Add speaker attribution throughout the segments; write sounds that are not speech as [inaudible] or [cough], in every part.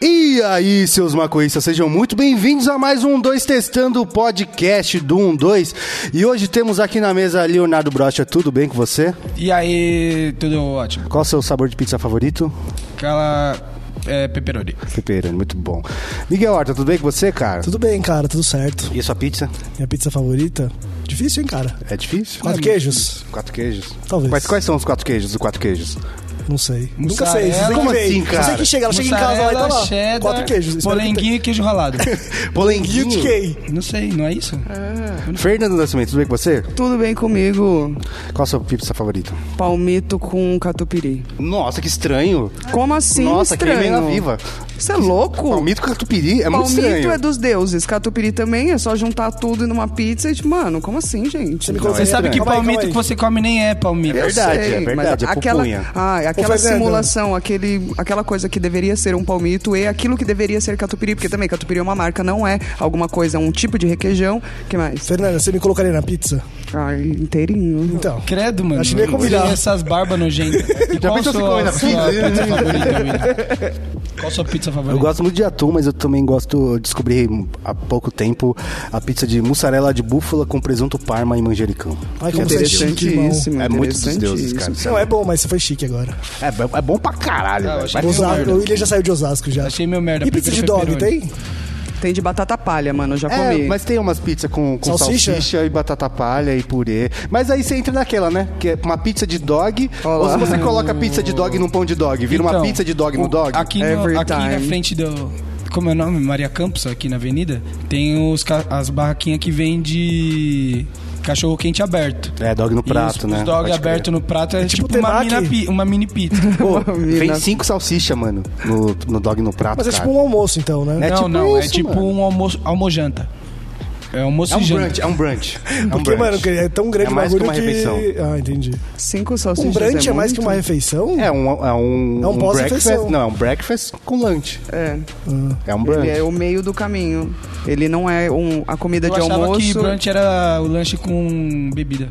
Speaker 1: E aí, seus macoístas, sejam muito bem-vindos a mais um 2 Testando o podcast do 1 2. E hoje temos aqui na mesa Leonardo Brocha, tudo bem com você?
Speaker 2: E aí, tudo ótimo.
Speaker 1: Qual o seu sabor de pizza favorito?
Speaker 2: Aquela. É, pepperoni.
Speaker 1: Pepperoni, muito bom. Miguel Horta, tudo bem com você, cara?
Speaker 3: Tudo bem, cara, tudo certo.
Speaker 1: E a sua pizza?
Speaker 3: Minha pizza favorita? Difícil, hein, cara?
Speaker 1: É difícil?
Speaker 3: Quatro queijos?
Speaker 1: Quatro queijos?
Speaker 3: Talvez.
Speaker 1: Mas quais são os quatro queijos? Os quatro queijos?
Speaker 3: Não sei. Nunca
Speaker 2: Mussarela.
Speaker 3: sei, só sei
Speaker 1: Como
Speaker 3: que vem.
Speaker 1: assim, cara?
Speaker 3: Só sei que chega, ela chega em casa lá e tá
Speaker 2: Mussarela,
Speaker 3: lá.
Speaker 2: cheddar,
Speaker 3: Quatro queijos. espero que
Speaker 2: Polenguinho e queijo ralado.
Speaker 3: tenha. E o de
Speaker 1: Bolenguinho.
Speaker 3: quem?
Speaker 2: não sei, não é isso?
Speaker 1: Fernando Nascimento, tudo bem com você?
Speaker 4: Tudo bem comigo?
Speaker 1: Qual a sua pizza favorita?
Speaker 4: Palmito com catupiry.
Speaker 1: Nossa, que estranho.
Speaker 4: Como assim?
Speaker 1: Nossa, que
Speaker 4: estranho.
Speaker 1: menina viva.
Speaker 4: Você é louco?
Speaker 1: Palmito com catupiry é muito
Speaker 4: Palmito
Speaker 1: estranho.
Speaker 4: é dos deuses, catupiry também, é só juntar tudo numa pizza e tipo, mano, como assim, gente?
Speaker 3: Você me conta
Speaker 1: é
Speaker 2: Você sabe que
Speaker 3: Calma aí,
Speaker 2: palmito
Speaker 3: calma aí.
Speaker 2: que você come nem é palmito.
Speaker 1: É. verdade,
Speaker 4: Sei,
Speaker 1: é verdade,
Speaker 4: mas
Speaker 1: é
Speaker 4: aquela,
Speaker 1: pupunha.
Speaker 4: ah,
Speaker 3: Ô,
Speaker 4: aquela
Speaker 3: Fernando.
Speaker 4: simulação, aquele, aquela coisa que deveria ser um palmito e aquilo que deveria ser catupiry, porque também catupiry é uma marca, não é alguma coisa, é um tipo de requeijão. que mais?
Speaker 3: Fernanda, você me colocaria na pizza?
Speaker 4: Ai, inteirinho.
Speaker 3: Então.
Speaker 2: Credo, mano.
Speaker 3: Acho que nem ia combinar.
Speaker 2: Olha Essas barbas
Speaker 3: [laughs]
Speaker 2: nojentas. E qual
Speaker 1: pensou se come na
Speaker 2: sua,
Speaker 1: pizza?
Speaker 2: sua pizza favorita, Will? Qual sua pizza
Speaker 1: Eu
Speaker 2: favorita?
Speaker 1: gosto muito de atum, mas eu também gosto, eu descobri há pouco tempo a pizza de mussarela de búfala com presunto parma e manjericão.
Speaker 3: Ai, como você é chique, irmão.
Speaker 4: Interessantíssimo.
Speaker 1: é muito dos deuses,
Speaker 4: interessantíssimo.
Speaker 1: cara.
Speaker 3: Não, é bom, mas você foi chique agora.
Speaker 1: É, bom- é bom pra caralho,
Speaker 2: Ah, eu
Speaker 1: velho.
Speaker 2: achei
Speaker 1: Vai
Speaker 2: que-
Speaker 3: Osasco,
Speaker 2: merda.
Speaker 3: o William já saiu de Osasco já.
Speaker 2: Achei meu merda.
Speaker 3: E pizza de
Speaker 2: prefiro
Speaker 3: dog,
Speaker 2: pepperoni.
Speaker 3: tem?
Speaker 4: Tem de batata palha, mano, eu já
Speaker 1: É,
Speaker 4: comi.
Speaker 1: mas tem umas pizzas com, com salsicha?
Speaker 3: Salsicha?
Speaker 1: e batata palha e purê. Mas aí você entra naquela, né? Que é uma pizza de dog.
Speaker 4: Olha
Speaker 1: Ou
Speaker 4: lá.
Speaker 1: se você coloca pizza de dog num pão de dog, vira uma
Speaker 2: Então,
Speaker 1: pizza de dog
Speaker 2: o-
Speaker 1: no dog. É
Speaker 2: Aqui, no-
Speaker 4: Every
Speaker 2: aqui na
Speaker 4: time.
Speaker 2: frente do. Como é o nome? Maria Campos, aqui na avenida, tem os, ca- as barraquinhas que vende cachorro quente aberto.
Speaker 1: É, dog no
Speaker 2: E
Speaker 1: prato,
Speaker 2: os,
Speaker 1: né?
Speaker 2: Os dog
Speaker 1: Pode crer.
Speaker 2: aberto no prato é, tipo,
Speaker 3: tipo
Speaker 2: uma,
Speaker 3: temaki.
Speaker 2: mina pi- uma mini pizza.
Speaker 4: [laughs]
Speaker 1: Pô,
Speaker 4: Mina.
Speaker 1: vem cinco salsicha, mano, no, no dog no prato.
Speaker 3: Mas é
Speaker 1: cara.
Speaker 3: tipo um almoço, então, né?
Speaker 1: É
Speaker 2: não,
Speaker 1: tipo
Speaker 2: não, é
Speaker 1: isso,
Speaker 2: tipo
Speaker 1: mano.
Speaker 2: um almoço, almojanta. É almoço
Speaker 1: É um
Speaker 2: e janta.
Speaker 1: brunch, é um [laughs] brunch. É um
Speaker 3: Porque,
Speaker 1: brunch.
Speaker 3: mano, é tão grande
Speaker 1: É
Speaker 3: o
Speaker 1: mais
Speaker 3: bagulho
Speaker 1: que uma refeição.
Speaker 3: Ah, entendi.
Speaker 4: Cinco salsichas
Speaker 3: Um brunch é mais
Speaker 4: muito.
Speaker 3: que uma refeição?
Speaker 1: É um, é um,
Speaker 3: É um pós-refeição.
Speaker 1: breakfast. Não, é um breakfast com lunch.
Speaker 4: É.
Speaker 1: É um
Speaker 4: Ele
Speaker 1: brunch.
Speaker 4: é o meio do caminho. Ele não é um, a comida
Speaker 2: Eu
Speaker 4: de
Speaker 2: achava
Speaker 4: almoço.
Speaker 2: que brunch era o lanche com bebida.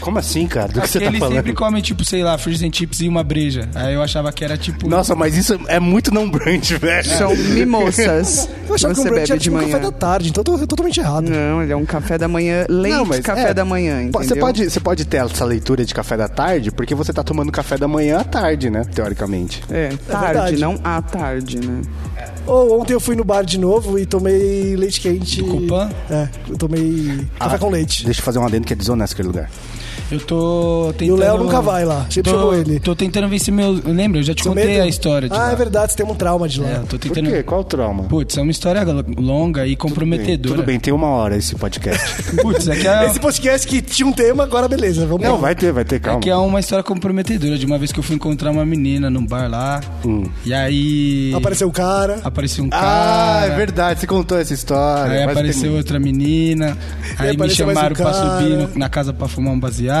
Speaker 1: Como assim, cara? Do que você
Speaker 2: Porque
Speaker 1: tá
Speaker 2: eles sempre
Speaker 1: falando?
Speaker 2: comem, tipo, sei lá, fish and chips e uma breja. Aí eu achava que era tipo...
Speaker 1: Nossa, mas isso é muito não brunch, [laughs] velho.
Speaker 4: São mimoças.
Speaker 3: [laughs] Eu achava que
Speaker 4: você
Speaker 3: um brunch
Speaker 4: bebe
Speaker 3: era
Speaker 4: de
Speaker 3: tipo um
Speaker 4: manhã.
Speaker 3: café da tarde, então eu tô totalmente errado.
Speaker 4: Não, ele é um café da manhã, leite
Speaker 1: Não, mas
Speaker 4: café
Speaker 1: é.
Speaker 4: da manhã,
Speaker 1: Po-
Speaker 4: entendeu?
Speaker 1: Você pode, você pode ter essa leitura de café da tarde, porque você tá tomando café da manhã à tarde, né? Teoricamente.
Speaker 4: É, tarde,
Speaker 3: verdade.
Speaker 4: não à tarde, né?
Speaker 3: Ou Oh, ontem eu fui no bar de novo e tomei leite quente.
Speaker 2: Do Copan?
Speaker 3: É, eu tomei café
Speaker 1: Ah,
Speaker 3: com leite.
Speaker 1: Deixa eu fazer um adendo que é desonesto aquele lugar.
Speaker 2: Eu tô tentando...
Speaker 3: E o Léo nunca vai lá, sempre
Speaker 2: tô,
Speaker 3: chamou ele.
Speaker 2: Tô tentando vencer meu... Lembra? Eu já te
Speaker 3: Seu
Speaker 2: contei
Speaker 3: medo?
Speaker 2: a história de
Speaker 3: Ah,
Speaker 2: lá.
Speaker 3: é verdade, você tem um trauma de lá.
Speaker 2: É, eu
Speaker 1: Por
Speaker 2: tô tentando...
Speaker 1: quê? Qual o trauma?
Speaker 2: Putz, é uma história longa e comprometedora.
Speaker 1: Tudo bem, tem uma hora esse [laughs] podcast.
Speaker 2: Putz, é que é...
Speaker 3: Esse podcast que tinha um tema, agora beleza, vamos
Speaker 1: Não,
Speaker 3: lá.
Speaker 1: vai ter, vai ter, calma.
Speaker 2: Aqui é uma história comprometedora de uma vez que eu fui encontrar uma menina num bar lá. E aí.
Speaker 3: Apareceu o cara.
Speaker 2: apareceu um
Speaker 1: Ah,
Speaker 2: cara.
Speaker 1: é verdade, você contou essa história.
Speaker 2: Aí
Speaker 1: mas
Speaker 2: apareceu
Speaker 1: tem-
Speaker 2: outra menina, aí me
Speaker 3: apareceu mais
Speaker 2: chamaram
Speaker 3: um
Speaker 2: pra
Speaker 3: cara.
Speaker 2: subir no- na casa pra fumar um baseado.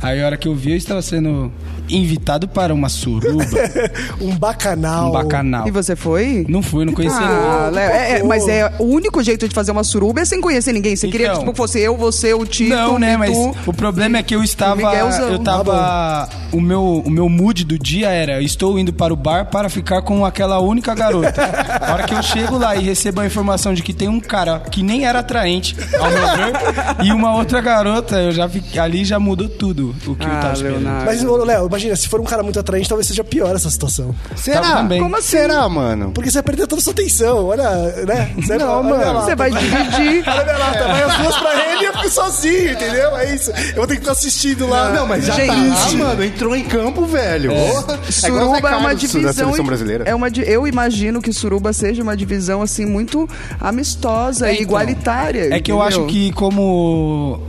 Speaker 2: Aí a hora que eu vi, eu estava sendo invitado para uma suruba,
Speaker 3: [laughs] Um bacanal.
Speaker 2: um bacanal.
Speaker 4: E você foi?
Speaker 2: Não fui, não conheci
Speaker 4: Ah,
Speaker 2: ninguém.
Speaker 4: Léo, é, é, mas é o único jeito de fazer uma suruba é sem conhecer ninguém. Você queria que
Speaker 2: Então.
Speaker 4: tipo, fosse eu, você, o Tito,
Speaker 2: Não, né?
Speaker 4: e
Speaker 2: Mas
Speaker 4: tu.
Speaker 2: o problema é que eu estava.
Speaker 4: Miguelzão,
Speaker 2: eu tava. O meu, o meu mood do dia era: estou indo para o bar para ficar com aquela única garota. a hora que eu chego lá e recebo a informação de que tem um cara que nem era atraente, ao meu ver, e uma outra garota, eu já fiquei- ali já mudou tudo o que eu
Speaker 4: Ah,
Speaker 2: tava esperando.
Speaker 4: Leonardo.
Speaker 3: Mas, ô, Léo, imagina, se for um cara muito atraente, talvez seja pior essa situação.
Speaker 2: Tava
Speaker 1: Será?
Speaker 2: também.
Speaker 1: Como assim? Será, mano?
Speaker 3: Porque você vai perder toda a sua atenção, olha, né? Você
Speaker 1: Não,
Speaker 3: olha
Speaker 1: mano.
Speaker 3: lá.
Speaker 4: Você vai dividir.
Speaker 3: Olha minha lata, vai as duas pra ele e eu fico sozinho, entendeu? É isso. Eu vou ter que ficar assistindo lá.
Speaker 1: Não, mas já
Speaker 4: Gente.
Speaker 1: tá lá, mano. Entrou em campo, velho. Porra. É igual o Zé
Speaker 4: Suruba é uma
Speaker 1: Carlos da
Speaker 4: divisão.
Speaker 1: seleção brasileira.
Speaker 4: É uma, di- eu imagino que suruba seja uma divisão assim muito amistosa
Speaker 2: É,
Speaker 4: e
Speaker 2: então.
Speaker 4: igualitária.
Speaker 2: É que eu
Speaker 4: entendeu?
Speaker 2: acho que como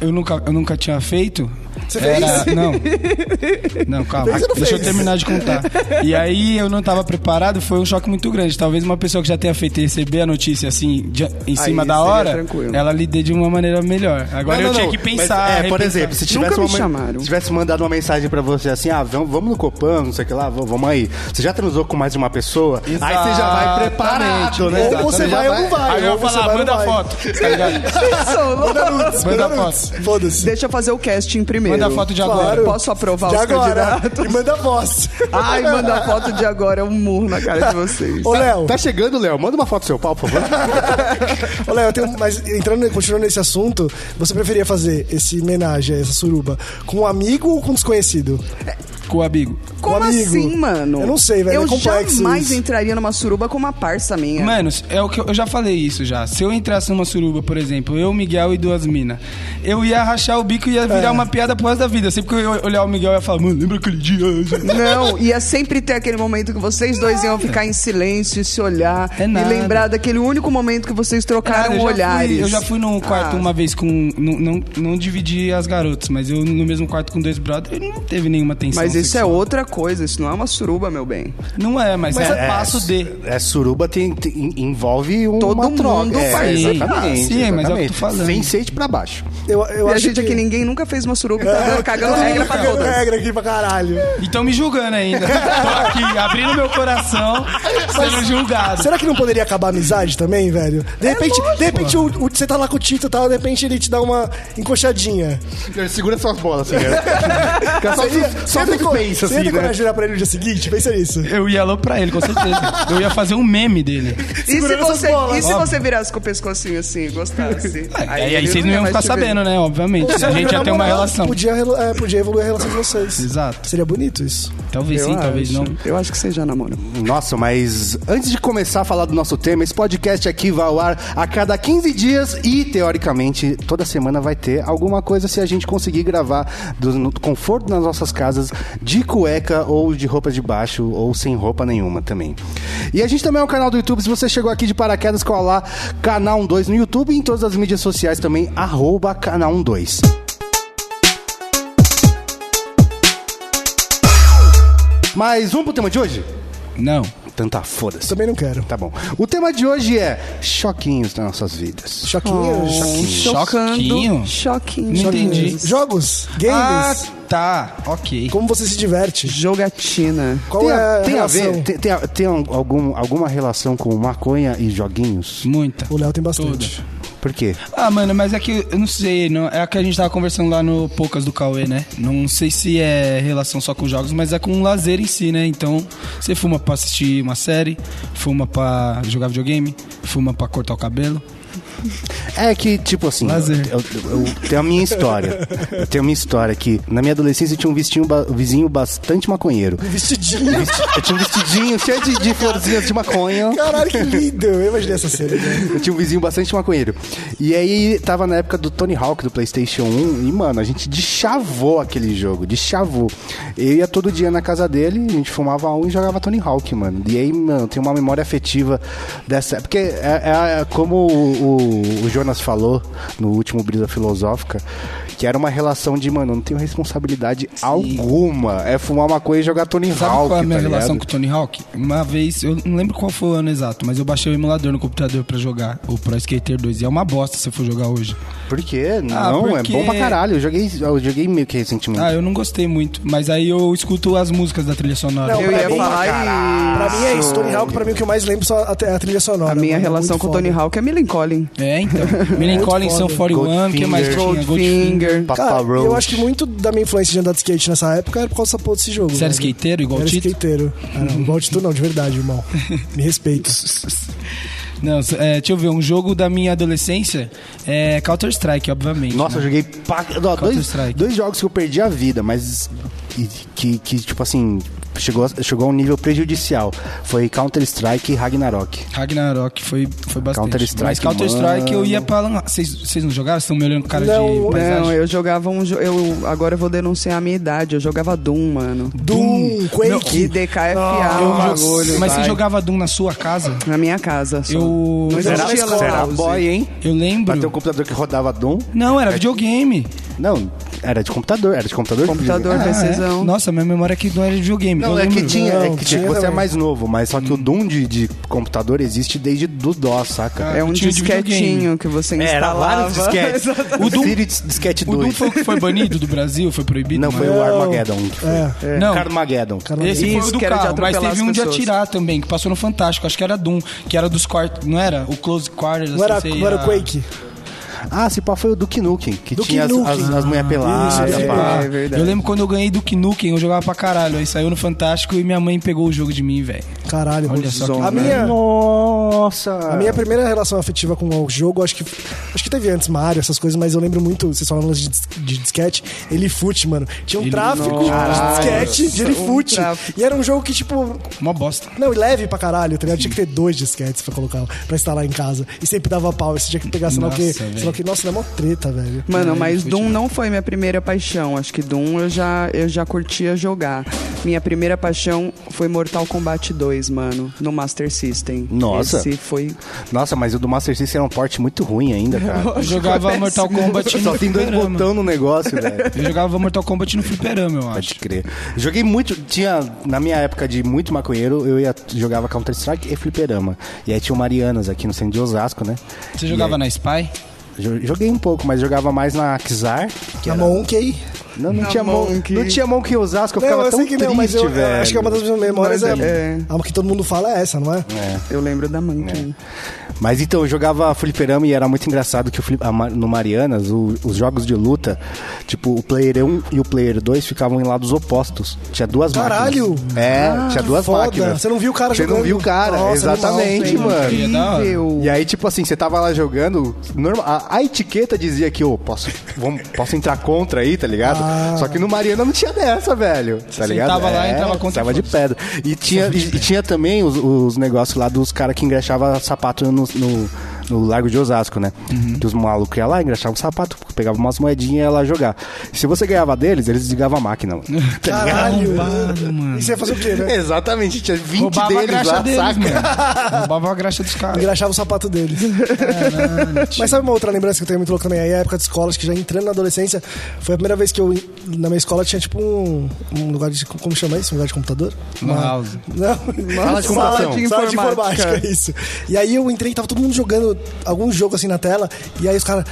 Speaker 2: eu nunca, eu nunca tinha feito. Você
Speaker 3: [laughs]
Speaker 2: fez? Não. Não, calma.
Speaker 3: Fez ou não
Speaker 2: Deixa eu
Speaker 3: fez?
Speaker 2: terminar de contar. E aí eu não tava preparado, foi um choque muito grande. Talvez uma pessoa que já tenha feito e receber a notícia assim de- em cima da
Speaker 4: seria
Speaker 2: hora,
Speaker 4: tranquilo.
Speaker 2: ela lida de uma maneira melhor. Agora
Speaker 1: Não,
Speaker 2: eu
Speaker 1: não,
Speaker 2: tinha
Speaker 1: não,
Speaker 2: que
Speaker 1: mas,
Speaker 2: pensar.
Speaker 1: é, por
Speaker 2: repensar.
Speaker 1: exemplo, se tivesse,
Speaker 4: Nunca me
Speaker 1: uma man-
Speaker 4: chamaram.
Speaker 1: se tivesse mandado uma mensagem pra você assim, ah, vamos, vamos no Copan, não sei o que lá, vamos vamos aí. Você já transou com mais de uma pessoa? Aí você já vai preparado, né?
Speaker 3: Ou você
Speaker 1: já
Speaker 3: vai ou não vai.
Speaker 2: Aí eu
Speaker 3: Ou
Speaker 2: vou
Speaker 3: você
Speaker 2: falar,
Speaker 3: vai ou
Speaker 2: manda
Speaker 3: não vai.
Speaker 2: foto. Tá ligado?
Speaker 4: Vocês são loucos.
Speaker 3: Manda nudes,
Speaker 2: Manda
Speaker 3: manda nudes. Foda-se.
Speaker 4: Deixa eu fazer o casting primeiro.
Speaker 2: manda foto de agora.
Speaker 3: Claro.
Speaker 4: Posso aprovar
Speaker 3: de
Speaker 4: os
Speaker 3: agora.
Speaker 4: candidatos?
Speaker 3: E manda voz.
Speaker 4: Ai, manda foto de agora, é um murro na cara de vocês.
Speaker 3: Ô, Léo.
Speaker 1: Tá chegando, Léo. Manda uma foto do seu pau, por favor.
Speaker 3: Ô, Léo, eu tenho- mas entrando, continuando nesse assunto, você preferia fazer esse homenagem, essa suruba, com um amigo ou com um desconhecido?
Speaker 2: Com o amigo.
Speaker 4: Como
Speaker 3: amigo.
Speaker 4: assim, mano?
Speaker 3: Eu não sei, velho,
Speaker 4: Eu
Speaker 3: é complexo
Speaker 4: jamais
Speaker 3: isso.
Speaker 4: entraria numa suruba com uma parça minha.
Speaker 2: Mano, é o que eu, eu já falei isso já. Se eu entrasse numa suruba, por exemplo, eu, Miguel e duas minas, eu ia rachar o bico e ia
Speaker 4: É.
Speaker 2: virar uma piada pro resto da vida. Sempre que eu ia olhar o Miguel, eu ia falar, mano, lembra aquele dia?
Speaker 4: É Não, ia sempre ter aquele momento que vocês dois iam ficar em silêncio, se olhar
Speaker 2: É
Speaker 4: e
Speaker 2: nada.
Speaker 4: lembrar daquele único momento que vocês trocaram
Speaker 2: Cara, eu já
Speaker 4: olhares.
Speaker 2: Fui, eu já fui num quarto
Speaker 4: Ah.
Speaker 2: uma vez com. Não, não, não dividi as garotas, mas eu no mesmo quarto com dois brothers e não teve nenhuma tensão.
Speaker 4: Mas isso é
Speaker 2: sexual.
Speaker 4: outra coisa, isso não é uma suruba, meu bem.
Speaker 2: Não é, mas, é,
Speaker 1: É,
Speaker 2: passo de.
Speaker 1: É, suruba tem, tem- envolve uma
Speaker 4: Todo mundo
Speaker 1: troca. é,
Speaker 4: participa.
Speaker 1: Exatamente.
Speaker 2: Sim,
Speaker 1: exatamente.
Speaker 2: mas é o que eu tô falando.
Speaker 1: Sem seite pra baixo.
Speaker 3: Eu, eu
Speaker 4: e a
Speaker 3: acho
Speaker 4: gente
Speaker 3: que... [laughs]
Speaker 4: aqui, ninguém nunca fez uma suruba, tá dando- cagando
Speaker 3: Todo mundo
Speaker 4: regra pra
Speaker 3: cagando
Speaker 4: todas.
Speaker 3: regra aqui pra caralho.
Speaker 2: E tão Então me julgando ainda. [laughs] Tô aqui, abrindo meu coração, sendo julgado.
Speaker 3: Será que não poderia acabar a amizade também, velho?
Speaker 4: É
Speaker 3: De repente, de repente o, o- você tá lá com o Tito e tal, de repente ele te dá uma encoxadinha.
Speaker 1: Segura suas bolas, assim. Fica só só
Speaker 3: tem co-
Speaker 1: suspense,
Speaker 3: você ia
Speaker 1: assim,
Speaker 3: ter coragem
Speaker 1: né?
Speaker 3: de olhar pra ele no dia seguinte? Pensa nisso.
Speaker 2: Eu ia louco pra ele, com certeza. Eu ia fazer um meme dele.
Speaker 4: E se,
Speaker 3: Segurando essas
Speaker 4: você,
Speaker 3: bolas.
Speaker 4: e se
Speaker 2: Óbvio.
Speaker 4: você virasse com o pescocinho assim e gostasse?
Speaker 2: [laughs] Aí, aí,
Speaker 4: ele
Speaker 2: vocês
Speaker 4: não
Speaker 2: não
Speaker 4: ia
Speaker 2: iam
Speaker 4: mais
Speaker 2: ficar
Speaker 4: te ver.
Speaker 2: sabendo, né? Obviamente. a gente ia ter uma
Speaker 3: Namorado,
Speaker 2: relação.
Speaker 3: Podia, relo- é, podia evoluir a relação de vocês.
Speaker 2: Exato.
Speaker 3: Seria bonito isso.
Speaker 2: Talvez
Speaker 4: Eu
Speaker 2: sim, talvez
Speaker 4: acho.
Speaker 2: não.
Speaker 4: Eu acho que vocês já namoram.
Speaker 1: Nossa, mas antes de começar a falar do nosso tema, esse podcast aqui vai ao ar a cada 15 dias e, teoricamente, toda semana vai ter alguma coisa se a gente conseguir gravar do, no conforto nas nossas casas, de cueca ou de roupa de baixo ou sem roupa nenhuma também. E a gente também é um canal do YouTube. Se você chegou aqui de paraquedas, cola lá Canal 12 no YouTube e em todas as mídias sociais também, arroba Canal 12. Mas vamos um pro tema de hoje?
Speaker 2: Não.
Speaker 1: Tanta Então tá, foda-se.
Speaker 3: Também não quero.
Speaker 1: Tá bom. O tema de hoje é choquinhos nas nossas vidas.
Speaker 3: Choquinho, choquinho.
Speaker 4: Hum, Chocando.
Speaker 2: Choquinho?
Speaker 4: Choquinho.
Speaker 2: Não entendi.
Speaker 3: Jogos,
Speaker 2: Ah,
Speaker 3: games,
Speaker 2: tá. Ok.
Speaker 3: como você se diverte?
Speaker 4: Jogatina.
Speaker 3: Qual
Speaker 1: tem
Speaker 3: é
Speaker 1: a,
Speaker 3: a
Speaker 1: tem a
Speaker 3: relação?
Speaker 1: ver? Tem, tem a- tem um- algum, alguma relação com maconha e joguinhos?
Speaker 2: Muita.
Speaker 3: O Léo tem bastante.
Speaker 1: Por quê?
Speaker 2: Ah, mano, mas é que eu não sei, não, é a que a gente tava conversando lá no Poucas do Cauê, né? Não sei se é relação só com jogos, mas é com o lazer em si, né? Então, você fuma pra assistir uma série, fuma pra jogar videogame, fuma pra cortar o cabelo.
Speaker 1: É que, tipo assim,
Speaker 2: Lazer.
Speaker 1: Eu, eu- eu tenho a minha história. Eu tenho a minha história que na minha adolescência eu tinha um vestinho ba- vizinho bastante maconheiro.
Speaker 3: Vestidinho.
Speaker 1: Eu tinha um vestidinho cheio de, de florzinhas de maconha.
Speaker 3: Caralho, que lindo. Eu imaginei essa cena. né?
Speaker 1: Eu tinha um vizinho bastante maconheiro. E aí tava na época do Tony Hawk do PlayStation 1 e, mano, a gente deschavou aquele jogo, deschavou. Eu ia todo dia na casa dele, a gente fumava um e jogava Tony Hawk, mano. E aí, mano, tem uma memória afetiva dessa época. Porque é, é como o, o- o Jonas falou no último Brisa Filosófica, que era uma relação de, mano, eu não tenho responsabilidade alguma. É fumar maconha e jogar Tony
Speaker 2: Sabe
Speaker 1: Hawk.
Speaker 2: qual é a minha
Speaker 1: tá
Speaker 2: relação
Speaker 1: ligado?
Speaker 2: com o Tony Hawk? Uma vez, eu não lembro qual foi o ano exato, mas eu baixei o emulador no computador pra jogar o Pro Skater 2. E é uma bosta se eu for jogar hoje.
Speaker 1: Por quê? Não,
Speaker 2: Ah, porque-
Speaker 1: é bom pra caralho. Eu joguei, eu joguei meio que recentemente.
Speaker 2: Ah, eu não gostei muito, mas aí eu escuto as músicas da trilha sonora.
Speaker 3: Não,
Speaker 4: Eu
Speaker 3: pra
Speaker 4: ia
Speaker 3: mim,
Speaker 4: falar
Speaker 3: Pra mim é isso. Tony Hawk, pra mim, o que eu mais lembro só a, a trilha sonora.
Speaker 4: e a minha
Speaker 3: mano, é
Speaker 4: relação
Speaker 3: muito
Speaker 4: com o
Speaker 3: foda.
Speaker 4: Tony Hawk é Melancholy.
Speaker 2: É,
Speaker 1: [laughs]
Speaker 2: então. Millen Collins, São 41, que mais tinha?
Speaker 1: Goldfinger.
Speaker 4: Goldfinger.
Speaker 1: Papa
Speaker 3: Cara,
Speaker 1: Roach.
Speaker 3: eu acho que muito da minha influência de andar de skate nessa época era por causa dessa porra desse jogo.
Speaker 2: Você era
Speaker 3: velho.
Speaker 2: skateiro igual o
Speaker 3: Era
Speaker 2: Tito?
Speaker 3: skateiro. Ah, não, igual o Tito não, de
Speaker 2: [laughs]
Speaker 3: verdade, irmão. Me respeita.
Speaker 2: Não, é, deixa eu ver, um jogo da minha adolescência é Counter-Strike, obviamente.
Speaker 1: Nossa, eu
Speaker 2: né?
Speaker 1: joguei pa- Ó, dois,
Speaker 2: Strike.
Speaker 1: dois jogos que eu perdi a vida, mas que, que, que, tipo assim, chegou, a- chegou a um nível prejudicial. Foi Counter-Strike e Ragnarok.
Speaker 2: Ragnarok foi, foi bastante.
Speaker 1: Counter-Strike,
Speaker 2: Mas Counter-Strike eu
Speaker 1: mano.
Speaker 2: ia pra. lan house. Vocês vocês não jogaram? Vocês estão me olhando com cara
Speaker 3: Não,
Speaker 2: de. paisagem?
Speaker 4: Não, eu jogava um. jo- Eu, agora eu vou denunciar a minha idade. Eu jogava Doom, mano.
Speaker 3: Doom, Quake.
Speaker 4: E DKFA,
Speaker 3: Não,
Speaker 4: um
Speaker 3: eu
Speaker 2: Mas-
Speaker 4: bagulho.
Speaker 2: Mas
Speaker 4: vai.
Speaker 2: você jogava Doom na sua casa?
Speaker 4: Na minha casa. Só.
Speaker 2: Eu-
Speaker 4: Não
Speaker 1: Será,
Speaker 4: existia lan
Speaker 1: será
Speaker 4: house.
Speaker 1: boy, hein?
Speaker 2: Eu
Speaker 1: Pra ter um
Speaker 2: lembro.
Speaker 1: computador que rodava Doom?
Speaker 2: Não, era videogame.
Speaker 1: Não, era de computador, era de computador.
Speaker 4: Computador,
Speaker 1: Ah,
Speaker 4: precisão.
Speaker 2: é? Nossa, minha memória aqui não era de videogame. eu
Speaker 1: Não, é que
Speaker 2: lembro.
Speaker 1: tinha, é
Speaker 3: Não,
Speaker 1: que tinha.
Speaker 3: tinha
Speaker 1: Você é
Speaker 3: também.
Speaker 1: mais novo, mas só que o Doom de, de computador existe desde do DOS, saca?
Speaker 4: É um
Speaker 2: Tinha de
Speaker 4: disquetinho
Speaker 2: videogame.
Speaker 4: que você
Speaker 1: É,
Speaker 4: instalava.
Speaker 1: era vários [laughs] disquetes.
Speaker 2: O Doom-
Speaker 1: City Disquete
Speaker 2: O Doom
Speaker 1: 2.
Speaker 2: foi o que foi banido do Brasil? Foi proibido?
Speaker 1: Não,
Speaker 2: mano?
Speaker 1: foi o Armageddon. que foi.
Speaker 3: É.
Speaker 2: Não,
Speaker 1: Carmageddon.
Speaker 2: Esse foi
Speaker 4: Isso,
Speaker 2: o do
Speaker 4: que era de
Speaker 2: carro, mas
Speaker 4: atropelar
Speaker 2: teve
Speaker 4: as
Speaker 2: um de
Speaker 4: pessoas.
Speaker 2: atirar também, que passou no Fantástico, acho que era Doom, que era dos quartos, não era? O Close Quarters,
Speaker 3: Não era,
Speaker 2: assim, sei
Speaker 3: não era
Speaker 2: lá.
Speaker 3: Quake.
Speaker 1: Ah, se pá, foi o Duke Nukem, que
Speaker 3: Duke
Speaker 1: tinha as,
Speaker 3: Nukem.
Speaker 1: as, as mulheres peladas.
Speaker 3: isso,
Speaker 1: as
Speaker 3: é
Speaker 1: paradas.
Speaker 4: É verdade.
Speaker 2: Ah, Eu lembro quando eu ganhei do Nukem, eu jogava pra caralho. Aí saiu no Fantástico e minha mãe pegou o jogo de mim, velho.
Speaker 3: Caralho,
Speaker 2: Olha
Speaker 3: mano.
Speaker 2: só que
Speaker 3: a minha,
Speaker 1: Nossa!
Speaker 3: A minha primeira relação afetiva com o jogo, acho que acho que teve antes Mario, essas coisas, mas eu lembro muito, vocês falaram de, dis- de disquete, ele fute, mano. Tinha um tráfico de disquete de ele fute.
Speaker 4: tráfico.
Speaker 3: E era um jogo que, tipo,
Speaker 2: Uma bosta.
Speaker 3: não, e leve pra caralho, tá ligado? Tinha que ter dois disquetes pra colocar, pra instalar em casa. E sempre dava pau, e você tinha que pegar, sei lá o quê.
Speaker 2: Nossa,
Speaker 3: Sei lá
Speaker 2: velho.
Speaker 3: o quê. Nossa, era mó treta, velho.
Speaker 4: [laughs] Mano, mas Doom não foi minha primeira paixão. Acho que Doom eu já, eu já curtia jogar. Minha primeira paixão foi Mortal Kombat 2, mano, no Master System.
Speaker 1: Nossa.
Speaker 4: Esse foi.
Speaker 1: Nossa, mas o do Master System era um porte muito ruim ainda, cara.
Speaker 3: [laughs]
Speaker 2: Eu jogava
Speaker 4: péssimo.
Speaker 2: Mortal Kombat no
Speaker 1: Só tem dois
Speaker 2: fliperama.
Speaker 1: botões no negócio,
Speaker 3: [laughs]
Speaker 1: velho.
Speaker 2: Eu jogava Mortal Kombat no fliperama, eu acho.
Speaker 1: Pode crer. Joguei muito, tinha, na minha época de muito maconheiro, eu ia, jogava Counter-Strike e fliperama. E aí tinha o Marianas aqui no centro de Osasco, né?
Speaker 2: Você jogava na Spy?
Speaker 1: Jo- Joguei um pouco, mas jogava mais na Xar. Que
Speaker 3: A
Speaker 1: era-
Speaker 3: Monkey.
Speaker 1: Não, não
Speaker 4: Na
Speaker 1: tinha mão,
Speaker 4: Monkey.
Speaker 1: não tinha mão que eu usasse, que eu ficava
Speaker 3: um Não, eu
Speaker 1: tão
Speaker 3: sei que
Speaker 1: triste,
Speaker 3: não, mas eu, eu
Speaker 1: velho.
Speaker 3: acho que é uma das minhas memórias.
Speaker 4: Mas
Speaker 3: É,
Speaker 4: é-
Speaker 3: A que todo mundo fala é essa, não é?
Speaker 4: Eu lembro da Monkey.
Speaker 1: Mas então, eu jogava fliperama e era muito engraçado que o flip- a ma- no Marianas, o- os jogos de luta, tipo, o player 1 e o player 2 ficavam em lados opostos. Tinha duas
Speaker 3: Caralho!
Speaker 1: máquinas. Caralho! É, tinha duas
Speaker 3: foda.
Speaker 1: máquinas.
Speaker 3: Você não viu o cara
Speaker 1: Você não
Speaker 3: jogando.
Speaker 1: viu o cara,
Speaker 3: Nossa,
Speaker 1: exatamente,
Speaker 3: animal,
Speaker 1: mano.
Speaker 2: velho. da hora.
Speaker 4: Incrível.
Speaker 1: E aí, tipo assim, você tava lá jogando, normal, a, a etiqueta dizia que, ô, posso, vamos- posso entrar contra aí, tá ligado? Só que no Mariana não tinha dessa, velho. Tá ligado?
Speaker 2: sentava Ah. lá, entrava contra,
Speaker 1: Tava de
Speaker 2: foda-se.
Speaker 1: pedra. E tinha, e, e tinha também os, os negócios lá dos caras que engraxavam sapato no, no, no Largo de Osasco, né?
Speaker 2: Uhum.
Speaker 1: Que os malucos iam lá, engraxavam sapato, pegavam umas moedinhas e ia lá jogar. Se você ganhava deles, eles desligavam a máquina,
Speaker 2: [laughs]
Speaker 1: mano.
Speaker 3: Caralho!
Speaker 2: Arrombado, mano.
Speaker 3: E você ia fazer o quê, né?
Speaker 1: Exatamente, tinha 20
Speaker 2: Roubava a
Speaker 1: deles
Speaker 2: graxa
Speaker 1: lá,
Speaker 2: deles,
Speaker 1: saca?
Speaker 3: [laughs]
Speaker 2: mano. Roubava a graxa dos caras.
Speaker 3: Engraxava o sapato deles. [laughs] Mas sabe uma outra lembrança que eu tenho muito louca também? Aí a época de escola, acho que já entrando na adolescência, foi a primeira vez que eu, na minha escola, tinha tipo um, um lugar de. Como chama isso? Um lugar de computador?
Speaker 2: Lan house.
Speaker 3: Não,
Speaker 1: Sala de computação.
Speaker 3: Sala de
Speaker 4: Sala de
Speaker 3: informática,
Speaker 4: informática,
Speaker 3: isso. E aí eu entrei, tava todo mundo jogando algum jogo assim na tela, e aí os caras.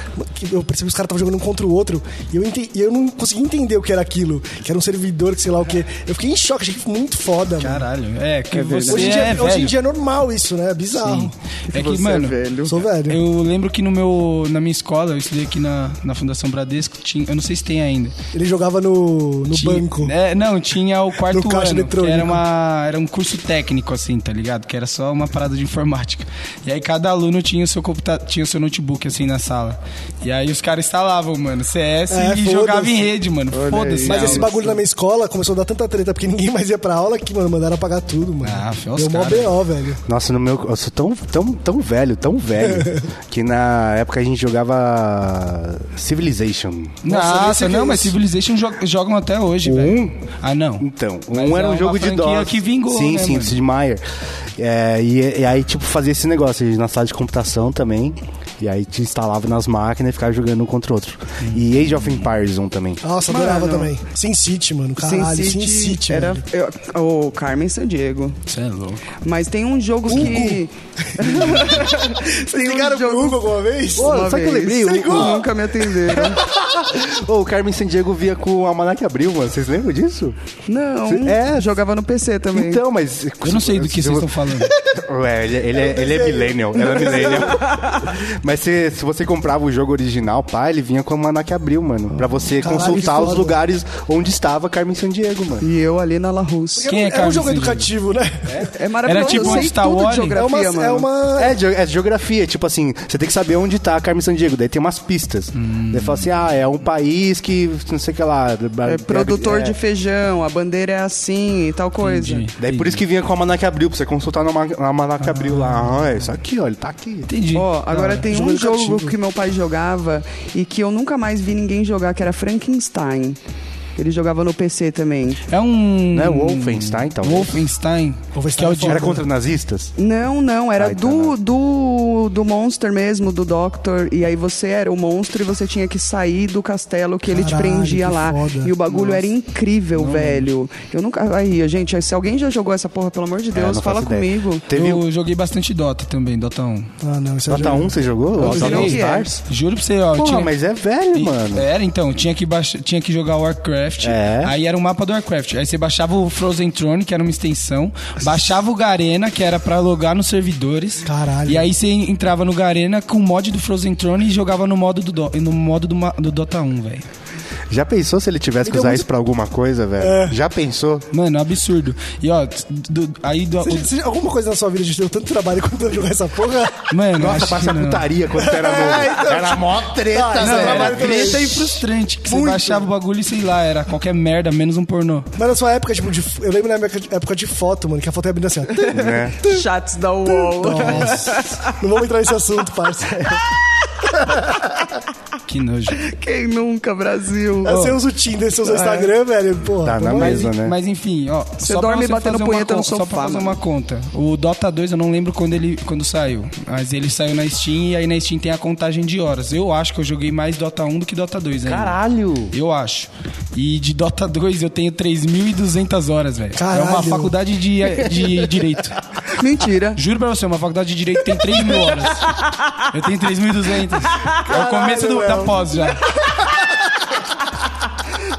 Speaker 3: Eu percebi que os caras estavam jogando um contra o outro, e eu, ente- e eu não consegui entender o que era aquilo, que era um servidor, que sei lá o quê. Eu fiquei em choque, achei que foi muito foda, mano.
Speaker 2: Caralho. É, que você
Speaker 3: Hoje, em dia,
Speaker 2: é
Speaker 3: hoje em
Speaker 2: velho.
Speaker 3: dia é normal isso, né? É bizarro.
Speaker 2: É que,
Speaker 4: Você
Speaker 2: mano,
Speaker 4: é velho.
Speaker 3: Eu sou velho.
Speaker 2: eu lembro que no meu, na minha escola, eu estudei aqui na, na Fundação Bradesco, tinha, eu não sei se tem ainda.
Speaker 3: Ele jogava no, no
Speaker 2: Tinha-
Speaker 3: banco.
Speaker 2: É, não, tinha o quarto
Speaker 3: [laughs] No caixa
Speaker 2: ano, que
Speaker 3: eletrônico.
Speaker 2: era, uma, era um curso técnico, assim, tá ligado? Que era só uma parada de informática. E aí cada aluno tinha o seu computa tinha o seu notebook, assim, na sala. E aí os caras instalavam, mano, CS
Speaker 3: É,
Speaker 2: e
Speaker 3: foda-se.
Speaker 2: jogavam em rede, mano. Foda-se.
Speaker 3: Mas
Speaker 2: a
Speaker 3: esse
Speaker 2: aula.
Speaker 3: bagulho na minha escola começou a dar tanta treta porque [laughs] ninguém mais ia pra aula que, mano, mandaram apagar tudo, mano.
Speaker 2: Ah, foi os
Speaker 3: Deu mó
Speaker 2: cara.
Speaker 3: BO, velho.
Speaker 1: Nossa, no meu. Eu sou tão, tão, tão velho, tão [laughs] velho, que na época a gente jogava Civilization.
Speaker 3: Nossa, nem sei
Speaker 2: Nossa,
Speaker 3: o que é
Speaker 2: não, mas
Speaker 3: isso.
Speaker 2: Civilization jo- jogam até hoje, velho. Ah, não.
Speaker 1: Então,
Speaker 2: Mas
Speaker 1: um era
Speaker 2: é
Speaker 1: um
Speaker 2: uma
Speaker 1: jogo de
Speaker 2: franquia
Speaker 1: DOS.
Speaker 2: que vingou,
Speaker 1: sim,
Speaker 2: né,
Speaker 1: sim,
Speaker 2: mano?
Speaker 1: do Sid Meier. É, e, e aí, tipo, fazia esse negócio a gente na sala de computação também. E aí te instalava nas máquinas e ficava jogando um contra o outro. E Age of Empires 1 também.
Speaker 3: Nossa, adorava também. Sin City, mano. Caralho, Sin City,
Speaker 4: era
Speaker 3: velho.
Speaker 4: eu- o Carmen San Diego.
Speaker 2: Você é louco.
Speaker 4: Mas tem uns jogos
Speaker 3: [laughs]
Speaker 4: que. tem uns jogos.
Speaker 3: alguma vez?
Speaker 1: Pô,
Speaker 4: Uma
Speaker 1: sabe que eu
Speaker 4: vez.
Speaker 1: lembrei? O-
Speaker 4: Ligou? Nunca
Speaker 3: [laughs]
Speaker 4: me atenderam.
Speaker 1: Ô, o Carmen Sandiego via com o Almanac Abril, mano. Vocês lembram disso?
Speaker 4: Não.
Speaker 1: É.
Speaker 4: Jogava no PC também.
Speaker 1: Então, mas.
Speaker 2: Eu não sei do que
Speaker 1: se
Speaker 2: vocês
Speaker 1: vo-
Speaker 2: estão falando.
Speaker 1: Ué, ele, ele
Speaker 4: tá
Speaker 1: é, ele é millennial, ela é millennial. [laughs] Mas se, se você comprava o jogo original, pá, ele vinha com a Maná que abriu, mano. Pra você
Speaker 3: Caralho,
Speaker 1: consultar
Speaker 3: que
Speaker 1: os
Speaker 3: foda.
Speaker 1: lugares onde estava Carmen Sandiego, mano.
Speaker 4: E eu ali na La Russe.
Speaker 2: Quem é
Speaker 3: é um
Speaker 2: Carlos
Speaker 3: jogo
Speaker 2: Sandiego?
Speaker 3: educativo, né?
Speaker 4: É maravilhoso.
Speaker 2: tipo
Speaker 4: eu
Speaker 2: um
Speaker 4: sei
Speaker 2: Star
Speaker 4: tudo
Speaker 2: Wars?
Speaker 3: [laughs] É
Speaker 4: de
Speaker 3: uma.
Speaker 4: geografia,
Speaker 3: É
Speaker 4: mano.
Speaker 3: uma...
Speaker 1: É, ge- é geografia, tipo assim, você tem que saber onde tá a Carmen Sandiego, daí tem umas pistas. Daí fala assim, ah, é um país que não sei o que lá.
Speaker 4: Hum. É produtor de feijão, a bandeira é assim e tal coisa.
Speaker 2: Entendi.
Speaker 1: Daí por isso que vinha com a Maná que abriu, pra você consultar na Ma- na Maná que abriu lá. Ah, é isso aqui, ó, ele tá aqui.
Speaker 2: Entendi.
Speaker 4: Ó, agora
Speaker 2: Da hora.
Speaker 4: tem
Speaker 3: Jogo
Speaker 4: um
Speaker 3: educativo.
Speaker 4: jogo que meu pai jogava e que eu nunca mais vi ninguém jogar, que era Frankenstein. Ele jogava no PC também.
Speaker 2: É um.
Speaker 1: Não é Wolfenstein, talvez?
Speaker 2: Wolfenstein.
Speaker 3: Wolfenstein
Speaker 2: que é o
Speaker 3: é
Speaker 2: de-
Speaker 1: Era contra nazistas?
Speaker 4: Não, não, era
Speaker 1: Ai, tá
Speaker 4: do, do do Monster mesmo, do Doctor. E aí você era o monstro e você tinha que sair do castelo que ele te
Speaker 3: Caralho,
Speaker 4: prendia
Speaker 3: que
Speaker 4: lá.
Speaker 3: foda.
Speaker 4: E o bagulho era incrível, velho. Eu nunca. Aí, gente, se alguém já jogou essa porra, pelo amor de
Speaker 1: É,
Speaker 4: Deus,
Speaker 1: não
Speaker 4: fala
Speaker 1: faço ideia.
Speaker 4: comigo.
Speaker 1: Teve o
Speaker 2: Eu joguei bastante Dota também, Dota 1.
Speaker 3: Ah, não, isso é
Speaker 1: Dota
Speaker 3: jogo.
Speaker 1: 1 você jogou? Dota
Speaker 4: sei
Speaker 1: 1
Speaker 4: o que é.
Speaker 1: Stars?
Speaker 2: Juro pra você, ó. eu
Speaker 1: Porra,
Speaker 2: tinha...
Speaker 1: mas é velho,
Speaker 2: E-
Speaker 1: mano.
Speaker 2: Era, então, tinha que, baixar, tinha que jogar Warcraft, Warcraft.
Speaker 1: É.
Speaker 2: Aí era o mapa do Warcraft. Aí você baixava o Frozen Throne, que era uma extensão. Baixava o Garena, que era pra logar nos servidores.
Speaker 3: Caralho.
Speaker 2: E aí você entrava no Garena com o mod do Frozen Throne e jogava no modo do, Do- no modo do, ma- do Dota 1, velho.
Speaker 1: Já pensou se ele é tivesse que usar isso pra alguma coisa, velho? Já pensou?
Speaker 2: Mano, absurdo. E ó, do- aí do.
Speaker 3: Você- você- alguma coisa na sua vida te deu tanto trabalho [laughs] quando jogar essa porra?
Speaker 2: mano,
Speaker 1: Nossa,
Speaker 2: acho
Speaker 1: passa
Speaker 2: que não.
Speaker 1: putaria quando você [laughs] era novo. Era mó treta,
Speaker 3: Ah,
Speaker 2: Não,
Speaker 1: velho.
Speaker 2: era
Speaker 1: Era
Speaker 2: treta
Speaker 1: treta
Speaker 2: e frustrante. Que você baixava o bagulho e sei lá, era qualquer merda, menos um pornô.
Speaker 3: Mas na sua época, tipo, de, eu lembro na minha época de- época de foto, mano, que a foto é abrindo assim, ó.
Speaker 1: né?
Speaker 4: Chats da UOL.
Speaker 3: Não vamos entrar nesse assunto, parça.
Speaker 2: Que nojo.
Speaker 4: [laughs] Quem nunca, Brasil?
Speaker 3: Você usa o Tá Tinder, você usa o Instagram, velho, porra.
Speaker 1: Tá na
Speaker 3: vamos-
Speaker 2: Mas,
Speaker 1: mesa, né?
Speaker 2: mas enfim, ó.
Speaker 4: Você
Speaker 2: só pra
Speaker 4: dorme batendo
Speaker 2: fazer uma
Speaker 4: punheta no
Speaker 2: con- Só pra
Speaker 4: sofá,
Speaker 2: fazer
Speaker 4: mano.
Speaker 2: uma conta. O Dota 2 eu não lembro quando ele quando saiu. Mas ele saiu na Steam e aí na Steam tem a contagem de horas. Eu acho que eu joguei mais Dota 1 do que Dota 2 ainda.
Speaker 4: Caralho!
Speaker 2: Eu acho. E de Dota 2 eu tenho 3.200 horas, velho. É uma
Speaker 3: Caralho.
Speaker 2: faculdade de, de direito.
Speaker 4: Mentira.
Speaker 2: Juro pra você, uma faculdade de direito tem 3 mil horas. Eu tenho 3.200. É o começo do, da pós já.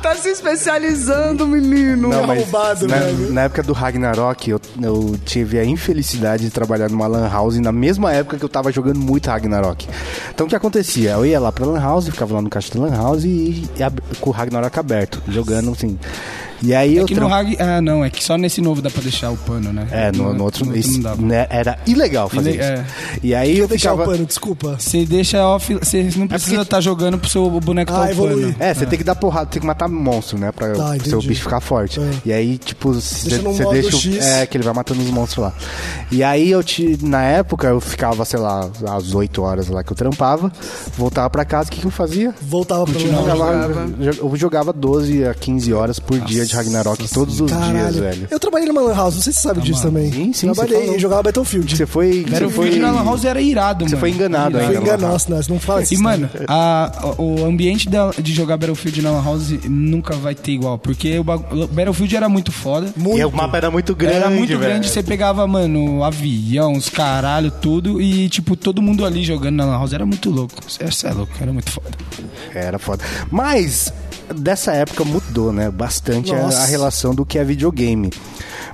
Speaker 4: Tá se especializando, menino.
Speaker 1: Não, mas
Speaker 3: arrombado,
Speaker 1: na,
Speaker 3: velho.
Speaker 1: na época do Ragnarok, eu, eu tive a infelicidade de trabalhar numa lan house na mesma época que eu tava jogando muito Ragnarok. Então o que acontecia? Eu ia lá pra lan house, ficava lá no caixa da lan house e, e ab- com o Ragnarok aberto, jogando assim. E aí eu...
Speaker 2: Que no
Speaker 1: tram-
Speaker 2: Hag... Ah, não, é que só nesse novo dá pra deixar o pano, né?
Speaker 1: É, no, no outro... esse-
Speaker 2: não dá.
Speaker 1: né, era ilegal fazer
Speaker 2: Ile- é.
Speaker 1: isso. E aí eu
Speaker 3: Deixar o
Speaker 1: ficava...
Speaker 3: pano, desculpa.
Speaker 2: Você deixa off, você não precisa estar jogando pro seu boneco
Speaker 3: Ah,
Speaker 2: tá
Speaker 3: evoluir.
Speaker 2: upando.
Speaker 1: É, você tem que dar porrada, tem que matar monstro, né? Pra
Speaker 3: Tá,
Speaker 1: o seu
Speaker 3: entendi.
Speaker 1: bicho ficar forte.
Speaker 3: É.
Speaker 1: E aí, tipo, você
Speaker 3: Deixa no
Speaker 1: você
Speaker 3: modo
Speaker 1: deixa. o-
Speaker 3: X.
Speaker 1: É, que ele vai matando os monstros lá. E aí eu te. Na época eu ficava, sei lá, às 8 horas lá que eu trampava, voltava pra casa, o que, que eu fazia?
Speaker 3: Voltava pra
Speaker 1: Eu
Speaker 3: lá.
Speaker 1: jogava, eu jogava 12 a 15 horas por dia de Ragnarok todos os dias, velho. Ah,
Speaker 3: Eu trabalhei numa lan house, não sei se você sabe disso também.
Speaker 1: Sim, sim, você
Speaker 3: Trabalhei
Speaker 1: falou.
Speaker 3: e jogava Battlefield.
Speaker 1: Você foi. Você
Speaker 2: Era um o
Speaker 1: foi,
Speaker 2: vídeo na Lan House era irado, mano.
Speaker 1: você foi enganado
Speaker 2: Irado.
Speaker 3: Foi
Speaker 1: ainda. mano.
Speaker 3: enganoso, né? Você não fala isso.
Speaker 2: E, mano, a- o ambiente da- de jogar Battlefield na Lan House nunca vai ter igual. Porque o bagu- o Battlefield era muito foda.
Speaker 1: E
Speaker 3: muito.
Speaker 1: o mapa era muito grande.
Speaker 2: Era muito
Speaker 1: velho.
Speaker 2: grande, você pegava, mano, avião, os caralho, tudo. E, tipo, todo mundo ali jogando na Lan House era muito louco. Isso é louco, era muito foda.
Speaker 1: Era foda. Mas dessa época mudou, né? Bastante a,
Speaker 3: Nossa.
Speaker 1: a relação do que é videogame.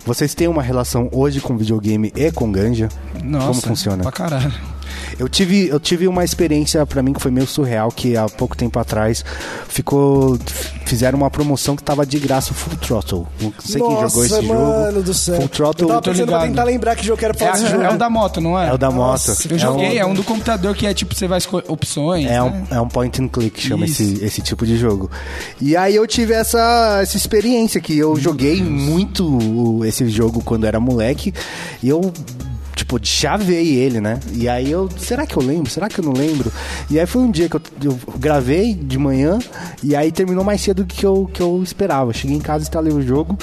Speaker 1: Vocês têm uma relação hoje com videogame e com ganja?
Speaker 2: Nossa,
Speaker 1: Como funciona?
Speaker 2: Pra caralho.
Speaker 1: Eu tive, eu tive uma experiência pra mim que foi meio surreal que há pouco tempo atrás ficou f- fizeram uma promoção que tava de graça o Full Throttle. Não sei quem jogou esse
Speaker 3: mano
Speaker 1: jogo.
Speaker 3: do céu.
Speaker 1: Full Throttle
Speaker 3: eu tava
Speaker 2: tô
Speaker 3: pensando pra
Speaker 2: ligado.
Speaker 3: tentar lembrar que jogo que era pra
Speaker 2: É,
Speaker 3: falar desse jogo.
Speaker 2: a- é o da moto, não é?
Speaker 1: é o da moto.
Speaker 3: Nossa,
Speaker 2: Eu joguei,
Speaker 1: É
Speaker 2: é um do computador que é tipo, você vai escolher opções.
Speaker 1: um, é
Speaker 2: né?
Speaker 1: um, é um point and click, chama
Speaker 2: Isso.
Speaker 1: esse, esse tipo de jogo. E aí eu tive essa, essa experiência que eu joguei muito o- esse jogo quando era moleque. E eu, tipo, chavei ele, né? E aí eu, será que eu lembro? Será que eu não lembro? E aí foi um dia que eu, eu gravei de manhã e aí terminou mais cedo do que eu, que eu esperava. Cheguei em casa, instalei o jogo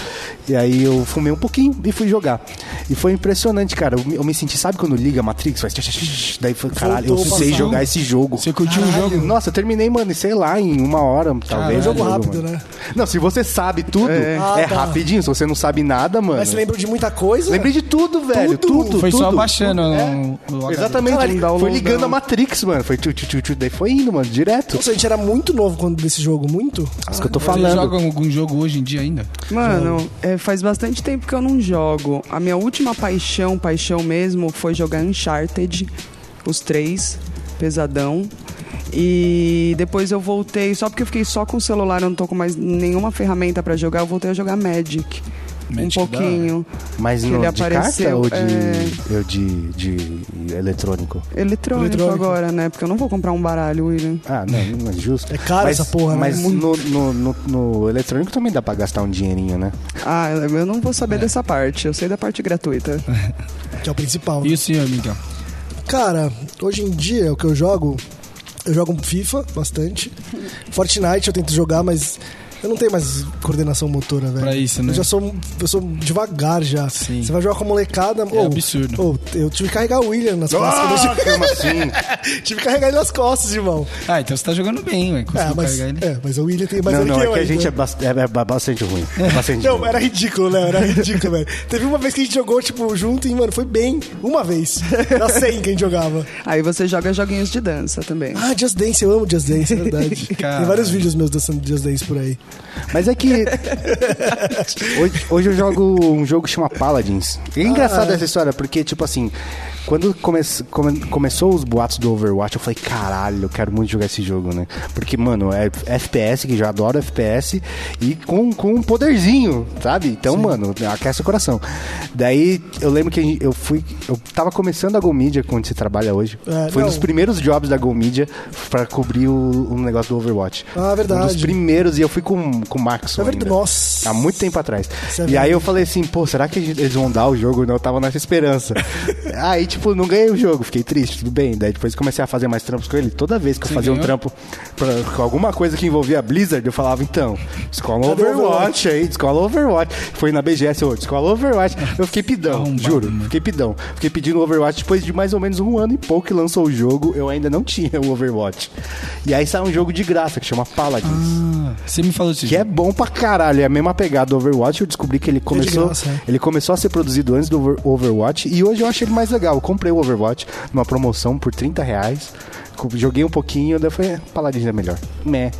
Speaker 1: e aí eu fumei um pouquinho e fui jogar. E foi impressionante, cara. Eu, me- eu me senti, sabe quando liga a Matrix? Faz... tch, tch, tch, tch, Daí foi, caralho, eu
Speaker 3: Voltou
Speaker 1: sei
Speaker 3: pra
Speaker 1: jogar esse um jogo.
Speaker 2: Você curtiu o jogo?
Speaker 1: Nossa, eu terminei, mano, sei lá, em uma hora, talvez.
Speaker 2: é um
Speaker 1: o
Speaker 3: jogo rápido,
Speaker 1: mano.
Speaker 3: né?
Speaker 1: Não, se você sabe tudo, é,
Speaker 3: Ah, tá.
Speaker 1: rapidinho. Se você não sabe nada, mano.
Speaker 3: Mas você lembrou de muita coisa?
Speaker 1: né? Lembrei de tudo, velho. Tudo, tudo.
Speaker 2: Foi só
Speaker 1: tudo.
Speaker 2: baixando um,
Speaker 1: É.
Speaker 2: o- o HD.
Speaker 1: Exatamente.
Speaker 4: Caralho,
Speaker 1: foi
Speaker 4: download,
Speaker 1: ligando
Speaker 4: download.
Speaker 1: a Matrix, mano. Foi tchu, tchu, tchu, tchu, daí foi indo, mano, direto.
Speaker 3: Nossa, a gente era muito novo quando desse jogo, muito.
Speaker 1: Isso que eu tô
Speaker 2: Vocês
Speaker 1: falando.
Speaker 2: jogam algum jogo hoje em dia ainda?
Speaker 4: Mano, é, faz bastante tempo que eu não jogo. A minha última paixão, paixão mesmo, foi jogar Uncharted, os três, pesadão. E depois eu voltei, só porque eu fiquei só com o celular, eu não tô com mais nenhuma ferramenta pra jogar, eu voltei a jogar Magic.
Speaker 2: Magic
Speaker 4: um
Speaker 2: da
Speaker 4: pouquinho.
Speaker 1: Mas
Speaker 4: Que
Speaker 1: no, de
Speaker 4: ele
Speaker 1: carta
Speaker 4: apareceu,
Speaker 1: ou de,
Speaker 4: é.
Speaker 1: eu de, de eletrônico?
Speaker 4: Eletrônico,
Speaker 3: Eletrônico.
Speaker 4: agora, né? Porque eu não vou comprar um baralho, William.
Speaker 1: Ah, não,
Speaker 3: [laughs]
Speaker 1: não é justo.
Speaker 3: É caro
Speaker 1: mas,
Speaker 3: essa porra, né?
Speaker 1: Mas no, no, no- no eletrônico também dá pra gastar um dinheirinho, né?
Speaker 4: Ah, eu não vou saber dessa parte, eu sei da parte gratuita.
Speaker 3: Que é o principal.
Speaker 2: E o senhor, Miguel?
Speaker 3: Cara, hoje em dia o que eu jogo, eu jogo FIFA bastante. Fortnite eu tento jogar, mas eu não tenho mais coordenação motora, velho.
Speaker 2: Pra isso, né?
Speaker 3: Eu já sou, eu sou devagar já.
Speaker 2: Sim.
Speaker 3: Você vai jogar com a molecada, é
Speaker 2: absurdo.
Speaker 3: eu tive que carregar o William nas [laughs] costas.
Speaker 1: Ah, como assim?
Speaker 3: tive que [laughs] carregar ele nas costas, irmão.
Speaker 2: Ah, então você tá jogando bem, ué. Conseguiu
Speaker 3: É, mas,
Speaker 2: carregar ele.
Speaker 3: é, mas o William tem mais
Speaker 1: não,
Speaker 3: ele
Speaker 1: não,
Speaker 3: que
Speaker 1: é
Speaker 3: eu
Speaker 1: que a
Speaker 3: ainda.
Speaker 1: gente é, bast- é- é ba- bastante
Speaker 3: [laughs]
Speaker 1: ruim. É bastante
Speaker 3: Não,
Speaker 1: ruim.
Speaker 3: era ridículo, Léo, era ridículo, velho. Teve uma vez que a gente jogou, tipo, junto e, mano, foi bem. Uma vez. Era 100 que a gente jogava.
Speaker 4: Aí você joga joguinhos de dança também.
Speaker 3: Ah, Just Dance, eu amo Just Dance, é verdade.
Speaker 2: Cara.
Speaker 3: Tem vários vídeos meus dançando Just Dance por aí.
Speaker 1: Mas é que. hoje, hoje eu jogo um jogo que chama Paladins. E é
Speaker 3: Ah.
Speaker 1: engraçado essa história, porque, tipo assim, quando come, come- começou os boatos do Overwatch, eu falei, caralho, eu quero muito jogar esse jogo, né? Porque, mano, é FPS, que já adoro FPS, e com, com um poderzinho, sabe? Então, mano, aquece o coração. Daí eu lembro que a gente- eu fui. Eu tava começando a Go Media quando você trabalha hoje.
Speaker 3: É,
Speaker 1: Foi
Speaker 3: não.
Speaker 1: nos primeiros jobs da Go Media pra cobrir o, o negócio do Overwatch.
Speaker 3: Ah, verdade.
Speaker 1: Um dos primeiros, e eu fui com, com o Max.
Speaker 3: É verdade,
Speaker 1: ainda.
Speaker 3: nossa.
Speaker 1: Há muito tempo atrás.
Speaker 3: Isso é
Speaker 1: e aí eu falei assim, pô, será que a gente- eles vão dar o jogo? Não, eu tava nessa
Speaker 3: [laughs]
Speaker 1: esperança. aí, tipo, não ganhei o jogo, fiquei triste, tudo bem. Daí depois comecei a fazer mais trampos com ele. Toda vez que eu fazia um
Speaker 2: ganhou?
Speaker 1: trampo pra, com alguma coisa que envolvia a Blizzard, eu falava, então, escola
Speaker 3: Cadê o
Speaker 1: Overwatch,
Speaker 3: Overwatch?
Speaker 1: aí, escola Overwatch. Foi na BGS hoje, escola Overwatch. Eu fiquei pidão,
Speaker 2: Arrombado,
Speaker 1: juro.
Speaker 2: mano.
Speaker 1: Fiquei pidão. Fiquei pedindo Overwatch depois de mais ou menos um ano e pouco que lançou o jogo, eu ainda não [laughs] tinha o Overwatch. E aí saiu um jogo de graça que chama Paladins.
Speaker 2: Ah, Você me falou disso.
Speaker 1: Que é bom pra caralho, é a mesma pegada do Overwatch. Eu descobri que ele começou,
Speaker 3: graça, é.
Speaker 1: ele começou a ser produzido antes do Over- Overwatch e hoje eu acho ele mais legal. Eu comprei o Overwatch numa promoção por 30 reais, co- joguei um pouquinho, daí eu falei, "É, Paladins é melhor. Meh.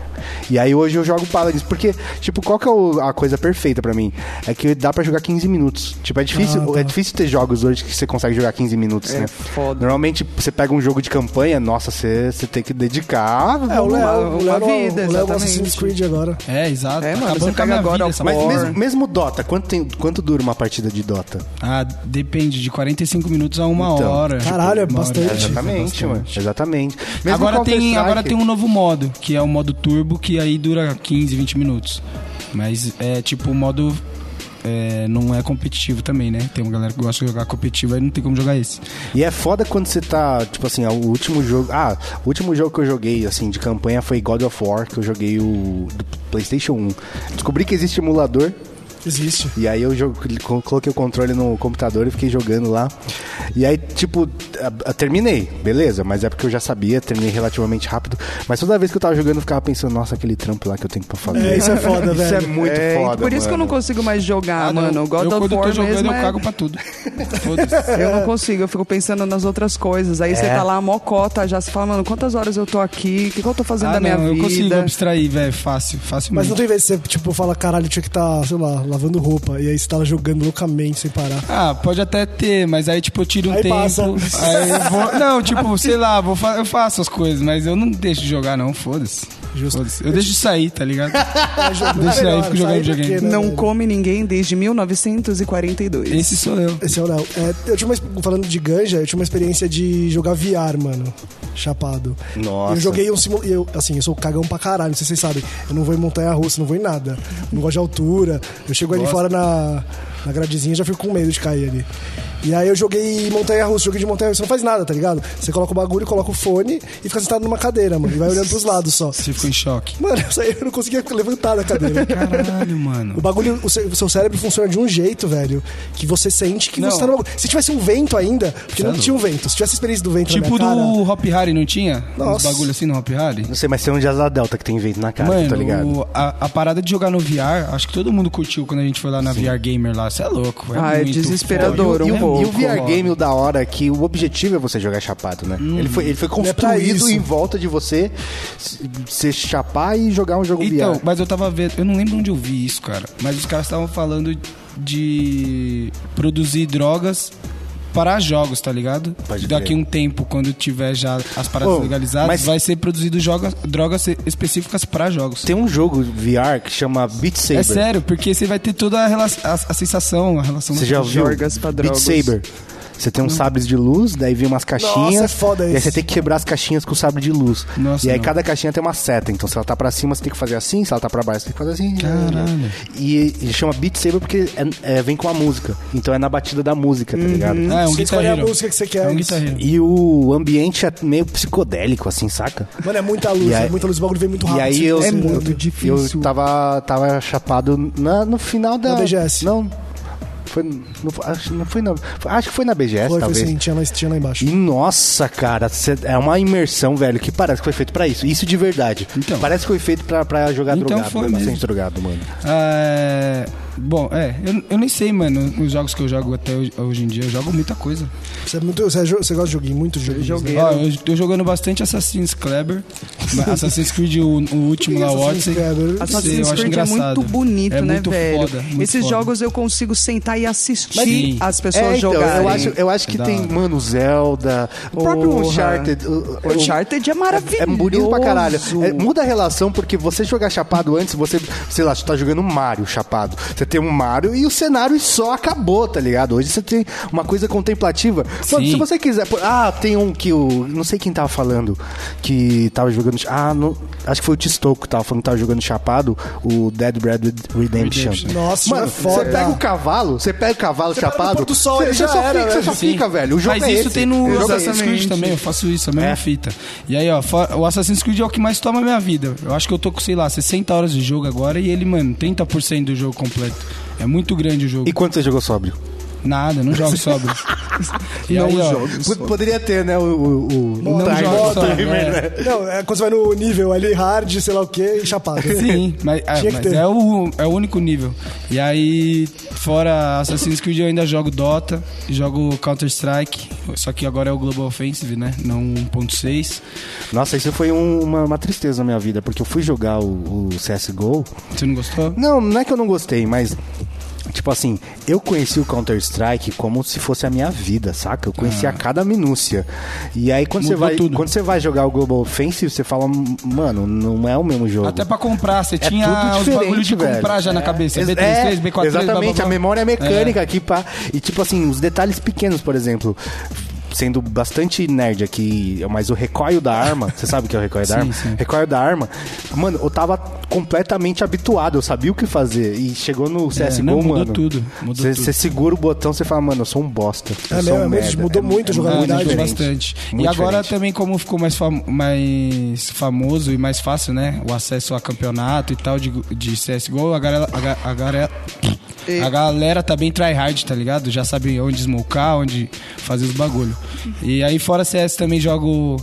Speaker 1: E aí hoje eu jogo Paladins, porque, tipo, qual que é o- a coisa perfeita pra mim? É que dá pra jogar 15 minutos. Tipo, é difícil,
Speaker 3: Ah, tá.
Speaker 1: é difícil ter jogos hoje que você consegue jogar 15 minutos, né?
Speaker 4: foda.
Speaker 1: Normalmente você pega um jogo de campanha, nossa, você, você tem que dedicar.
Speaker 3: É, o
Speaker 1: vamos lá.
Speaker 3: Léo,
Speaker 4: uma
Speaker 3: o Léo,
Speaker 4: vida,
Speaker 3: o Léo gosta de
Speaker 4: exatamente.
Speaker 3: Assassin's Creed agora.
Speaker 2: É, exato.
Speaker 4: É,
Speaker 2: Tá
Speaker 4: mano,
Speaker 2: acabando
Speaker 4: você
Speaker 2: com a
Speaker 4: pega
Speaker 2: minha
Speaker 4: agora
Speaker 2: vida
Speaker 4: o
Speaker 2: essa
Speaker 1: Mas
Speaker 4: Or-
Speaker 2: porra.
Speaker 1: Tá mesmo, mesmo Dota, quanto, tem- quanto dura uma partida de Dota?
Speaker 2: Ah, depende, de 45 minutos a uma
Speaker 1: Então,
Speaker 2: hora.
Speaker 3: caralho,
Speaker 2: Uma
Speaker 3: é
Speaker 2: hora,
Speaker 3: bastante.
Speaker 1: Exatamente, mano. Exatamente. Mesmo
Speaker 2: Agora tem,
Speaker 1: Counter-Strike,
Speaker 2: agora tem um novo modo, que é o modo turbo, que aí dura 15, 20 minutos. Mas é tipo o modo. é, não é competitivo também, né? Tem uma galera que gosta de jogar competitivo, aí não tem como jogar esse.
Speaker 1: E é foda quando você tá, tipo assim, o último jogo. Ah, o último jogo que eu joguei, assim, de campanha foi God of War, que eu joguei o do PlayStation 1. Descobri que existe emulador.
Speaker 3: Existe.
Speaker 1: E aí eu jogo, co- coloquei o controle no computador e fiquei jogando lá. E aí, tipo, a- a- terminei, beleza, mas é porque eu já sabia, terminei relativamente rápido. Mas toda vez que eu tava jogando, eu ficava pensando, nossa, aquele trampo lá que eu tenho pra fazer.
Speaker 3: É, isso é foda,
Speaker 1: Isso é
Speaker 3: velho.
Speaker 1: muito
Speaker 4: É,
Speaker 1: foda.
Speaker 4: por isso que eu não
Speaker 1: mano.
Speaker 4: consigo mais jogar,
Speaker 2: Ah, não.
Speaker 4: mano. O God
Speaker 2: eu,
Speaker 4: of
Speaker 2: quando
Speaker 4: War
Speaker 2: tô jogando,
Speaker 4: mesmo
Speaker 2: eu
Speaker 4: é-
Speaker 2: cago pra
Speaker 4: [laughs]
Speaker 2: tudo. Foda-se.
Speaker 4: Eu não consigo, eu fico pensando nas outras coisas. Aí você
Speaker 1: É.
Speaker 4: tá lá, mocota, já se fala, mano, quantas horas eu tô aqui? O que, que eu tô fazendo
Speaker 2: Ah,
Speaker 4: da minha
Speaker 2: não, eu consigo
Speaker 4: vida?
Speaker 2: abstrair, velho, fácil, fácil
Speaker 3: Mas não
Speaker 2: mesmo.
Speaker 3: tem vez que você, tipo, fala, caralho, tinha que estar, sei lá, lavando roupa. E aí você tava jogando loucamente sem parar.
Speaker 2: Ah, pode até ter, mas aí, tipo, eu tiro um
Speaker 3: Aí
Speaker 2: tempo.
Speaker 3: passa.
Speaker 2: Aí eu
Speaker 3: [laughs]
Speaker 2: vou. Não, tipo, sei lá, vou fa- eu faço as coisas, mas eu não deixo de jogar, não. Foda-se.
Speaker 3: Justo.
Speaker 2: Foda-se. Eu deixo de sair, tá ligado?
Speaker 3: Deixa
Speaker 2: aí, fico jogando videogame.
Speaker 3: é
Speaker 4: Não come ninguém desde 1942.
Speaker 2: Esse sou eu.
Speaker 3: Esse é o Léo. É, eu tinha uma, ex- falando de ganja, eu tinha uma experiência de jogar VR, mano. Chapado.
Speaker 1: Nossa.
Speaker 3: Eu joguei um simulador. Assim, eu sou cagão pra caralho, não sei se vocês sabem. Eu não vou em montanha russa, não vou em nada. Não gosto de altura. Eu chego ali fora na, na gradezinha e já fico com medo de cair ali. E aí eu joguei montanha russa, joguei de montanha russa, você não faz nada, tá ligado? Você coloca o bagulho, coloca o fone e fica sentado numa cadeira, mano. E vai olhando pros lados só.
Speaker 2: Você ficou em choque.
Speaker 3: Mano, isso aí eu não conseguia levantar da cadeira.
Speaker 2: [laughs] Caralho, mano.
Speaker 3: O bagulho, o seu, o seu cérebro funciona de um jeito, velho, que você sente que
Speaker 2: Não.
Speaker 3: você tá no bagulho. Se tivesse um vento ainda, porque não
Speaker 2: Tá
Speaker 3: tinha um vento, se tivesse a experiência do vento
Speaker 2: Tipo
Speaker 3: na minha
Speaker 2: do Hop Harry, não tinha? Uns
Speaker 3: Nossa.
Speaker 2: bagulho assim no Hop Harry?
Speaker 1: Não sei, mas tem um de asa delta que tem vento na cara,
Speaker 2: Mano,
Speaker 1: tá ligado?
Speaker 2: o- a, a parada de jogar no VR, acho que todo mundo curtiu quando a gente foi lá na VR Gamer lá. Você é louco.
Speaker 4: Ah, é
Speaker 2: muito
Speaker 4: desesperador,
Speaker 2: foda.
Speaker 4: um
Speaker 1: E o, e o
Speaker 4: pouco.
Speaker 1: VR game o da hora é que o objetivo é você jogar chapado, né? Ele, foi, ele foi
Speaker 3: é pra
Speaker 1: construído
Speaker 3: isso.
Speaker 1: em volta de você se- se chapar e jogar um jogo
Speaker 2: Então,
Speaker 1: VR.
Speaker 2: mas eu tava vendo, eu não lembro onde eu vi isso, cara. Mas os caras estavam falando de produzir drogas para jogos, tá ligado?
Speaker 1: Pode
Speaker 2: Daqui
Speaker 1: crer.
Speaker 2: um tempo, quando tiver já as paradas
Speaker 1: Ô,
Speaker 2: legalizadas,
Speaker 1: mas-
Speaker 2: vai ser produzido joga, drogas específicas para jogos.
Speaker 1: Tem um jogo VR que chama Beat Saber.
Speaker 2: É sério, porque você vai ter toda a, rela- a, a sensação, a relação
Speaker 1: Você já ouviu?
Speaker 4: Jorgas pra
Speaker 1: Beat
Speaker 4: drogos.
Speaker 1: Saber. Você tem
Speaker 2: Hum.
Speaker 1: uns sabres de luz, daí vem umas caixinhas.
Speaker 3: é foda
Speaker 1: E aí
Speaker 3: esse.
Speaker 1: você tem que quebrar as caixinhas com o sabre de luz.
Speaker 2: Nossa,
Speaker 1: e aí
Speaker 2: não.
Speaker 1: cada caixinha tem uma seta. Então se ela tá pra cima, você tem que fazer assim. Se ela tá pra baixo, você tem que fazer assim.
Speaker 2: Caralho.
Speaker 1: E, e chama Beat Saber porque é- é- vem com a música. Então é na batida da música, tá ligado?
Speaker 2: Ah, é um
Speaker 3: Você escolhe
Speaker 2: guitarreiro.
Speaker 3: a música que você quer.
Speaker 2: É um guitarreiro.
Speaker 1: E o ambiente é meio psicodélico, assim, saca?
Speaker 3: Mano, é muita luz,
Speaker 1: E aí-
Speaker 3: é muita luz, o bagulho vem muito
Speaker 1: E
Speaker 3: rápido.
Speaker 1: aí
Speaker 3: você
Speaker 1: eu,
Speaker 2: É
Speaker 3: não consegue-
Speaker 1: eu,
Speaker 4: difícil.
Speaker 1: eu tava, tava chapado na- no final da.
Speaker 3: Na BGS.
Speaker 1: Não. Foi, não, foi- acho, não foi na. Acho que foi na BGS,
Speaker 3: Foi, foi
Speaker 1: talvez.
Speaker 3: assim, tinha lá, tinha lá embaixo.
Speaker 1: E nossa, cara, cê- é uma imersão, velho, que parece que foi feito pra isso. Isso de verdade.
Speaker 2: Então.
Speaker 1: Parece que foi feito pra, pra jogar
Speaker 2: Então
Speaker 1: drogado,
Speaker 2: foi
Speaker 1: né?
Speaker 2: mesmo.
Speaker 1: Bastante drogado, mano.
Speaker 2: É, Bom, é, eu, eu nem sei, mano, os jogos que eu jogo até hoje, hoje em dia, eu jogo muita coisa.
Speaker 3: Você, é muito, você, é jo- você gosta de joguinho, né? muito jogo.
Speaker 4: joguei.
Speaker 2: Ó, eu tô jogando bastante Assassin's Kleber,
Speaker 4: [laughs]
Speaker 2: mas Assassin's Creed, o, o último lá, o Odyssey. Sei, eu
Speaker 4: Assassin's
Speaker 2: acho
Speaker 4: Creed é
Speaker 2: engraçado.
Speaker 4: muito bonito,
Speaker 2: É
Speaker 4: né,
Speaker 2: muito
Speaker 4: velho?
Speaker 2: foda, muito
Speaker 4: Esses
Speaker 2: foda.
Speaker 4: jogos eu consigo sentar e
Speaker 2: Mas-
Speaker 4: assistir
Speaker 2: Sim.
Speaker 4: as pessoas
Speaker 1: então,
Speaker 4: jogarem.
Speaker 1: eu acho, eu acho que
Speaker 2: Da
Speaker 1: tem,
Speaker 2: hora.
Speaker 1: mano, Zelda, o próprio
Speaker 4: Porra.
Speaker 1: Uncharted. o- o-
Speaker 4: Uncharted é maravilhoso.
Speaker 1: É bonito pra caralho. É, muda a relação, porque você jogar chapado antes, você, sei lá, você tá jogando Mario chapado. Você tem um Mario e o cenário só acabou, tá ligado? Hoje você tem uma coisa contemplativa. Mano,
Speaker 2: Sim.
Speaker 1: se você quiser. pô, Ah, tem um que o. Não sei quem tava falando que tava jogando. Ah, não- acho que foi o Tistoco que tava falando que tava jogando chapado, o Dead Bread Redemption.
Speaker 2: Redemption.
Speaker 3: Nossa,
Speaker 1: Mano,
Speaker 3: jogo é foda.
Speaker 1: você pega o cavalo, você pega o cavalo
Speaker 3: pega no
Speaker 1: chapado.
Speaker 3: pôr do sol,
Speaker 1: você
Speaker 3: ele
Speaker 1: você
Speaker 3: já
Speaker 1: só
Speaker 3: era,
Speaker 1: fica, você só
Speaker 2: né? Sim.
Speaker 1: fica, velho. O jogo
Speaker 2: Mas
Speaker 1: é
Speaker 2: isso
Speaker 1: esse.
Speaker 2: tem no
Speaker 1: O jogo é esse.
Speaker 2: Assassin's Creed também, eu faço isso, a mesma
Speaker 1: É.
Speaker 2: fita. E aí, ó, fo- o Assassin's Creed é o que mais toma a minha vida. Eu acho que eu tô com, sei lá, 60 horas de jogo agora e ele, mano, 30% do jogo completo. É muito grande o jogo.
Speaker 1: E quanto você jogou sóbrio?
Speaker 2: Nada, não jogo sóbrio.
Speaker 1: [laughs]
Speaker 2: E aí, ó,
Speaker 1: Pod- Poderia ter, né? O, o, o- o
Speaker 2: Não
Speaker 1: timer.
Speaker 2: jogo sóbrio,
Speaker 1: Timer,
Speaker 2: é.
Speaker 1: né?
Speaker 3: Não, é quando você vai no nível ali, hard, sei lá o que, e
Speaker 2: [laughs]
Speaker 3: chapado.
Speaker 2: Sim, mas, é,
Speaker 3: Tinha que
Speaker 2: mas
Speaker 3: ter.
Speaker 2: é o, é o único nível. E aí, fora Assassin's Creed, eu ainda jogo Dota, jogo Counter-Strike, só que agora é o Global Offensive, né? Não 1.6.
Speaker 1: Nossa, isso foi um- uma, uma tristeza na minha vida, porque eu fui jogar o, o CSGO.
Speaker 2: Você não gostou?
Speaker 1: Não, não é que eu não gostei, mas. Tipo assim, eu conheci o Counter-Strike como se fosse a minha vida, saca? Eu conhecia cada minúcia. E aí, quando você,
Speaker 2: Mudou
Speaker 1: vai,
Speaker 2: tudo.
Speaker 1: quando você vai jogar o Global Offensive, você fala, mano, não é o mesmo jogo.
Speaker 2: Até pra comprar, você
Speaker 1: É
Speaker 2: tinha
Speaker 1: tudo
Speaker 2: os bagulhos de
Speaker 1: diferente, velho. É.
Speaker 2: comprar já na cabeça.
Speaker 1: Ex-
Speaker 2: B33, B43, blá, blá,
Speaker 1: Exatamente,
Speaker 2: blá. É.
Speaker 1: a memória é mecânica aqui, pá. E tipo assim, os detalhes pequenos, por exemplo. Sendo bastante nerd aqui, mas o recoil da arma, você sabe o que é o recoil da
Speaker 2: [laughs] Sim,
Speaker 1: arma?
Speaker 2: sim.
Speaker 1: Recoil da arma, mano, eu tava completamente habituado, eu sabia o que fazer. E chegou no CSGO,
Speaker 2: É, não, mudou
Speaker 1: mano.
Speaker 2: tudo, mudou
Speaker 1: você,
Speaker 2: tudo.
Speaker 1: você segura o botão, você fala, mano, eu sou um bosta. eu
Speaker 3: É mesmo,
Speaker 1: sou um
Speaker 3: é muito-
Speaker 1: merda.
Speaker 3: mudou
Speaker 1: É-
Speaker 3: muito a
Speaker 1: é
Speaker 3: jogabilidade.
Speaker 2: mudou
Speaker 1: diferente.
Speaker 2: bastante.
Speaker 1: Muito
Speaker 2: e agora
Speaker 1: diferente.
Speaker 2: também como ficou mais, fam- mais famoso e mais fácil, né? O acesso a campeonato e tal de, de CSGO, a galera, a, ga- a galera, a galera tá bem tryhard, tá ligado? Já sabe onde smocar, onde fazer os bagulho. E aí fora CS também jogo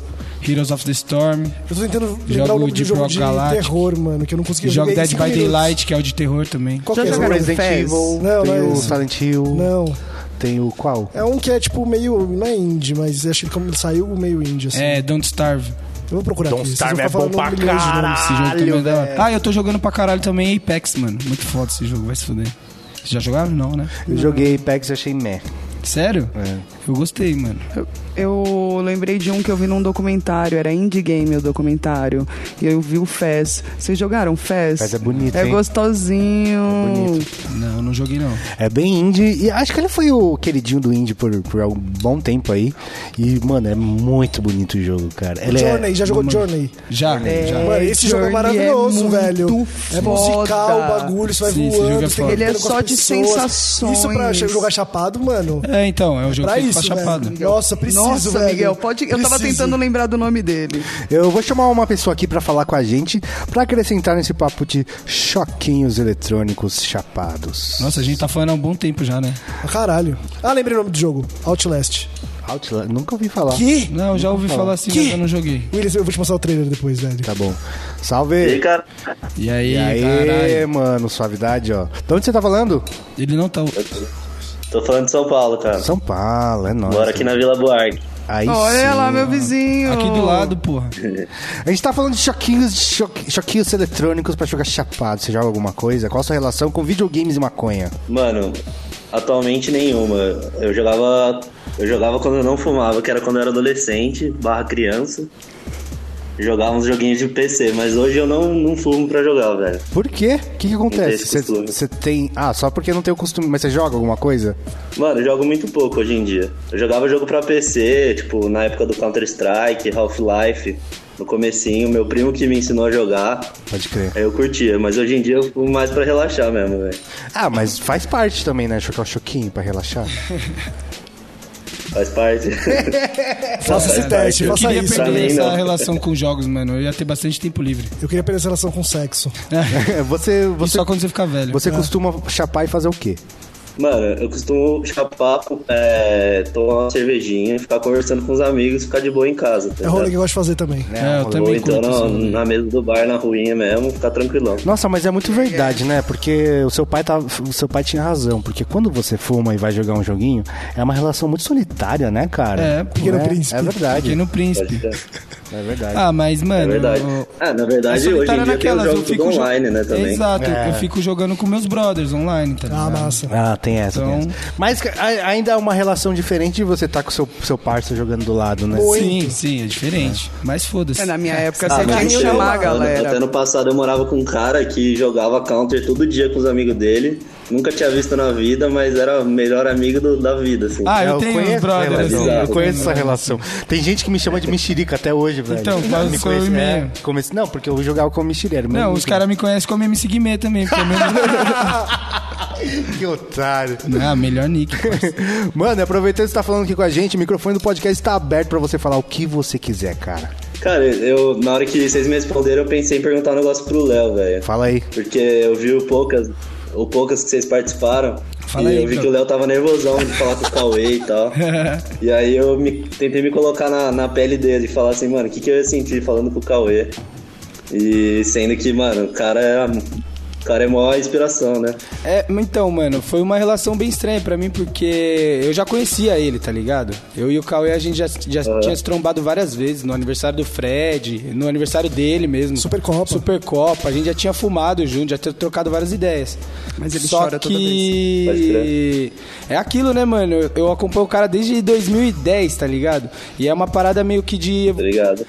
Speaker 2: Heroes of the Storm,
Speaker 3: Eu tô tentando lembrar
Speaker 2: Jogo
Speaker 3: o nome
Speaker 2: de
Speaker 3: de jogo
Speaker 2: Rock
Speaker 3: de
Speaker 2: Galactic.
Speaker 3: terror, mano, que eu não consegui
Speaker 2: jogo Dead by
Speaker 3: Daylight.
Speaker 2: Daylight, que é o de terror também.
Speaker 3: Qual
Speaker 4: Já
Speaker 3: que
Speaker 1: Tem
Speaker 3: é?
Speaker 1: o
Speaker 4: jogaram
Speaker 1: Resident
Speaker 4: Fez?
Speaker 1: Evil,
Speaker 3: Não,
Speaker 1: tem
Speaker 3: não é
Speaker 1: o
Speaker 3: isso.
Speaker 1: Silent Hill,
Speaker 3: Não.
Speaker 1: tem o qual?
Speaker 3: É um que é tipo meio. Não é indie, mas acho que como saiu meio indie, assim.
Speaker 2: É, Don't Starve.
Speaker 3: Eu vou procurar
Speaker 1: Don't
Speaker 3: aqui. vocês
Speaker 1: Starve
Speaker 3: vão
Speaker 1: é
Speaker 3: falar
Speaker 1: bom pra
Speaker 3: um milhão de nomes.
Speaker 2: Esse jogo
Speaker 1: caralho,
Speaker 2: também é da hora.
Speaker 1: velho.
Speaker 2: Ah, eu tô jogando pra caralho também Apex, mano. Muito foda esse jogo, vai se fuder. Vocês já jogaram? Não, né?
Speaker 1: Eu joguei Apex e achei meh.
Speaker 2: Sério?
Speaker 5: É.
Speaker 2: Eu gostei, mano.
Speaker 4: Eu lembrei de um que eu vi num documentário, era Indie Game o documentário. E eu vi o Fez. Vocês jogaram Fez?
Speaker 1: Fez é bonito,
Speaker 4: É
Speaker 1: hein?
Speaker 4: gostosinho.
Speaker 1: É
Speaker 2: Não, eu não joguei não.
Speaker 1: É bem indie. E acho que ele foi o queridinho do indie por, por algum bom tempo aí. E, mano, é muito bonito o jogo, cara. Ele é-
Speaker 3: Journey, já jogou Journey?
Speaker 2: Já, já.
Speaker 3: Mano, esse jogo é
Speaker 4: Journey
Speaker 3: maravilhoso,
Speaker 4: é
Speaker 3: velho.
Speaker 4: muito
Speaker 3: É musical
Speaker 4: foda.
Speaker 3: o bagulho, você vai
Speaker 2: Sim, esse jogo é
Speaker 3: voando, você tem
Speaker 2: foda.
Speaker 3: que
Speaker 4: Ele é
Speaker 3: ter com
Speaker 4: só
Speaker 3: as
Speaker 4: de
Speaker 3: pessoas.
Speaker 4: sensações.
Speaker 3: Isso pra jogar chapado, mano.
Speaker 2: É, então, é um jogo
Speaker 3: Pra
Speaker 2: que fica
Speaker 3: isso, né?
Speaker 2: chapado.
Speaker 3: velho. Nossa, preciso,
Speaker 4: Nossa,
Speaker 3: velho.
Speaker 4: Miguel, pode. Eu tava
Speaker 3: Preciso.
Speaker 4: tentando lembrar do nome dele.
Speaker 1: é- Eu vou chamar uma pessoa aqui pra falar com a gente, pra acrescentar nesse papo de choquinhos eletrônicos chapados.
Speaker 2: Nossa, a gente tá falando há um bom tempo já, né?
Speaker 3: Ah, Caralho. Ah, lembrei o nome do jogo. Outlast.
Speaker 1: Outlast, nunca ouvi falar.
Speaker 3: Que?
Speaker 2: Não, eu já ouvi falar assim,
Speaker 3: Que?
Speaker 2: mas eu não joguei.
Speaker 3: Willis, eu vou te mostrar o trailer depois, velho.
Speaker 1: Tá bom.
Speaker 6: E aí,
Speaker 1: Salve!
Speaker 6: cara,
Speaker 2: E aí,
Speaker 1: E aí,
Speaker 2: caralho.
Speaker 1: mano, suavidade, ó. De onde você tá falando?
Speaker 2: Ele não tá...
Speaker 6: tô falando de São Paulo, cara.
Speaker 1: São Paulo, é nóis.
Speaker 6: Moro aqui na Vila Buarque.
Speaker 1: Aí
Speaker 4: Olha
Speaker 1: sim.
Speaker 4: lá, meu vizinho.
Speaker 2: Aqui do lado, porra.
Speaker 1: A gente tá falando de choquinhos, de choque- choquinhos eletrônicos pra jogar chapado. Você joga alguma coisa? Qual a sua relação com videogames e maconha?
Speaker 6: Mano, atualmente nenhuma. Eu jogava. Eu jogava quando eu não fumava, que era quando eu era adolescente, barra criança. Jogava uns joguinhos de PC, mas hoje eu não, não fumo pra jogar, velho.
Speaker 1: Por quê? O que, que acontece?
Speaker 6: Não tem esse
Speaker 1: Você-
Speaker 6: costume.
Speaker 1: Você tem. Ah, só porque não tem o costume, mas você joga alguma coisa?
Speaker 6: Mano, eu jogo muito pouco hoje em dia. Eu jogava jogo pra PC, tipo, na época do Counter-Strike, Half-Life, no comecinho, meu primo que me ensinou a jogar,
Speaker 1: Pode crer.
Speaker 6: aí eu curtia, mas hoje em dia eu fumo mais pra relaxar mesmo, velho.
Speaker 1: Ah, mas faz parte também, né? Chocar o choquinho pra relaxar. [laughs]
Speaker 6: Faz parte.
Speaker 3: Faça esse teste,
Speaker 2: Eu
Speaker 3: faça
Speaker 2: queria
Speaker 3: É, isso. né?
Speaker 6: pra mim,
Speaker 2: perder essa
Speaker 6: não.
Speaker 2: relação com jogos, mano. Eu ia ter bastante tempo livre.
Speaker 3: Eu queria perder essa relação com sexo.
Speaker 1: você.
Speaker 2: E
Speaker 1: você...
Speaker 2: só quando você ficar velho.
Speaker 1: Você costuma chapar e fazer o quê?
Speaker 5: Mano, eu costumo chapar, é, tomar uma cervejinha, ficar conversando com os amigos, ficar de boa em casa. Tá
Speaker 3: É rolê
Speaker 5: ligado?
Speaker 3: que eu gosto de fazer também.
Speaker 2: É, eu
Speaker 1: rolou.
Speaker 5: Ou
Speaker 2: também
Speaker 5: então
Speaker 2: curto.
Speaker 5: na,
Speaker 2: esse rolê.
Speaker 5: na mesa do bar, na ruinha mesmo, ficar tranquilão.
Speaker 1: Nossa, mas é muito verdade, né? Porque o seu pai tá, o seu pai tinha razão, porque quando você fuma e vai jogar um joguinho, é uma relação muito solitária, né, cara?
Speaker 2: É, pô.
Speaker 3: Pequeno
Speaker 1: Né?
Speaker 3: Príncipe.
Speaker 1: É verdade.
Speaker 2: Pequeno
Speaker 5: Pode
Speaker 2: Príncipe.
Speaker 5: ser.
Speaker 1: É verdade.
Speaker 2: Ah, mas, mano.
Speaker 5: É verdade.
Speaker 2: eu-
Speaker 5: Ah, na
Speaker 2: é
Speaker 5: verdade, hoje
Speaker 2: solitária
Speaker 5: em dia tem o jogo tudo
Speaker 2: jo-
Speaker 5: online, né, também.
Speaker 2: Exato,
Speaker 1: É.
Speaker 2: eu fico jogando com meus brothers online, tá
Speaker 3: Ah,
Speaker 2: ligado?
Speaker 3: massa.
Speaker 1: Ah, tem essa,
Speaker 2: Então-
Speaker 1: tem essa. Mas ca- a- ainda é uma relação diferente de você estar com o seu, seu parceiro jogando do lado, né?
Speaker 2: Sim, sim, é diferente. Mas foda-se.
Speaker 4: É, na minha época,
Speaker 5: Ah,
Speaker 4: você tinha
Speaker 5: mas
Speaker 4: que
Speaker 5: isso é
Speaker 4: chamar a
Speaker 5: bacana. Até
Speaker 4: galera.
Speaker 5: no passado eu morava com um cara que jogava counter todo dia com os amigos dele. Nunca tinha visto na vida, mas era o melhor amigo do- da vida, assim.
Speaker 2: Ah,
Speaker 1: É,
Speaker 2: eu,
Speaker 1: Eu
Speaker 2: tenho
Speaker 1: conheço
Speaker 2: uns brothers.
Speaker 1: essa
Speaker 2: assim,
Speaker 1: relação.
Speaker 5: eu
Speaker 1: Eu conheço
Speaker 2: tenho-
Speaker 1: essa relação. Tem gente que me chama de mexerica até hoje, velho.
Speaker 2: Então, faz
Speaker 1: me
Speaker 2: o seu e-mail.
Speaker 1: é, comece- Não, porque eu jogava como mexerica.
Speaker 2: Não, os caras me conhecem como MC Guimê também. Porque é o meu... [laughs]
Speaker 1: Que otário. [laughs]
Speaker 2: ah, melhor nick. parceiro.
Speaker 1: Mano, aproveitando que você tá falando aqui com a gente, o microfone do podcast tá aberto pra você falar o que você quiser, cara.
Speaker 5: Cara, eu, na hora que vocês me responderam, eu pensei em perguntar um negócio pro Léo, velho.
Speaker 1: Fala aí.
Speaker 5: Porque eu vi o poucas, o poucas que vocês participaram.
Speaker 2: Fala aí,
Speaker 5: e
Speaker 2: É.
Speaker 5: eu vi
Speaker 2: Léo.
Speaker 5: que o Léo tava nervosão de falar com o Cauê e
Speaker 2: [laughs]
Speaker 5: tal. e aí eu me- tentei me colocar na, na pele dele e falar assim, mano, o que, que eu ia sentir falando com o Cauê? E sendo que, mano, o cara é. O cara é a maior inspiração, né?
Speaker 2: É, mas então, mano, foi uma relação bem estranha pra mim, porque eu já conhecia ele, tá ligado? Eu e o Cauê, a gente já, já
Speaker 4: É.
Speaker 2: tinha se trombado várias vezes, no aniversário do Fred, no aniversário dele mesmo.
Speaker 3: Supercopa.
Speaker 2: Supercopa, a gente já tinha fumado junto, já tinha trocado várias ideias.
Speaker 4: Mas ele
Speaker 2: Só
Speaker 4: chora
Speaker 2: que...
Speaker 4: toda
Speaker 5: Pode
Speaker 2: É aquilo, né, mano? Eu, eu acompanho o cara desde 2010, tá ligado? E é uma parada meio que de
Speaker 5: Tá ligado?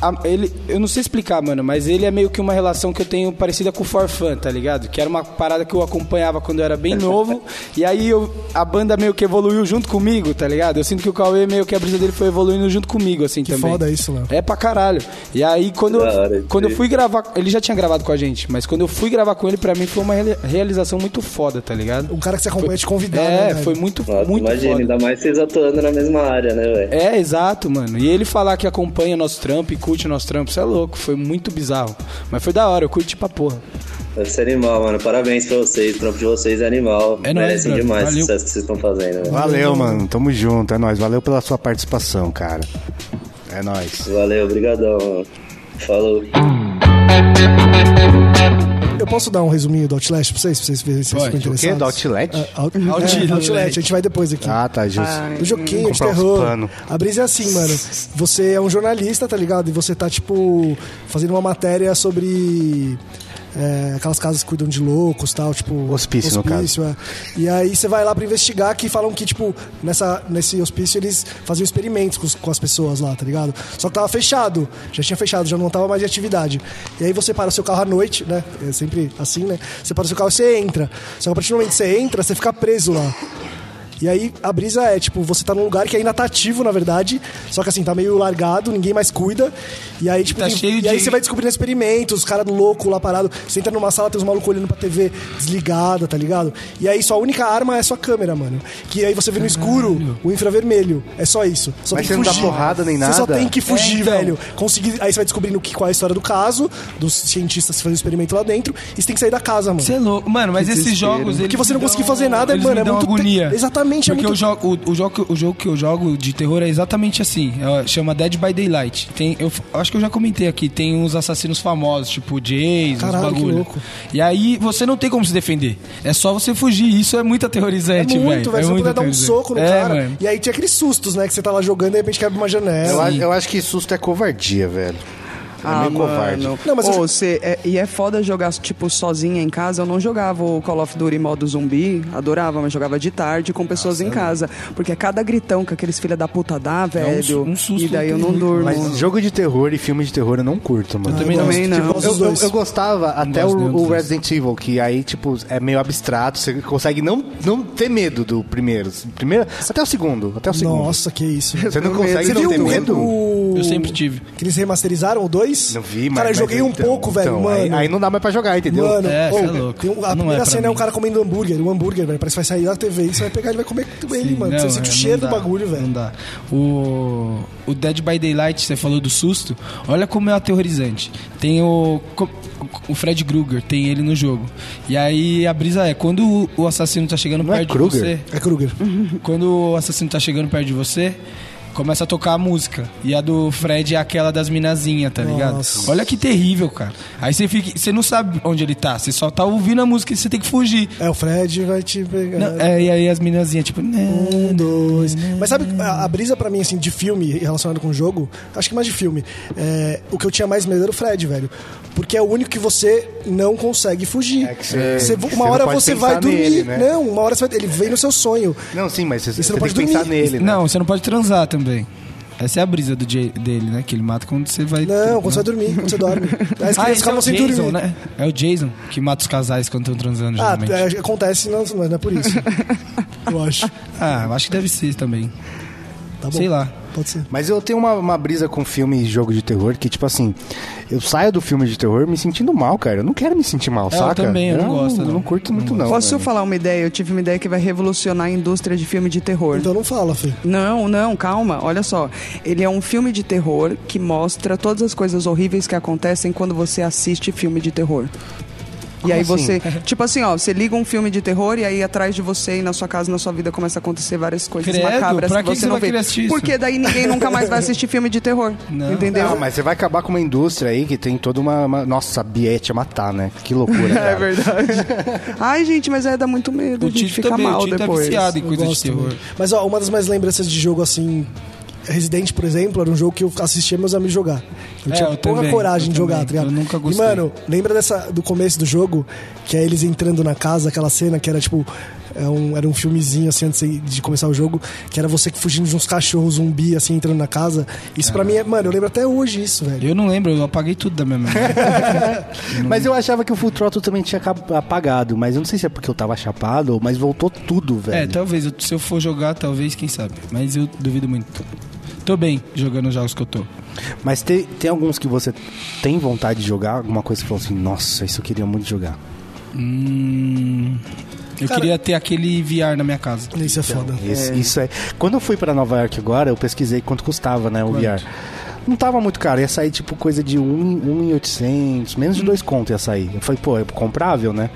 Speaker 2: a- ele, eu não sei explicar, mano, mas ele é meio que uma relação que eu tenho parecida com o Forfan, tá ligado? Que era uma parada que eu acompanhava quando eu era bem
Speaker 3: [laughs]
Speaker 2: novo. e aí eu, a banda meio que evoluiu junto comigo, tá ligado? Eu sinto que o Cauê meio que a brisa dele foi evoluindo junto comigo, assim também.
Speaker 3: foda isso, Léo.
Speaker 2: É pra caralho. E aí quando,
Speaker 5: Da hora,
Speaker 2: eu,
Speaker 5: isso
Speaker 2: quando eu
Speaker 5: aí.
Speaker 2: fui gravar. Ele já tinha gravado com a gente, mas quando eu fui gravar com ele, pra mim foi uma reali- realização muito foda, tá ligado?
Speaker 3: Um cara que você acompanha te convidar, né,
Speaker 2: É,
Speaker 3: velho?
Speaker 2: foi muito,
Speaker 5: Nossa,
Speaker 2: muito
Speaker 5: imagina,
Speaker 2: foda.
Speaker 5: ainda mais vocês atuando na mesma área, né, velho?
Speaker 2: É, exato, mano. E ele falar que acompanha nosso trampo e curte nosso trampo, isso é louco, foi muito bizarro. Mas foi da hora, eu curti pra porra.
Speaker 5: Deve ser animal, mano. Parabéns pra vocês. O trampo de vocês é animal.
Speaker 2: É nóis,
Speaker 5: Merecem
Speaker 2: brother.
Speaker 5: demais
Speaker 2: Valeu.
Speaker 5: o sucesso que vocês estão fazendo, né? velho.
Speaker 1: Valeu, mano. Tamo junto, é nóis. Valeu pela sua participação, cara. É nóis.
Speaker 5: Valeu, obrigadão. mano. Falou.
Speaker 3: Eu posso dar um resuminho do Outlast pra vocês, pra vocês verem se vocês ficam
Speaker 1: O quê?
Speaker 3: interessados?
Speaker 1: Do Outlet?
Speaker 3: É, Out- é, Outlet. a gente vai depois aqui.
Speaker 1: Ah, tá, justo.
Speaker 3: Do joguinho de
Speaker 1: Comprar uns
Speaker 3: terror.
Speaker 1: pano.
Speaker 3: A brisa é assim, mano. Você é um jornalista, tá ligado? E você tá, tipo, fazendo uma matéria sobre. é, aquelas casas que cuidam de loucos e tal, tipo.
Speaker 1: Hospício, no
Speaker 3: hospício, é. E aí você vai lá pra investigar que falam que, tipo, nessa, nesse hospício eles faziam experimentos com, os- com as pessoas lá, tá ligado? Só que tava fechado, já tinha fechado, já não tava mais em atividade. E aí você para o seu carro à noite, né? É sempre assim, né? Você para o seu carro e você entra. Só que a partir do momento que você entra, você fica preso lá. E aí a brisa é, tipo, você tá num lugar que ainda tá ativo, na verdade. Só que assim, tá meio largado, ninguém mais cuida. E aí, tipo,
Speaker 2: Tá
Speaker 3: tem-
Speaker 2: cheio
Speaker 3: e aí
Speaker 2: de-
Speaker 3: você vai descobrindo experimentos, os caras loucos lá parado. Você entra numa sala, tem os malucos olhando pra TV desligada, tá ligado? E aí sua única arma é sua câmera, mano. Que aí você vê no escuro o infravermelho. É só isso. Só
Speaker 1: Mas
Speaker 3: tem
Speaker 1: você não
Speaker 3: que
Speaker 1: dá
Speaker 3: fugir.
Speaker 1: porrada nem
Speaker 3: Você só
Speaker 1: nada?
Speaker 3: tem que fugir,
Speaker 2: É, então.
Speaker 3: velho. Conseguir. Aí você vai descobrindo que, qual é a história do caso, dos cientistas fazendo experimento lá dentro, e você tem que sair da casa, mano.
Speaker 2: Você é louco. Mano, mas esses jogos. eles
Speaker 3: Porque você não
Speaker 2: me
Speaker 3: conseguiu fazer nada,
Speaker 2: eles
Speaker 3: mano,
Speaker 2: me
Speaker 3: é
Speaker 2: dão
Speaker 3: muito
Speaker 2: agonia.
Speaker 3: te- exatamente,
Speaker 2: Porque
Speaker 3: é muito-
Speaker 2: eu jogo, o, o jogo, que- o jogo que eu jogo de terror é exatamente assim. é, chama Dead by Daylight. Tem, eu f- acho que eu já comentei aqui. Tem uns assassinos famosos, tipo Jason,
Speaker 3: Caralho,
Speaker 2: uns
Speaker 3: que
Speaker 2: bagulho.
Speaker 3: louco.
Speaker 2: E aí você não tem como se defender. É só você fugir. Isso é muito aterrorizante,
Speaker 3: É muito, velho.
Speaker 2: É
Speaker 3: você
Speaker 2: muito
Speaker 3: puder dar um
Speaker 2: aterrorizante.
Speaker 3: soco no
Speaker 2: É,
Speaker 3: cara.
Speaker 2: mano.
Speaker 3: E aí tinha aqueles sustos, né? Que você tá lá jogando e de repente quebra uma
Speaker 1: Eu,
Speaker 3: janela.
Speaker 1: a- eu acho que susto é covardia, velho. É
Speaker 4: Ah,
Speaker 1: meio covarde.
Speaker 4: mano.
Speaker 3: Não, mas eu-
Speaker 4: Ô, cê- é- e é foda jogar, tipo, sozinha em casa. Eu não jogava o Call of Duty modo zumbi, adorava, mas jogava de tarde com pessoas em casa. Porque cada gritão que aqueles filha da puta dá, velho,
Speaker 2: su- um susto
Speaker 4: e daí eu
Speaker 2: tem
Speaker 4: não
Speaker 2: muito,
Speaker 4: durmo.
Speaker 1: Mas jogo de terror e filme de terror eu não curto, mano.
Speaker 4: também
Speaker 3: gosto.
Speaker 4: não.
Speaker 3: Tipo, os
Speaker 1: Eu, eu-
Speaker 3: dois.
Speaker 1: eu gostava até
Speaker 2: gosto
Speaker 1: o-
Speaker 2: nenhum dos
Speaker 1: o,
Speaker 2: dois.
Speaker 1: Resident Evil, que aí, tipo, é meio abstrato, você consegue não, não ter medo do primeiro. Primeiro, até o segundo, até o segundo.
Speaker 3: Nossa, que isso.
Speaker 2: [laughs]
Speaker 1: Você não
Speaker 4: Tenho medo
Speaker 1: consegue
Speaker 4: de
Speaker 1: não ter
Speaker 4: tudo.
Speaker 1: medo?
Speaker 3: O o.
Speaker 2: Eu sempre tive.
Speaker 3: Que eles remasterizaram o 2?
Speaker 1: Não vi, mas.
Speaker 3: Cara, eu joguei
Speaker 1: mas
Speaker 3: um
Speaker 1: então-
Speaker 3: pouco, velho.
Speaker 1: então,
Speaker 3: mano.
Speaker 1: Aí, aí não dá mais pra jogar, entendeu?
Speaker 3: Mano,
Speaker 2: É,
Speaker 3: oh,
Speaker 2: cê é louco.
Speaker 3: tem um- a
Speaker 2: Não é
Speaker 3: primeira
Speaker 2: pra
Speaker 3: cena é
Speaker 2: mim.
Speaker 3: um cara comendo hambúrguer, um hambúrguer, velho. Parece que vai sair da TV e você vai pegar e vai comer ele,
Speaker 2: Sim,
Speaker 3: mano.
Speaker 2: não,
Speaker 3: você sente
Speaker 2: é,
Speaker 3: o cheiro
Speaker 2: não
Speaker 3: do
Speaker 2: dá,
Speaker 3: bagulho, velho.
Speaker 2: Não dá. O, o Dead by Daylight, você falou do susto. Olha como é aterrorizante. Tem o. co- O Fred Krueger, tem ele no jogo. E aí a brisa é, quando o- o assassino tá chegando
Speaker 1: Não é
Speaker 2: perto de
Speaker 1: Krueger?
Speaker 2: você.
Speaker 3: É Kruger.
Speaker 2: Uhum. Quando o assassino tá chegando perto de você, começa a tocar a música. E a do Fred é aquela das minazinhas, tá ligado? Olha que terrível, cara. Aí você fica. Você não sabe onde ele tá, você só tá ouvindo a música e você tem que fugir.
Speaker 3: É, o Fred vai te pegar.
Speaker 2: Não, é, e aí as minazinhas, tipo. né?
Speaker 3: Um, dois. Mas sabe, a, a brisa pra mim, assim, de filme relacionado com o jogo, acho que mais de filme, é, o que eu tinha mais medo era o Fred, velho. Porque é o único que você não consegue fugir.
Speaker 1: É, que você-
Speaker 3: Você-
Speaker 1: você
Speaker 3: uma
Speaker 1: não
Speaker 3: hora
Speaker 1: pode
Speaker 3: você
Speaker 1: pensar
Speaker 3: vai dormir.
Speaker 1: nele, né?
Speaker 3: Não, uma hora você vai, ele vem no seu sonho.
Speaker 1: Não, sim, mas você, você tem
Speaker 3: não pode
Speaker 1: que pensar
Speaker 3: dormir.
Speaker 1: nele, né?
Speaker 2: Não, você não pode transar também. Essa é a brisa do Jay- dele, né? Que ele mata quando você vai.
Speaker 3: Não, quando você vai dormir, quando
Speaker 2: [laughs]
Speaker 3: você dorme. Aí as
Speaker 2: Ah,
Speaker 3: crianças
Speaker 2: esse é
Speaker 3: ficavam
Speaker 2: o
Speaker 3: sem
Speaker 2: Jason,
Speaker 3: dormir.
Speaker 2: né? É o Jason que mata os casais quando estão transando,
Speaker 3: Ah,
Speaker 2: geralmente.
Speaker 3: é, acontece, não, mas não é
Speaker 2: [laughs]
Speaker 3: por isso. Eu acho.
Speaker 2: Ah, eu acho que deve ser também.
Speaker 3: Tá bom.
Speaker 2: Sei lá.
Speaker 3: Pode ser.
Speaker 1: Mas eu tenho uma, uma brisa com filme e jogo de terror que, tipo assim, eu saio do filme de terror me sentindo mal, cara. Eu não quero me sentir mal,
Speaker 2: É, eu
Speaker 1: saca?
Speaker 2: também, eu não gosto,
Speaker 1: Eu
Speaker 2: não.
Speaker 1: não curto
Speaker 2: Não
Speaker 1: muito,
Speaker 2: gosto.
Speaker 1: não.
Speaker 4: Posso
Speaker 1: velho.
Speaker 4: falar uma ideia? Eu tive uma ideia que vai revolucionar a indústria de filme de terror.
Speaker 3: Então não fala, Fê.
Speaker 4: Não, não, calma, olha só. Ele é um filme de terror que mostra todas as coisas horríveis que acontecem quando você assiste filme de terror. e
Speaker 2: [laughs]
Speaker 4: aí você, tipo assim, ó, você liga um filme de terror e aí atrás de você e na sua casa, na sua vida começa a acontecer várias coisas
Speaker 2: Credo,
Speaker 4: macabras
Speaker 2: pra
Speaker 4: que,
Speaker 2: que que
Speaker 4: você
Speaker 2: você
Speaker 4: não
Speaker 2: vai
Speaker 4: vê.
Speaker 2: querer assistir isso?
Speaker 4: Porque daí ninguém nunca mais vai assistir filme de um- terror.
Speaker 2: [laughs] Não.
Speaker 4: Entendeu?
Speaker 1: Não, mas você vai acabar com uma indústria aí que tem toda uma. uma... Nossa, a Biete a matar, né? Que
Speaker 4: [laughs]
Speaker 1: loucura.
Speaker 4: É
Speaker 1: Cara.
Speaker 4: verdade. Ai, gente, mas é dá muito medo,
Speaker 2: O
Speaker 4: a gente
Speaker 2: Tito
Speaker 4: fica
Speaker 2: também,
Speaker 4: mal
Speaker 2: o Tito é
Speaker 4: depois.
Speaker 2: viciado em
Speaker 3: Eu
Speaker 2: coisa de
Speaker 3: gosto
Speaker 2: terror.
Speaker 3: também. Mas ó, uma das mais lembranças de jogo assim. Resident, por exemplo, era um jogo que eu assistia meus amigos jogar. Eu
Speaker 2: É,
Speaker 3: tinha
Speaker 2: eu
Speaker 3: pouca
Speaker 2: também,
Speaker 3: coragem
Speaker 2: eu
Speaker 3: de jogar,
Speaker 2: também.
Speaker 3: tá ligado?
Speaker 2: Eu nunca
Speaker 3: E,
Speaker 2: gostei.
Speaker 3: mano, lembra dessa, do começo do jogo, que é eles entrando na casa, aquela cena que era tipo. é um- era um filmezinho, assim, antes de começar o jogo, que era você que fugindo de uns cachorros zumbi, assim, entrando na casa. Isso
Speaker 2: Ah.
Speaker 3: pra mim é. Mano, eu lembro até hoje isso, velho.
Speaker 2: Eu não lembro, eu apaguei tudo da minha
Speaker 3: [laughs]
Speaker 2: memória.
Speaker 1: Mas eu achava que o Full Throttle também tinha acab- apagado, mas eu não sei se é porque eu tava chapado, mas voltou tudo,
Speaker 2: é,
Speaker 1: velho.
Speaker 2: talvez, eu- se eu for jogar, talvez, quem sabe. Mas eu duvido muito. Tô bem jogando os jogos que eu tô.
Speaker 1: Mas tem, tem alguns que você tem vontade de jogar, alguma coisa que falou assim, nossa, isso eu queria muito jogar.
Speaker 2: Hum, eu
Speaker 3: Cara-
Speaker 2: queria ter aquele VR na minha casa.
Speaker 3: Isso é foda.
Speaker 1: Isso, isso é. Quando eu fui pra Nova York agora, eu pesquisei quanto custava, né, o VR. Não tava muito caro, ia sair tipo coisa de 1,800, menos de 2 conto ia sair. Eu falei, pô, é comprável, né?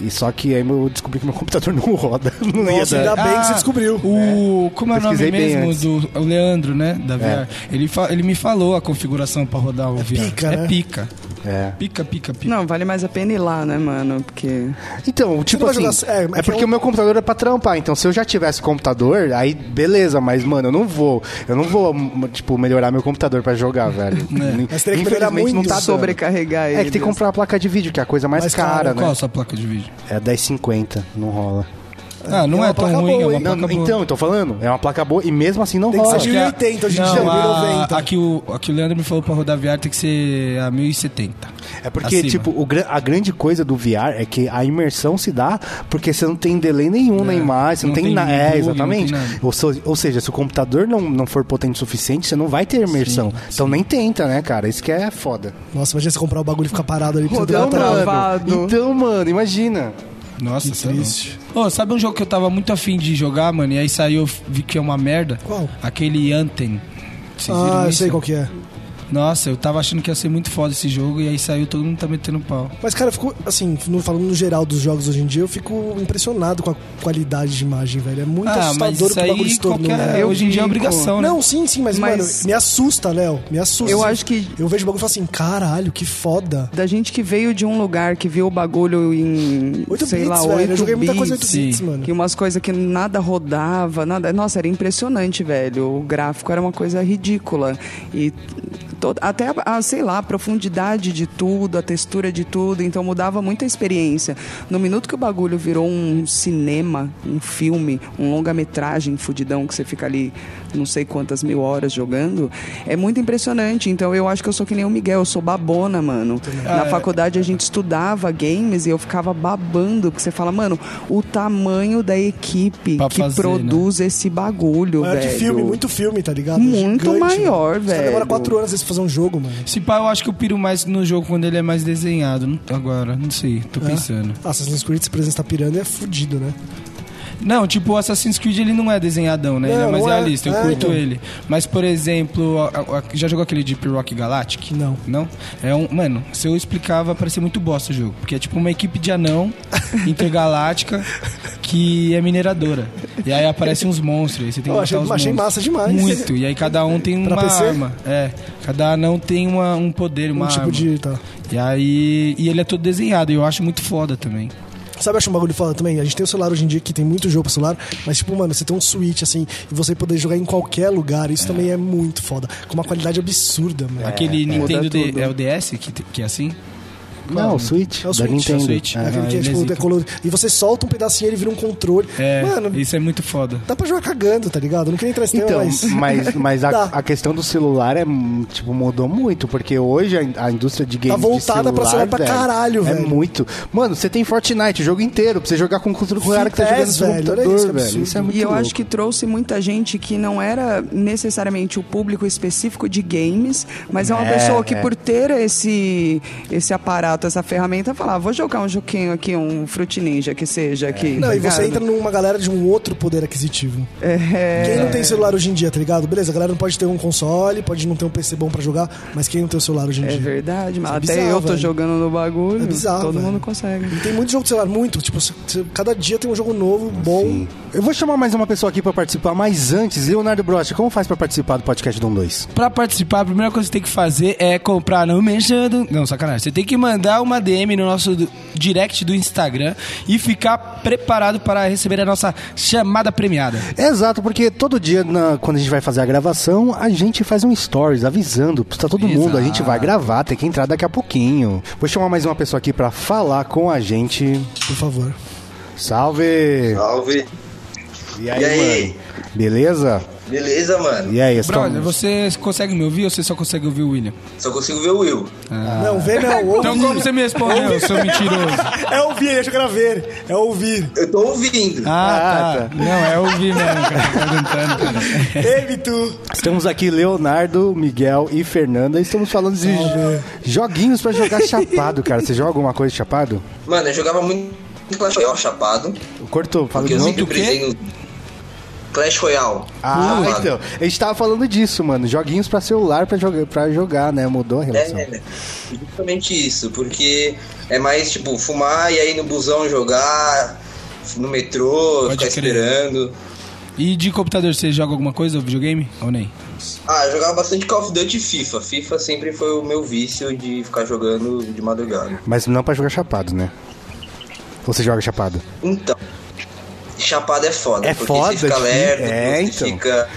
Speaker 1: E só que aí eu descobri que meu computador [laughs] não roda. Não
Speaker 3: Nossa,
Speaker 1: ia
Speaker 3: ainda
Speaker 1: dar.
Speaker 3: bem que
Speaker 2: Ah.
Speaker 3: você descobriu.
Speaker 2: O, como é o nome
Speaker 1: né? Pesquisei bem
Speaker 2: mesmo
Speaker 1: antes. É.
Speaker 2: do o Leandro, né? Da VR. Ele, fa- ele me falou a configuração pra rodar o VR.
Speaker 3: pica,
Speaker 2: é
Speaker 3: né?
Speaker 2: pica.
Speaker 1: É.
Speaker 2: Pica, pica, pica.
Speaker 4: Não, vale mais a pena ir lá, né, mano? Porque.
Speaker 1: Então, tipo
Speaker 3: vai
Speaker 1: assim,
Speaker 3: jogar- é, é
Speaker 1: é,
Speaker 3: que
Speaker 1: porque
Speaker 3: eu-
Speaker 1: o meu computador é pra trampar, então se eu já tivesse computador, aí beleza, mas mano, eu não vou, eu não vou, m- tipo, melhorar meu computador pra jogar, velho.
Speaker 3: Mas teria que melhorar
Speaker 1: Infelizmente, não
Speaker 3: muito.
Speaker 1: tá dando.
Speaker 4: Sobrecarregar ele.
Speaker 1: É que tem que comprar a placa de vídeo, que é a coisa mais,
Speaker 3: Mais
Speaker 1: cara,
Speaker 3: cara,
Speaker 1: né?
Speaker 2: Qual a sua placa de vídeo?
Speaker 1: É 10,50, não rola.
Speaker 2: Ah, não
Speaker 3: é
Speaker 2: é,
Speaker 3: uma
Speaker 2: tão
Speaker 3: placa
Speaker 2: ruim,
Speaker 3: boa,
Speaker 2: é uma
Speaker 3: hein?
Speaker 2: placa
Speaker 1: Não,
Speaker 2: boa.
Speaker 1: então, eu tô falando, é uma placa boa e mesmo assim não
Speaker 3: Tem que
Speaker 1: rola.
Speaker 3: ser
Speaker 2: Acho que a-
Speaker 3: 1080 hoje em
Speaker 2: não,
Speaker 3: dia, é
Speaker 2: a-
Speaker 3: 1090.
Speaker 2: A que, o, a que o Leandro me falou pra rodar VR tem que ser a 1070.
Speaker 1: É porque,
Speaker 2: Acima.
Speaker 1: tipo, o gra- a grande coisa do VR é que a imersão se dá porque você não tem delay nenhum na imagem, você não,
Speaker 2: não
Speaker 1: tem,
Speaker 2: tem
Speaker 1: nada. É,
Speaker 2: bug, não
Speaker 1: exatamente.
Speaker 2: tem nada.
Speaker 1: ou, so- ou seja, se o computador não, não for potente o suficiente, você não vai ter imersão. Então nem tenta, né, cara? Isso que é foda.
Speaker 3: Nossa, imagina você comprar o bagulho e ficar parado ali. pra você
Speaker 4: Rodando
Speaker 3: durar atrás.
Speaker 4: travado.
Speaker 1: Então, mano, imagina.
Speaker 2: Nossa,
Speaker 3: Que
Speaker 2: tá louco.
Speaker 3: triste.
Speaker 2: Ô, sabe um jogo que eu tava muito afim de jogar, mano? E aí saiu, eu vi que é uma merda.
Speaker 3: Qual?
Speaker 2: Aquele Anten. Vocês viram
Speaker 3: Ah, eu
Speaker 2: isso?
Speaker 3: sei qual que é.
Speaker 2: Nossa, eu tava achando que ia ser muito foda esse jogo e aí saiu, todo mundo tá metendo pau.
Speaker 3: Mas, cara, eu fico, assim, no- falando no geral dos jogos hoje em dia, eu fico impressionado com a qualidade de imagem, velho. É muito
Speaker 2: ah, mas
Speaker 3: assustador o
Speaker 2: isso
Speaker 3: que o bagulho se
Speaker 2: aí
Speaker 3: tornou,
Speaker 2: qualquer...
Speaker 3: né?
Speaker 4: Eu
Speaker 2: hoje em dia é
Speaker 4: digo-
Speaker 2: obrigação, né?
Speaker 3: Não, sim, sim, mas,
Speaker 4: Mas-
Speaker 3: mano, me assusta, Léo. Me assusta.
Speaker 4: Eu acho que-
Speaker 3: Eu vejo o bagulho e falo assim, caralho, que foda.
Speaker 4: Da gente que veio de um lugar que viu o bagulho em.
Speaker 3: 8
Speaker 4: sei
Speaker 3: bits,
Speaker 4: lá,
Speaker 3: velho.
Speaker 4: 8
Speaker 3: eu joguei muita coisa 8
Speaker 4: bits.
Speaker 3: bits,
Speaker 2: sim.
Speaker 3: mano.
Speaker 4: Que umas coisas que nada rodava, nada. Nossa, era impressionante, velho. O gráfico era uma coisa ridícula. E to- até, a, a, sei lá, a profundidade de tudo, a textura de tudo. Então mudava muito a experiência. No minuto que o bagulho virou um cinema, um filme, um longa-metragem fudidão que você fica ali não sei quantas mil horas jogando, é muito impressionante. Então eu acho que eu sou que nem o Miguel, eu sou babona, mano. Na faculdade a gente estudava games e eu ficava babando, porque você fala, mano, o tamanho da equipe
Speaker 2: Pra
Speaker 4: que
Speaker 2: fazer, né?
Speaker 4: produz esse bagulho,
Speaker 3: Maior
Speaker 4: velho.
Speaker 3: que É, filme, muito filme, tá ligado?
Speaker 4: Muito maior,
Speaker 3: mano. Os caras
Speaker 4: velho.
Speaker 3: Demora quatro horas às vezes pra fazer um jogo, mano.
Speaker 2: Esse pá, eu acho que eu piro mais no jogo quando ele é mais desenhado. Não- Agora, não sei, tô pensando.
Speaker 3: Ah, Assassin's Creed, se presença tá pirando, é fudido, né?
Speaker 2: Não, tipo, o Assassin's Creed ele não é desenhadão, né? ele é
Speaker 3: Não,
Speaker 2: mais
Speaker 3: não é.
Speaker 2: realista, eu
Speaker 3: É,
Speaker 2: curto
Speaker 3: então.
Speaker 2: ele. Mas, por exemplo, a- a- já jogou aquele Deep Rock Galactic?
Speaker 3: Não.
Speaker 2: Não? É um. Mano, se eu explicava, parecia muito bosta o jogo. Porque é tipo uma equipe de
Speaker 3: [laughs]
Speaker 2: anão intergaláctica que é mineradora. E aí aparecem uns monstros, aí você tem que
Speaker 3: Eu achei-
Speaker 2: matar os
Speaker 3: achei
Speaker 2: monstros.
Speaker 3: massa demais.
Speaker 2: Muito. E aí cada um tem
Speaker 3: [laughs] Pra
Speaker 2: uma
Speaker 3: PC?
Speaker 2: arma. É. Cada anão tem uma, um poder,
Speaker 3: Um
Speaker 2: uma
Speaker 3: tipo
Speaker 2: arma.
Speaker 3: de. Tá.
Speaker 2: E aí. E ele é todo desenhado, e eu acho muito foda também.
Speaker 3: Sabe, eu acho um bagulho foda também. A gente tem o celular hoje em dia que tem muito jogo pro celular, mas tipo, mano, você tem um Switch assim e você poder jogar em qualquer lugar, isso também é muito foda. Com uma qualidade absurda, mano.
Speaker 4: É.
Speaker 2: Aquele
Speaker 4: muda
Speaker 2: Nintendo D-
Speaker 4: tudo.
Speaker 2: é o DS que, te- que é assim?
Speaker 1: Não, o Switch.
Speaker 3: É o
Speaker 1: da
Speaker 3: Switch, é o
Speaker 1: Nintendo.
Speaker 2: Switch.
Speaker 1: É.
Speaker 3: Aquele
Speaker 2: Ah,
Speaker 3: que é, tipo,
Speaker 2: beleza.
Speaker 3: decolorido. E você solta um pedacinho e ele vira um controle.
Speaker 2: É,
Speaker 3: Mano,
Speaker 2: isso é muito foda.
Speaker 3: dá pra jogar cagando, tá ligado? Eu não queria entrar nesse
Speaker 1: Então,
Speaker 3: tema, mas.
Speaker 1: [laughs] mas, Tá. mas a,
Speaker 3: Dá.
Speaker 1: a questão do celular é hum, tipo mudou muito, porque hoje a, in- a indústria de games de
Speaker 3: voltada pra celular pra caralho,
Speaker 1: é
Speaker 3: velho.
Speaker 1: muito. Mano, você tem Fortnite o jogo inteiro pra você jogar com o cara que tá jogando no
Speaker 3: Fitness,
Speaker 1: seu
Speaker 3: velho, olha
Speaker 1: computador,
Speaker 3: isso, que
Speaker 1: velho.
Speaker 3: absurdo.
Speaker 1: Isso é muito
Speaker 4: e eu
Speaker 1: louco.
Speaker 4: acho que trouxe muita gente que não era necessariamente o público específico de games, mas é uma
Speaker 1: É,
Speaker 4: pessoa que
Speaker 1: é.
Speaker 4: por ter esse esse aparato, essa ferramenta, falava, vou jogar um joquinho aqui, um Fruit Ninja que seja aqui.
Speaker 3: Não,
Speaker 4: tá
Speaker 3: e você
Speaker 4: ligado?
Speaker 3: entra numa galera de um outro poder aquisitivo.
Speaker 4: É,
Speaker 3: Quem não tem celular hoje em dia, tá ligado? Beleza, a galera não pode ter um console, pode não ter um PC bom pra jogar, mas quem não tem o celular hoje em
Speaker 4: é
Speaker 3: dia?
Speaker 4: verdade, mas
Speaker 3: Isso é
Speaker 4: até
Speaker 3: bizarro,
Speaker 4: eu tô
Speaker 3: velho.
Speaker 4: jogando no bagulho.
Speaker 3: É bizarro,
Speaker 4: todo
Speaker 3: velho.
Speaker 4: mundo consegue.
Speaker 3: E tem muito jogo de celular, muito. Tipo, cê- cê- cada dia tem um jogo novo, bom.
Speaker 1: Eu vou chamar mais uma pessoa aqui pra participar, mas antes, Leonardo Brocha, como faz pra participar do podcast Dom 2?
Speaker 2: Pra participar, a primeira coisa que você tem que fazer é comprar no Merchan do... Não, sacanagem. Você tem que mandar uma DM no nosso do- direct do Instagram e ficar preparado para receber a nossa chamada premiada.
Speaker 1: Exato, porque todo dia, na- quando a gente vai fazer a gravação, a gente faz um stories avisando pra todo mundo. A gente vai gravar, tem que entrar daqui a pouquinho. Vou chamar mais uma pessoa aqui pra falar com a gente.
Speaker 3: Por favor.
Speaker 1: Salve!
Speaker 5: Salve.
Speaker 1: E aí,
Speaker 5: E aí?
Speaker 1: mano? Beleza?
Speaker 5: Beleza, mano?
Speaker 1: E aí,
Speaker 2: Brother,
Speaker 1: estamos...
Speaker 2: você consegue me ouvir ou você só consegue ouvir o William?
Speaker 5: Só consigo ver o Will.
Speaker 2: Ah.
Speaker 3: Não, vê não, ouve.
Speaker 2: Então como você me respondeu, seu mentiroso?
Speaker 3: É ouvir, deixa eu gravar. É ouvir.
Speaker 5: Eu tô ouvindo.
Speaker 2: [laughs] Ah,
Speaker 1: Ah,
Speaker 2: tá. Não, é ouvir mesmo, cara. Tá perguntando, cara.
Speaker 3: Ei, Bitu.
Speaker 1: estamos aqui, Leonardo, Miguel e Fernanda. e Estamos falando de joguinhos pra [laughs] jogar chapado, cara. Você joga alguma coisa de chapado?
Speaker 5: Mano, eu jogava muito Clash Royale chapado.
Speaker 1: Cortou, fala de
Speaker 5: Porque eu
Speaker 1: novo.
Speaker 5: sempre brisei no Clash Royale.
Speaker 1: Ah,
Speaker 5: chapado.
Speaker 1: então. A gente tava falando disso, mano. Joguinhos pra celular pra jogar, pra jogar né? Mudou a relação.
Speaker 5: É, é, justamente isso, porque é mais tipo fumar e aí no busão jogar, no metrô,
Speaker 2: Pode
Speaker 5: ficar
Speaker 2: crer.
Speaker 5: esperando.
Speaker 2: [laughs] E de computador, você joga alguma coisa, videogame ou nem?
Speaker 5: Ah, eu jogava bastante Call of Duty e FIFA. FIFA sempre foi o meu vício de ficar jogando de madrugada.
Speaker 1: Mas não pra jogar chapado, né? Ou você joga chapado?
Speaker 5: Então, chapado é foda,
Speaker 1: É
Speaker 5: porque
Speaker 1: foda,
Speaker 5: você fica
Speaker 1: tipo,
Speaker 5: lerdo,
Speaker 1: é,
Speaker 5: você
Speaker 1: então.
Speaker 5: fica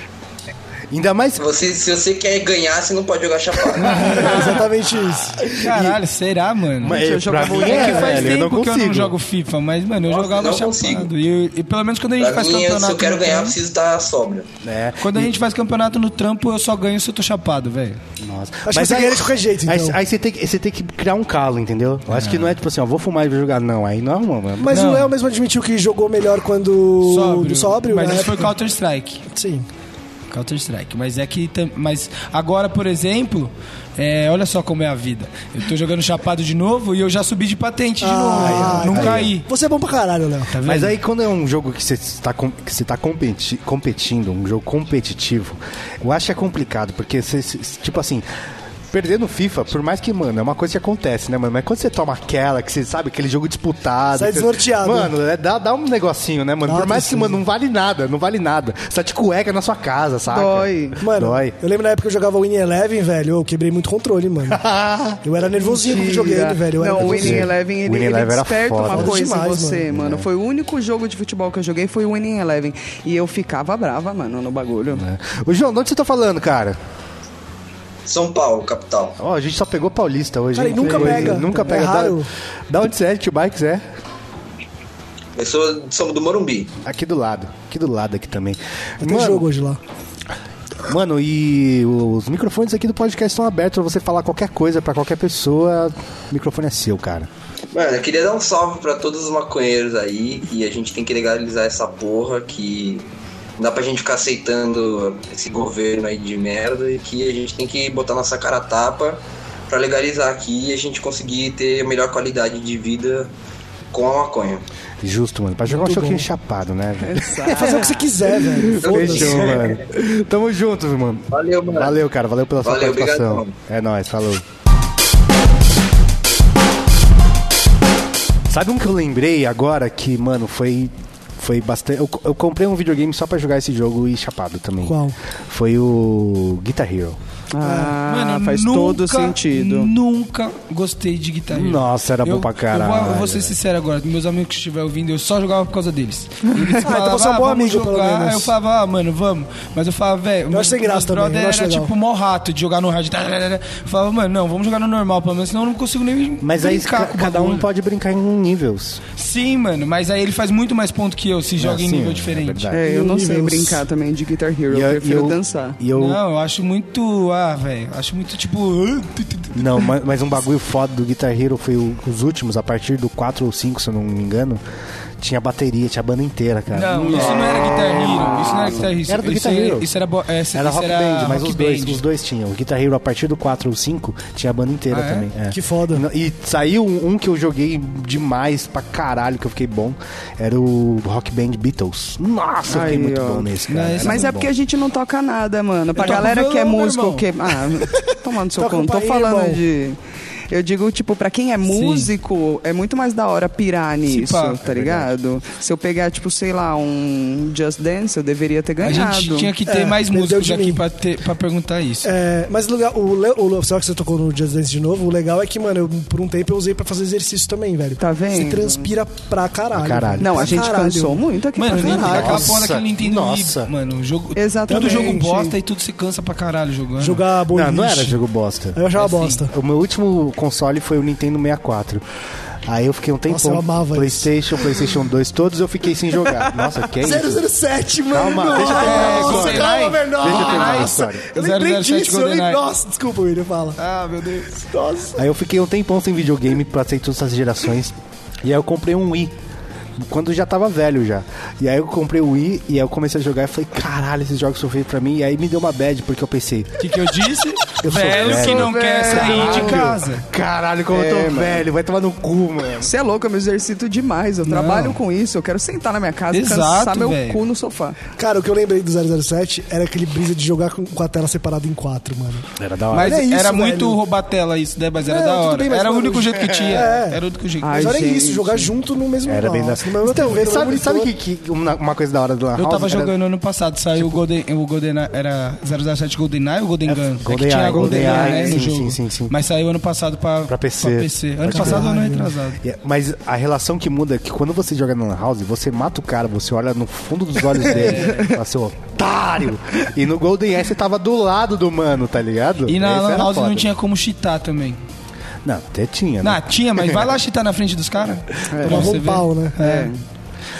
Speaker 1: Ainda mais.
Speaker 5: Você, se você quer ganhar, você não pode
Speaker 2: [laughs]
Speaker 5: jogar chapado.
Speaker 3: É exatamente isso.
Speaker 2: Caralho, será, mano?
Speaker 1: Mas
Speaker 4: eu jogava
Speaker 1: pra mim
Speaker 4: moleque,
Speaker 1: é,
Speaker 2: que faz
Speaker 1: velho, eu
Speaker 2: tempo
Speaker 1: não
Speaker 2: que eu não
Speaker 1: consigo.
Speaker 2: jogo FIFA, mas, mano, eu
Speaker 5: Nossa,
Speaker 2: jogava
Speaker 5: não
Speaker 2: chapado.
Speaker 5: consigo.
Speaker 2: E, e pelo menos quando a gente
Speaker 5: pra
Speaker 2: faz
Speaker 5: mim, se
Speaker 2: campeonato.
Speaker 5: eu quero
Speaker 2: no
Speaker 5: ganhar, eu
Speaker 2: trampo-
Speaker 5: preciso estar sóbrio.
Speaker 1: É.
Speaker 2: Quando a gente faz campeonato no trampo, eu só ganho se eu tô chapado, velho.
Speaker 1: Nossa.
Speaker 3: Acho que você ganha de qualquer jeito,
Speaker 1: Aí,
Speaker 3: então.
Speaker 1: aí você, tem que, você tem que criar um calo, entendeu? Eu acho que não é tipo assim, ó, vou fumar e vou jogar. Não, aí não é uma, mano.
Speaker 3: Mas
Speaker 2: Não.
Speaker 3: o Léo mesmo admitiu que jogou melhor quando. do sóbrio
Speaker 2: mas
Speaker 3: né?
Speaker 2: isso foi Counter Strike.
Speaker 3: Sim.
Speaker 2: Counter Strike. Mas é que. tam- Mas agora, por exemplo, é, olha só como é a vida. Eu tô jogando chapado de novo e eu já subi de patente
Speaker 1: Ah,
Speaker 2: de novo. não caí.
Speaker 3: Ah, Você é bom pra caralho, Léo.
Speaker 2: Tá vendo?
Speaker 1: Mas aí quando é um jogo que você está com- que você tá competi- competindo, um jogo competitivo, eu acho que é complicado, porque você, se- se- tipo assim, perder no FIFA, por mais que, mano, é uma coisa que acontece, né, mano? Mas quando você toma aquela, que você sabe, aquele jogo disputado.
Speaker 3: Sai
Speaker 1: você-
Speaker 3: desnorteado.
Speaker 1: Mano, é- dá, dá um negocinho, né, mano?
Speaker 3: Dá
Speaker 1: Por mais que,
Speaker 3: tristeza.
Speaker 1: mano, não vale nada, não vale nada. Você tá de cueca na sua casa, saca?
Speaker 4: Dói.
Speaker 3: Mano,
Speaker 1: Dói.
Speaker 3: eu lembro na época que eu jogava Winning Eleven, velho. Eu quebrei muito
Speaker 2: [laughs]
Speaker 3: controle, mano. Eu era nervosinho com o videogame, velho. Eu era
Speaker 4: Não, o
Speaker 3: nervosinho.
Speaker 4: Winning Eleven, ele,
Speaker 1: Winning
Speaker 4: ele
Speaker 1: Eleven era
Speaker 4: desperta
Speaker 1: foda.
Speaker 4: uma
Speaker 1: Foda
Speaker 4: coisa em
Speaker 3: demais,
Speaker 4: você,
Speaker 3: mano. É.
Speaker 4: mano. Foi o único jogo de futebol que eu joguei, foi o Winning Eleven.
Speaker 1: É.
Speaker 4: E eu ficava brava, mano, no bagulho.
Speaker 1: Ô, João, de onde você tá falando, cara?
Speaker 5: São Paulo, capital.
Speaker 1: Ó, a gente só pegou paulista hoje.
Speaker 3: Cara,
Speaker 1: hein?
Speaker 3: e nunca
Speaker 1: Foi-
Speaker 3: pega.
Speaker 1: Nunca
Speaker 3: É
Speaker 1: pega. Da-
Speaker 3: raro.
Speaker 1: Da onde você é? Que bikes é?
Speaker 5: Eu sou, sou do Morumbi.
Speaker 1: Aqui do lado. Aqui do lado aqui também.
Speaker 3: Tem jogo hoje lá.
Speaker 1: mano, e os microfones aqui do podcast estão abertos pra você falar qualquer coisa pra qualquer pessoa. O microfone é seu, cara.
Speaker 5: Mano, eu queria dar um salve pra todos os maconheiros aí e a gente tem que legalizar essa porra que não dá pra gente ficar aceitando esse governo aí de merda e que a gente tem que botar nossa cara a tapa pra legalizar aqui e a gente conseguir ter a melhor qualidade de vida com a maconha.
Speaker 1: Justo, mano. Pra jogar um choquinho chapado, né, velho?
Speaker 3: É fazer o que você quiser, velho.
Speaker 1: Fechou,
Speaker 3: [laughs]
Speaker 1: mano. Tamo junto, mano.
Speaker 5: Valeu, mano.
Speaker 1: Valeu, cara. Valeu pela sua
Speaker 5: Valeu,
Speaker 1: participação.
Speaker 5: obrigadão.
Speaker 1: É nóis, falou. Sabe um que eu lembrei agora que, mano, foi. Foi bastante. Eu, eu comprei um videogame só pra jogar esse jogo e chapado também.
Speaker 3: Qual?
Speaker 1: Foi o Guitar Hero.
Speaker 4: Ah,
Speaker 2: Mano,
Speaker 4: faz
Speaker 2: nunca,
Speaker 4: todo sentido.
Speaker 2: Nunca gostei de Guitar Hero.
Speaker 1: Nossa, era bom pra caralho,
Speaker 2: Eu vou, eu vou ser
Speaker 1: velho.
Speaker 2: sincero agora, meus amigos que estiver ouvindo, eu só jogava por causa deles. Eles falavam,
Speaker 3: então você é um bom
Speaker 2: "Ah, vamos
Speaker 3: amigo, pelo
Speaker 2: jogar.
Speaker 3: menos.
Speaker 2: Eu falava, ah, mano, vamos. Mas eu falava, velho,
Speaker 3: acho sem graça também, eu
Speaker 2: brother
Speaker 3: não acho
Speaker 2: era
Speaker 3: legal.
Speaker 2: tipo mó rato de jogar no tá, hard. Eu falava, mano, não, vamos jogar no normal, pelo menos, senão eu não consigo nem
Speaker 1: Mas aí
Speaker 2: brincar
Speaker 1: ca-
Speaker 2: com o
Speaker 1: cada um
Speaker 2: bagulho."
Speaker 1: pode brincar em níveis.
Speaker 2: Sim, mano, mas aí ele faz muito mais ponto que eu se joga em
Speaker 1: sim,
Speaker 2: nível
Speaker 1: é
Speaker 2: diferente.
Speaker 1: verdade.
Speaker 4: É, eu não sei
Speaker 3: Níveis.
Speaker 4: brincar também de Guitar Hero,
Speaker 1: E
Speaker 4: eu prefiro
Speaker 1: e
Speaker 4: dançar.
Speaker 1: E eu,
Speaker 2: Não, eu acho muito. Ah, velho. Acho muito tipo.
Speaker 1: Não, ma- mas, um bagulho foda do Guitar Hero foi o- os últimos, a partir do 4 ou 5, se eu não me engano, tinha bateria, tinha a banda inteira, cara.
Speaker 2: Não, isso não era Guitar Hero. Isso não era Guitar Hero.
Speaker 1: Era do
Speaker 2: isso
Speaker 1: Guitar
Speaker 2: era-
Speaker 1: Hero.
Speaker 2: Isso era, bo- essa-
Speaker 1: Era
Speaker 2: isso
Speaker 1: Rock Band, mas
Speaker 2: Rock
Speaker 1: os dois,
Speaker 2: Band.
Speaker 1: os dois tinham. O Guitar Hero, a partir do 4 ou 5, tinha a banda inteira
Speaker 2: Ah, é?
Speaker 1: também. é.
Speaker 3: Que foda.
Speaker 1: E saiu um um que eu joguei demais pra caralho, que eu fiquei bom. Era o Rock Band Beatles. Nossa, eu fiquei
Speaker 4: Aí,
Speaker 1: muito
Speaker 4: ó.
Speaker 1: bom nesse, cara.
Speaker 2: Não,
Speaker 1: Era
Speaker 2: esse-
Speaker 4: Mas
Speaker 1: muito
Speaker 4: é
Speaker 1: bom.
Speaker 4: porque a gente não toca nada, mano. Pra
Speaker 2: Eu toco
Speaker 4: galera que é
Speaker 2: violão, meu
Speaker 4: músico,
Speaker 2: irmão.
Speaker 4: que. Ah, [laughs] tomando seu
Speaker 3: Toca
Speaker 4: conto.
Speaker 3: pra
Speaker 4: Tô
Speaker 3: ele,
Speaker 4: falando
Speaker 3: irmão.
Speaker 4: de. Eu digo, tipo, pra quem é músico, é muito mais da hora pirar nisso,
Speaker 2: pá.
Speaker 4: tá ligado? Se eu pegar, tipo, sei lá, um Just Dance, eu deveria ter
Speaker 2: A
Speaker 4: ganhado.
Speaker 2: gente tinha que ter
Speaker 3: É,
Speaker 2: mais
Speaker 3: perdeu
Speaker 2: músicos
Speaker 3: de
Speaker 2: aqui
Speaker 3: mim.
Speaker 2: pra, ter, pra perguntar isso.
Speaker 3: É, mas o legal, o, le- o, le- só que você tocou no Just Dance de novo, o legal é que, mano, eu, por um tempo eu usei pra fazer exercício também, velho.
Speaker 4: Tá
Speaker 3: Você
Speaker 4: vendo?
Speaker 3: transpira pra caralho.
Speaker 1: Pra caralho.
Speaker 4: Não, a
Speaker 3: Pra
Speaker 4: gente
Speaker 3: caralho.
Speaker 4: cansou muito aqui.
Speaker 2: Mano,
Speaker 4: pra
Speaker 2: nem
Speaker 4: caralho.
Speaker 2: aquela porra
Speaker 1: Nossa,
Speaker 2: daquele Nintendo
Speaker 1: nossa.
Speaker 2: Wii, mano, o jogo,
Speaker 4: Exatamente.
Speaker 2: tudo jogo bosta e tudo se cansa pra caralho jogando.
Speaker 3: Jogar boliche.
Speaker 1: Não, não era jogo É bosta.
Speaker 3: Eu achava bosta.
Speaker 1: O meu último console foi o Nintendo 64. Aí eu fiquei um tempão.
Speaker 3: Nossa, eu amava
Speaker 1: PlayStation, PlayStation 2, todos eu fiquei sem jogar. Nossa, que é
Speaker 3: [laughs]
Speaker 1: isso?
Speaker 3: 007, mano.
Speaker 1: Calma, deixa eu terminar a
Speaker 3: Nossa,
Speaker 1: história.
Speaker 3: calma, velho.
Speaker 1: Deixa eu terminar a
Speaker 3: Nossa,
Speaker 1: história.
Speaker 3: eu lembrei
Speaker 2: 007
Speaker 3: disso. Eu lembrei...
Speaker 2: GoldenEye.
Speaker 3: Nossa, desculpa, William, fala.
Speaker 2: Ah, meu Deus.
Speaker 3: Nossa.
Speaker 1: Aí eu fiquei um tempão sem videogame, passei todas essas gerações. E aí eu comprei um Wii. Quando já tava velho já. E aí eu comprei o Wii e aí eu comecei a jogar e falei, caralho, esses jogos são feitos pra mim. E aí me deu uma bad, porque eu pensei,
Speaker 2: O que, que eu disse?
Speaker 1: Eu sou
Speaker 2: velho, que
Speaker 1: velho.
Speaker 2: não quer sair de casa.
Speaker 1: caralho, como eu tô velho, vai tomar no cu, mano.
Speaker 4: Você é louco, eu me exercito demais. Eu trabalho com isso. Eu quero sentar na minha casa e
Speaker 2: Exato,
Speaker 4: cansar meu
Speaker 2: velho.
Speaker 4: cu no sofá.
Speaker 3: Cara, o que eu lembrei do 007 era aquele brisa de jogar com, com a tela separada em quatro, mano.
Speaker 1: Era da hora.
Speaker 2: Mas
Speaker 3: Olha isso,
Speaker 2: era
Speaker 3: velho.
Speaker 2: muito roubatela isso, né? Mas era
Speaker 3: É,
Speaker 2: da
Speaker 3: tudo
Speaker 2: hora.
Speaker 3: bem, mas
Speaker 2: era o
Speaker 3: mano,
Speaker 2: único jeito que tinha.
Speaker 3: é.
Speaker 2: Era o único jeito.
Speaker 4: Ai,
Speaker 3: Mas olha
Speaker 4: gente.
Speaker 3: isso, jogar junto no mesmo
Speaker 1: Era bem da...
Speaker 3: nossa, no mesmo
Speaker 1: Então,
Speaker 3: TV, no
Speaker 1: sabe,
Speaker 3: mesmo
Speaker 1: sabe
Speaker 3: um monitor.
Speaker 1: que, que uma, uma coisa da hora do La House?
Speaker 2: Eu tava
Speaker 1: era-
Speaker 2: jogando ano passado, saiu o Golden, o GoldenEye, era 007 GoldenEye ou Golden Gun? É que
Speaker 1: GoldenEye,
Speaker 2: tinha a GoldenEye,
Speaker 1: GoldenEye,
Speaker 2: né,
Speaker 1: sim,
Speaker 2: no jogo.
Speaker 1: sim, sim, sim.
Speaker 2: Mas saiu ano passado pra,
Speaker 1: Pra PC.
Speaker 2: Ano passado ou ano retrasado?
Speaker 1: É, Mas a relação que muda é que quando você joga na Lan House, você mata o cara, você olha no fundo dos
Speaker 2: [laughs]
Speaker 1: olhos dele, e fala, seu otário. E no Golden Air você tava do lado do mano, tá ligado?
Speaker 2: E na
Speaker 1: Esse
Speaker 2: Lan
Speaker 1: era
Speaker 2: House não
Speaker 1: foda.
Speaker 2: tinha como cheatar também.
Speaker 1: Não, até tinha, né?
Speaker 2: Não, tinha, mas vai lá cheatar na frente dos caras. É,
Speaker 3: Tomava um pau, né?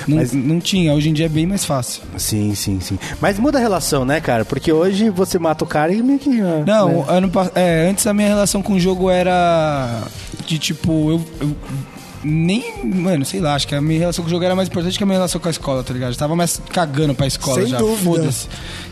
Speaker 2: Não, não tinha, hoje em dia é bem mais fácil.
Speaker 1: Sim, sim, sim. Mas muda a relação, né, cara? Porque hoje você mata o cara e meio que. ah, né?
Speaker 2: Não, ano pa- é, antes a minha relação com o jogo era de tipo, eu, eu nem, mano, sei lá, acho que a minha relação com o jogo era mais importante que a minha relação com a escola, tá ligado? Eu tava mais cagando pra escola
Speaker 3: Sem
Speaker 2: já,
Speaker 3: dúvida.
Speaker 2: foda-se.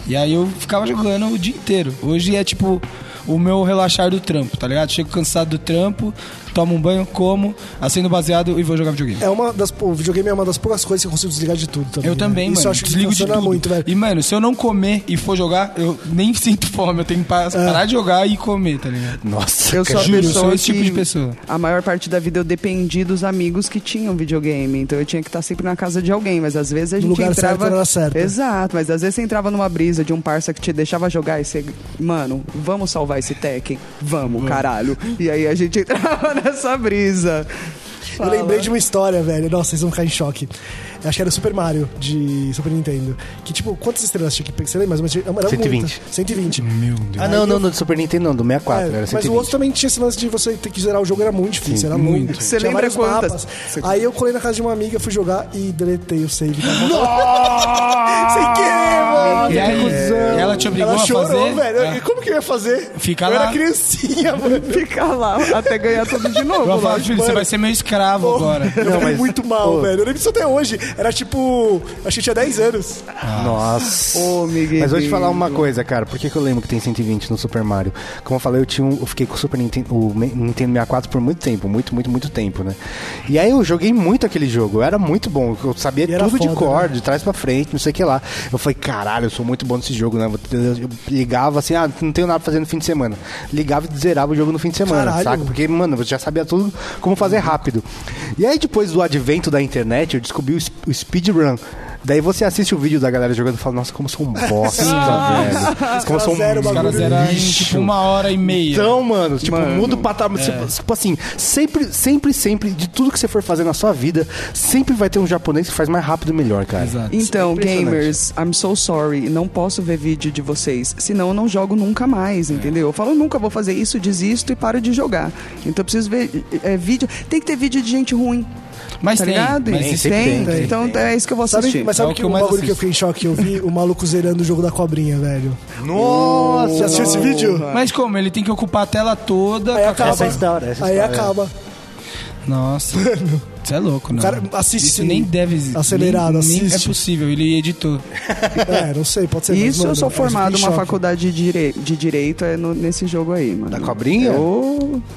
Speaker 2: E aí eu ficava jogando o dia inteiro. Hoje é tipo o meu relaxar do trampo, tá ligado? Chego cansado do trampo, tomo um banho, como, acendo baseado e vou jogar videogame.
Speaker 3: É uma das, o videogame é uma das poucas coisas que eu consigo desligar de tudo também.
Speaker 2: Eu também,
Speaker 3: né? Isso
Speaker 2: mano.
Speaker 3: eu acho que
Speaker 2: desligo de
Speaker 3: funciona
Speaker 2: tudo.
Speaker 3: muito, velho.
Speaker 2: E, mano, se eu não comer e for jogar, eu nem [laughs] sinto fome. Eu tenho que pa-
Speaker 3: É.
Speaker 2: parar de jogar e comer, tá ligado?
Speaker 1: Nossa,
Speaker 4: Eu sou a
Speaker 1: cara.
Speaker 2: Juro, eu sou
Speaker 4: pessoa
Speaker 2: esse tipo
Speaker 4: que
Speaker 2: de pessoa.
Speaker 4: A maior parte da vida eu dependi dos amigos que tinham videogame. Então eu tinha que estar sempre na casa de alguém. Mas às vezes a gente
Speaker 3: lugar certo,
Speaker 4: entrava.
Speaker 3: na hora certa.
Speaker 4: Exato, mas às vezes você entrava numa brisa de um parça que te deixava jogar e você. Mano, vamos [laughs] salvar esse Tekken? Vamos, caralho. E aí a gente entrava nessa brisa.
Speaker 3: Eu lembrei de uma história, velho. Nossa, vocês vão ficar em choque. Acho que era o Super Mario de Super Nintendo. Que, tipo, quantas estrelas tinha que Você lembra? Mas, era muita.
Speaker 1: 120.
Speaker 3: 120.
Speaker 1: Ah, não, não, do Super Nintendo não, do 64,
Speaker 3: É,
Speaker 1: era
Speaker 3: mas
Speaker 1: 120.
Speaker 3: o outro também tinha esse lance de você ter que zerar o jogo, era muito difícil, era muito.
Speaker 4: Você
Speaker 3: Tinha
Speaker 4: lembra
Speaker 3: vários
Speaker 4: quantas?
Speaker 3: mapas.
Speaker 4: Você-
Speaker 3: Aí eu colei na casa de uma amiga, fui jogar e deletei
Speaker 2: [laughs]
Speaker 3: o save. Sem querer, mano!
Speaker 2: E aí, ela te obrigou
Speaker 3: Ela chorou,
Speaker 2: a fazer?
Speaker 3: velho.
Speaker 2: É.
Speaker 3: E Como que eu ia fazer?
Speaker 2: Fica
Speaker 3: eu
Speaker 2: lá.
Speaker 3: era criancinha, mano.
Speaker 4: Ficar lá até ganhar tudo de novo.
Speaker 2: Eu vou falar,
Speaker 4: lógico.
Speaker 2: filho, você vai ser meu escravo agora.
Speaker 3: Eu
Speaker 1: Não,
Speaker 3: fiquei
Speaker 1: mas-
Speaker 3: muito mal,
Speaker 1: Ô.
Speaker 3: velho. Eu lembro disso até hoje. Era tipo. Acho que eu tinha 10 anos.
Speaker 1: Nossa.
Speaker 4: Ô, Miguel.
Speaker 1: Mas vou te falar uma coisa, cara. Por que, que eu lembro que tem 120 no Super Mario? Como eu falei, eu, tinha um- eu fiquei com o Super Nintendo, o Me- Nintendo 64 por muito tempo. Muito, muito, muito tempo, né? E aí eu joguei muito aquele jogo. Eu era muito bom. Eu sabia
Speaker 3: E era
Speaker 1: tudo de
Speaker 3: foda,
Speaker 1: cor, de trás pra frente, não sei o que lá. Eu falei, caralho, eu sou muito bom nesse jogo, né? Eu eu ligava assim, ah, não tenho nada pra fazer no fim de semana. Ligava e zerava o jogo no fim de semana,
Speaker 3: Caralho.
Speaker 1: saca? Porque, mano, você já sabia tudo como fazer rápido. E aí, depois do advento da internet, eu descobri o, sp- o speedrun. Daí você assiste o vídeo da galera jogando e fala, nossa, como eu sou um bosta, velho. Como eu sou
Speaker 3: zero o
Speaker 1: um
Speaker 2: Os caras
Speaker 3: bagulho.
Speaker 2: eram em,
Speaker 1: lixo.
Speaker 2: tipo uma hora e meia.
Speaker 1: Então, mano, tipo, muda o patamar. Tipo, tipo assim, sempre, sempre, sempre, de tudo que você for fazer na sua vida, sempre vai ter um japonês que faz mais rápido e melhor, cara.
Speaker 2: Exato.
Speaker 4: Então,
Speaker 1: Impressionante.
Speaker 4: gamers, I'm so sorry. Não posso ver vídeo de vocês. Senão eu não jogo nunca mais, entendeu? Eu falo, nunca vou fazer isso, desisto e paro de jogar. Então eu preciso ver é, vídeo. Tem que ter vídeo de gente ruim.
Speaker 2: Mas
Speaker 4: tá
Speaker 2: tem,
Speaker 4: ligado?
Speaker 2: mas
Speaker 4: tem,
Speaker 2: sempre tem, tem.
Speaker 4: Então é isso que eu vou
Speaker 3: Sabe,
Speaker 4: assistir.
Speaker 3: mas
Speaker 2: É
Speaker 3: sabe
Speaker 2: o
Speaker 3: que
Speaker 2: que eu
Speaker 3: um
Speaker 2: mais
Speaker 3: bagulho que eu
Speaker 2: assisto.
Speaker 3: fiquei em choque? Eu vi o maluco zerando o jogo da cobrinha, velho.
Speaker 1: Nossa,
Speaker 3: Você assistiu esse vídeo?
Speaker 2: Mas como? Ele tem que ocupar a tela toda.
Speaker 3: Aí
Speaker 2: com a
Speaker 3: acaba.
Speaker 1: Essa história, essa é
Speaker 2: é.
Speaker 3: aí
Speaker 1: história.
Speaker 3: acaba.
Speaker 2: Nossa. Isso é louco, né?
Speaker 3: cara assiste
Speaker 2: Isso nem deve existir.
Speaker 3: acelerado,
Speaker 2: nem, nem
Speaker 3: assiste.
Speaker 2: é possível, ele editou.
Speaker 3: É, não sei, pode ser. mas,
Speaker 4: Isso eu
Speaker 3: mano,
Speaker 4: sou
Speaker 3: fiquei
Speaker 4: formado
Speaker 3: em
Speaker 4: numa
Speaker 3: choque.
Speaker 4: faculdade de, dire... de direito é no- nesse jogo aí, mano.
Speaker 1: Da cobrinha?
Speaker 4: Eu...
Speaker 2: [laughs]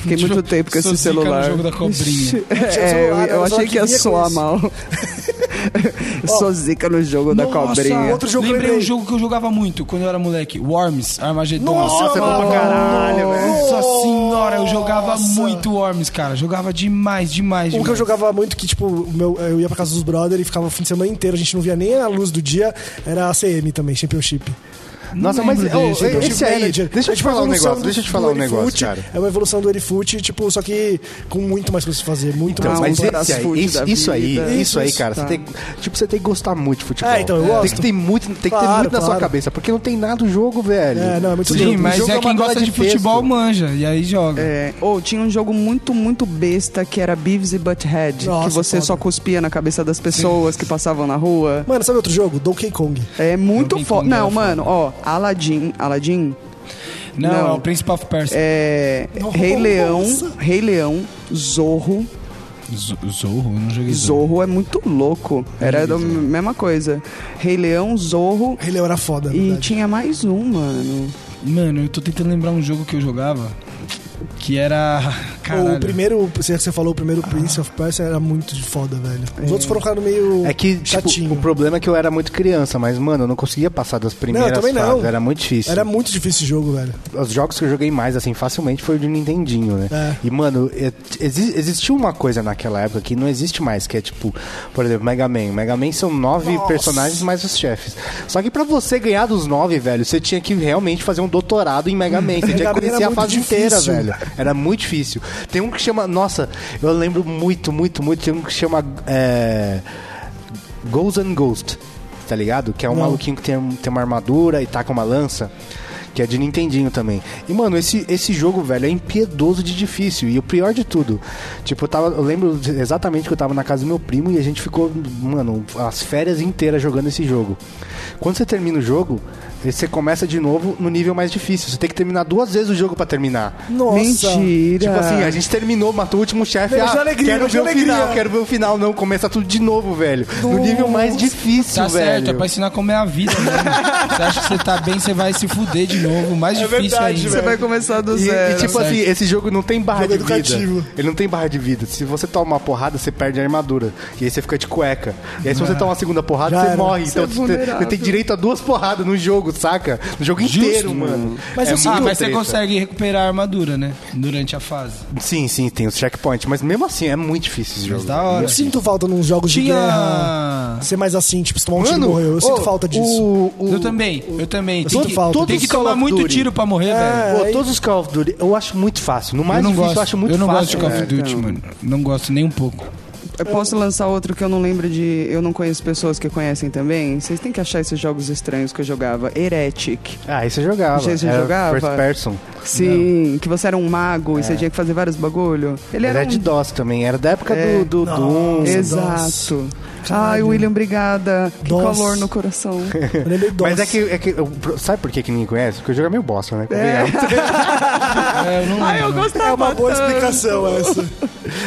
Speaker 4: Fiquei muito tempo com
Speaker 2: Sou
Speaker 4: esse
Speaker 2: zica
Speaker 4: celular.
Speaker 2: no jogo da cobrinha.
Speaker 4: É, eu, eu achei que ia
Speaker 3: vinha com
Speaker 4: soar
Speaker 3: isso.
Speaker 4: mal. [laughs] Eu sou zica no jogo da cobrinha.
Speaker 3: outro jogo que eu
Speaker 2: Lembrei um
Speaker 3: lembrei.
Speaker 2: jogo que eu jogava muito quando eu era moleque. Worms, Armageddon.
Speaker 1: Nossa, é bom pra caralho, velho.
Speaker 2: Nossa senhora, eu jogava
Speaker 3: Nossa.
Speaker 2: muito Worms, cara. Jogava demais, demais,
Speaker 3: Um
Speaker 2: demais.
Speaker 3: que eu jogava muito, que tipo, o meu, eu ia pra casa dos brother e ficava o fim de semana inteiro, a gente não via nem a luz do dia, era a CM também, Championship.
Speaker 1: Nossa,
Speaker 2: Não
Speaker 1: mas
Speaker 2: lembro
Speaker 1: ô,
Speaker 2: desse.
Speaker 1: esse aí,
Speaker 3: Manager.
Speaker 1: deixa eu
Speaker 3: É,
Speaker 1: te
Speaker 3: tipo,
Speaker 1: falar um
Speaker 3: evolução
Speaker 1: negócio,
Speaker 3: do-
Speaker 1: deixa eu te
Speaker 3: do
Speaker 1: falar um
Speaker 3: Erifoot,
Speaker 1: negócio, cara.
Speaker 3: É uma evolução do Erifoot, tipo, só que com muito mais coisa pra se fazer, muito
Speaker 1: Então, mas
Speaker 3: mais coisa.
Speaker 4: um
Speaker 1: esse
Speaker 4: fast food
Speaker 1: aí, isso,
Speaker 4: da
Speaker 1: isso aí,
Speaker 4: vida.
Speaker 1: isso,
Speaker 3: Isso,
Speaker 1: aí,
Speaker 3: isso,
Speaker 1: cara,
Speaker 4: tá.
Speaker 1: você tem, tipo, você tem que gostar muito de futebol.
Speaker 3: É, então, eu
Speaker 1: Tem
Speaker 3: gosto.
Speaker 1: que ter muito, tem que ter
Speaker 3: Claro,
Speaker 1: muito na sua
Speaker 3: claro.
Speaker 1: cabeça, porque não tem nada o jogo, velho.
Speaker 3: É, não, é muito
Speaker 1: O
Speaker 3: jogo,
Speaker 2: Sim,
Speaker 1: o
Speaker 2: mas
Speaker 1: um jogo
Speaker 2: é
Speaker 1: uma
Speaker 2: quem
Speaker 1: bola
Speaker 2: gosta de,
Speaker 1: texto.
Speaker 2: futebol manja, e aí joga.
Speaker 4: É, ou tinha um jogo muito, muito besta que era Beavis e Butthead,
Speaker 3: Nossa,
Speaker 4: que você
Speaker 3: foda.
Speaker 4: só cuspia na cabeça das pessoas que passavam na rua.
Speaker 3: Mano, sabe outro jogo? Donkey Kong.
Speaker 4: É muito
Speaker 2: Donkey
Speaker 4: foda.
Speaker 2: Kong
Speaker 1: né,
Speaker 4: Não,
Speaker 2: era
Speaker 4: mano, ó, Aladdin, Aladdin
Speaker 2: não,
Speaker 4: não.
Speaker 2: é o Prince of Persia.
Speaker 4: é Rei
Speaker 3: Nossa.
Speaker 4: Leão, Rei Leão, Zorro.
Speaker 1: É.
Speaker 2: Z- Zorro? Eu não joguei Zorro.
Speaker 4: Zorro é muito louco. Era a mesma coisa. Rei Leão, Zorro
Speaker 3: Ele era foda, na
Speaker 4: e
Speaker 3: É verdade.
Speaker 4: tinha mais um, mano.
Speaker 2: Mano, eu tô tentando lembrar um jogo que eu jogava que era. Caralho.
Speaker 3: O primeiro, você você falou, o primeiro
Speaker 1: Ah.
Speaker 3: Prince of Persia era muito de foda, velho. Os outros foram ficando meio
Speaker 1: É que, tipo,
Speaker 3: chatinho.
Speaker 1: o problema é que eu era muito criança, mas, mano, eu não conseguia passar das primeiras
Speaker 3: também não.
Speaker 1: fases, era muito difícil.
Speaker 3: Era muito difícil esse jogo, velho.
Speaker 1: Os jogos que eu joguei mais, assim, facilmente foi o de Nintendinho, né?
Speaker 3: É.
Speaker 1: E, mano, é- exi- existiu uma coisa naquela época que não existe mais, que é, tipo, por exemplo, Mega Man. Mega Man são nove personagens mais os chefes. Só que pra você ganhar dos nove, velho, você tinha que realmente fazer um doutorado em Mega Man. Você tinha que
Speaker 3: Hum. Mega Man era
Speaker 1: conhecer a
Speaker 3: muito
Speaker 1: fase inteira,
Speaker 3: difícil.
Speaker 1: velho. Era muito difícil. Tem um que chama... Nossa, eu lembro muito, muito, muito. Tem um que chama... É... Ghost and Ghost, tá ligado? Que é um maluquinho que tem, tem uma armadura e taca uma lança. Que é de Nintendinho também. E, mano, esse, esse jogo, velho, é impiedoso de difícil. E o pior de tudo, tipo, eu, tava, eu lembro de- exatamente que eu tava na casa do meu primo e a gente ficou, mano, as férias inteiras jogando esse jogo. Quando você termina o jogo, você começa de novo no nível mais difícil. Você tem que terminar duas vezes o jogo pra terminar.
Speaker 3: Nossa.
Speaker 4: Mentira.
Speaker 1: Tipo assim, a gente terminou, matou o último chefe.
Speaker 3: Não,
Speaker 1: Ah,
Speaker 3: já alegria,
Speaker 1: quero
Speaker 3: já
Speaker 1: ver o
Speaker 3: alegria.
Speaker 1: final, quero ver o final. Não, começa tudo de novo, velho. No nível mais difícil,
Speaker 2: Tá
Speaker 1: velho.
Speaker 2: certo, é pra ensinar como é a vida
Speaker 1: [laughs]
Speaker 2: mesmo. você acha que você tá bem, você vai se fuder de novo.
Speaker 1: É
Speaker 2: Mais difícil
Speaker 3: verdade,
Speaker 2: ainda.
Speaker 4: Você vai começar do
Speaker 1: E- E,
Speaker 4: zero.
Speaker 1: tipo
Speaker 2: certo.
Speaker 1: assim, esse jogo não tem barra
Speaker 3: tá Jogo
Speaker 1: de vida.
Speaker 3: educativo.
Speaker 1: Ele não tem barra de vida. Se você toma uma porrada, você perde a armadura. E aí você fica de cueca. E aí se você toma uma segunda porrada,
Speaker 3: É. Já
Speaker 1: você
Speaker 3: era.
Speaker 1: morre.
Speaker 4: Você
Speaker 1: então
Speaker 4: é
Speaker 1: você, tem- você
Speaker 4: vulnerável.
Speaker 1: tem direito a duas porradas no jogo, saca? No jogo
Speaker 2: Justo,
Speaker 1: inteiro, mano.
Speaker 3: Mas
Speaker 1: é
Speaker 3: eu sei-
Speaker 2: Ah,
Speaker 1: muito
Speaker 2: mas você
Speaker 1: treta.
Speaker 2: consegue recuperar a armadura, né? Durante a fase.
Speaker 1: Sim, sim, tem os checkpoints. Mas mesmo assim, é muito difícil esse
Speaker 2: Mas
Speaker 1: jogo.
Speaker 2: da hora.
Speaker 3: Eu sinto falta nos jogos de guerra.
Speaker 2: Tinha.
Speaker 3: Ser mais assim, tipo, se tomar um tiro morreu. Eu
Speaker 1: ô,
Speaker 3: sinto falta disso.
Speaker 1: o- o-
Speaker 2: Eu também, eu também. Tem
Speaker 3: sinto
Speaker 2: que-
Speaker 3: falta.
Speaker 2: Tem
Speaker 1: Todos
Speaker 2: que
Speaker 1: os Call
Speaker 2: tomar
Speaker 1: of
Speaker 2: muito
Speaker 1: Duty. É,
Speaker 2: tiro pra morrer, velho.
Speaker 1: Pô, todos os Call of Duty, eu acho muito fácil. No mais
Speaker 2: eu não
Speaker 1: difícil,
Speaker 2: gosto.
Speaker 1: eu acho muito
Speaker 2: eu não
Speaker 1: fácil.
Speaker 2: gosto de Call of
Speaker 1: né?
Speaker 2: Duty, mano. Não gosto nem um pouco.
Speaker 4: Eu posso lançar outro que eu não lembro de. Eu não conheço pessoas que conhecem também. Vocês têm que achar esses jogos estranhos que eu jogava. Heretic.
Speaker 1: Ah, isso eu jogava.
Speaker 4: Esse você
Speaker 1: Era
Speaker 4: jogava?
Speaker 1: First person.
Speaker 4: Sim, que você era um mago e
Speaker 1: É.
Speaker 4: você tinha que fazer vários bagulho. Ele
Speaker 1: Era,
Speaker 4: era,
Speaker 1: de
Speaker 4: um...
Speaker 1: DOS também. Era da época
Speaker 4: É.
Speaker 1: do, do Doom.
Speaker 4: Exato. Ai, William, obrigada. Que
Speaker 3: Nossa.
Speaker 4: calor
Speaker 1: [laughs]
Speaker 4: no coração.
Speaker 3: Eu lembrei do
Speaker 1: Mas
Speaker 3: DOS.
Speaker 1: é que, é que eu- sabe por que, que ninguém conhece? Porque o jogo é meio bosta, né? [laughs] É.
Speaker 2: É, eu não
Speaker 4: Ai, eu
Speaker 2: lembro.
Speaker 4: gostava.
Speaker 3: É uma boa
Speaker 4: tanto.
Speaker 3: explicação
Speaker 1: [laughs]
Speaker 3: essa.